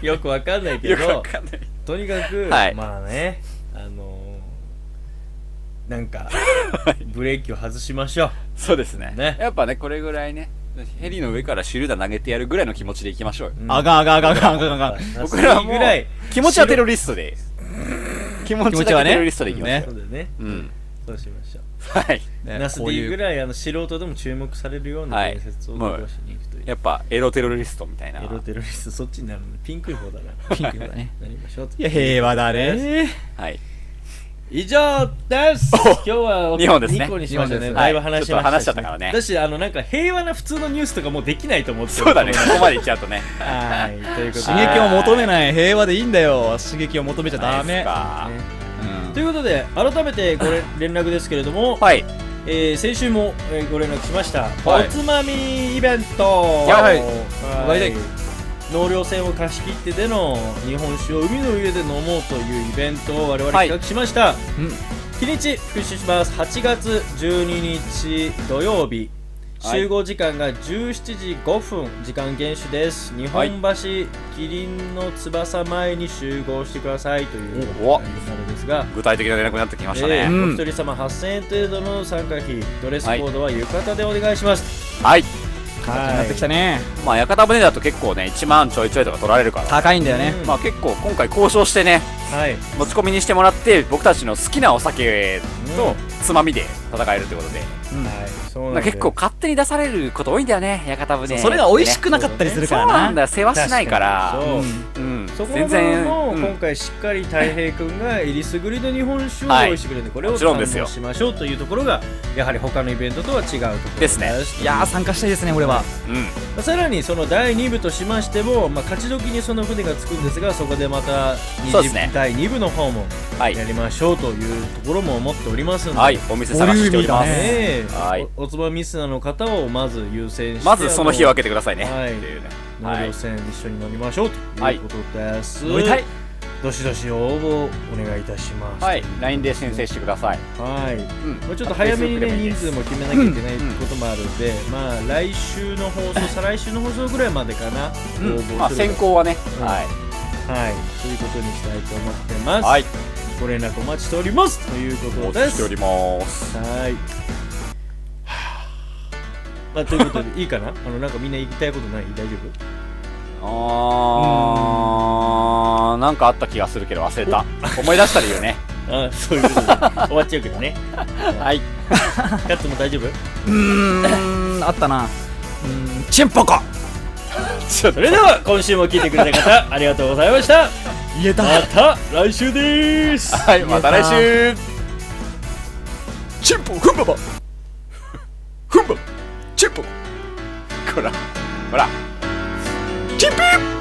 B: よくわかんないけ
C: よくわ
B: ど
C: かんない。
B: とにかく、
C: はい
B: まあねあのー、なんかブレーキを外しましょう
C: そうですね
B: ね。
C: やっぱね、これぐらいね。ヘリの上から手榴弾投げてやるぐらいの気持ちでいきましょうよ。
A: あがんあがんあがんあがんあがんあがん。
C: 僕らはも、
B: ぐらいう
C: 気持ちはテロリストで。気持
A: 気持
C: ち
A: ち
C: は
A: はね
C: テロリストでいきましょ
A: ね
B: そ
C: う
B: うだよね
C: うん。
B: そうしましょう
C: はい。
A: ね
B: ナス
A: こう
B: D
A: い
B: ぐ
A: う
B: らいあの素人でも注目されるような
C: はい
B: 伝説を残しに行くという、
C: やっぱエロテロリストみたいな。
B: エロテロリストそっちになるのでピンクい方だな
A: ピンクだね。
B: なりましょう
A: いや、平和だね。
C: はい。
B: 以上です今日は
C: 日本ですね
B: 2個にしました
A: 日本
B: ね
A: ですね
B: だいぶ話しましたし、
C: はいちょっと話しちゃったからね
B: だしあのなんか平和な普通のニュースとかもうできないと思ってる
C: そうだね、ここまでいっちゃうとね。
B: はいということ
A: 刺
B: で
A: 激
C: [LAUGHS]
A: を求めない。平和でいいんだよ。刺激を求めちゃダ
C: ダメ
A: メ。
C: か。
A: うん
B: ということで改めてごれ連絡ですけれども、
C: はい。
B: えー先週も、えーご連絡しました、
C: はい
B: おつまみイベント
C: やはい
B: は
C: 大体
B: 納涼船を貸し切ってでの日本酒を海の上で飲もうというイベントを我々
C: は
B: 企
C: い
B: 画しました、
A: うん
B: 日にち復習します8月12日土曜日
C: はい
B: 集合時間が17時5分時間厳守です日本橋麒麟の翼前に集合してくださいという
C: お
B: お伝えですが
C: 具体的な連絡になってきました
B: え
C: ね、
B: ー
A: うん
B: お一人様8000円程度の参加費ドレスコードは浴衣でお願いします
C: はい
A: 形になってきたね
C: まあ屋形船だと結構ね1万ちょいちょいとか取られるから
A: 高いんだよね
B: うん
C: まあ結構今回交渉してね
B: はい
C: 持ち込みにしてもらって僕たちの好きなお酒
B: うん
C: とつまみで戦えるということで、
B: はいそう
C: ま
B: な
C: あ
B: んで
C: 結構勝手に出されること多いんだよね屋形船
A: それが美味しくなかったりす
C: す
A: る
C: る
A: か
C: から
A: な
C: らなそうなんだ世話しないから
B: そう、
C: うん
B: そこの
C: 全
B: 部分
C: 然
B: も
C: うん
B: 今回しっかり太平君がえりすぐりの日本酒を
C: はい
B: 用意してくれるんでこれを
C: もちろん
B: 堪
C: ですよ
B: 能しましょうというところがやはり他のイベントとは違うところ
C: ですね
A: いやー参加したいですね俺は
C: うん
B: さらにその第2部としましても、まあ、勝ち時にその船がつくんですがそこでまた二次
C: そうですね
B: 第2部の方も
C: はい
B: やりましょうというところも思っておりますので、
C: はいお店探しておりま
A: ボ
C: す、
A: リューミーだね
B: ねえ
C: はい
B: おおつまみスナーの方をまず優先して
C: まずその日を分けてくださいね、
B: はい
C: っていうね
B: あの納涼船一緒に乗りましょうということです、
A: 乗りたい
B: どしどし応募お願いいたします
C: はい LINE で申請してください、
B: はい、
C: うん
B: もうちょっと早めにね
C: Facebook でもいい
B: 人
C: です
B: 数も決めなきゃいけないこともあるんで、まあ来週の放
C: [LAUGHS]
B: 送再来週の放送ぐらいまでかな、応募するの
C: まあ、先行はね、
B: うん
C: はい
B: はいということにしたいと思ってます、
C: はい
B: ご連絡お待ちしておりますというこ
C: お
B: とで
C: 待ち
B: す
C: しております
B: はいまあ、ということでいいかな [LAUGHS] あのなんかみんな言いたいことない大丈夫
C: あーなんかあった気がするけど忘れた思い出したら言
B: [LAUGHS]
C: うね
B: あそういう [LAUGHS] ことで終わっちゃうけどね
C: はい
B: カッツも大丈夫
A: うーんあったなうーんチンポコ
B: それでは今週も聞いてくれた方ありがとうございました
A: 言えた
B: また来週です
C: はいまた来
A: チ
C: 週
A: ンポフンババフンバチンポ
C: ほらほら
A: チンピー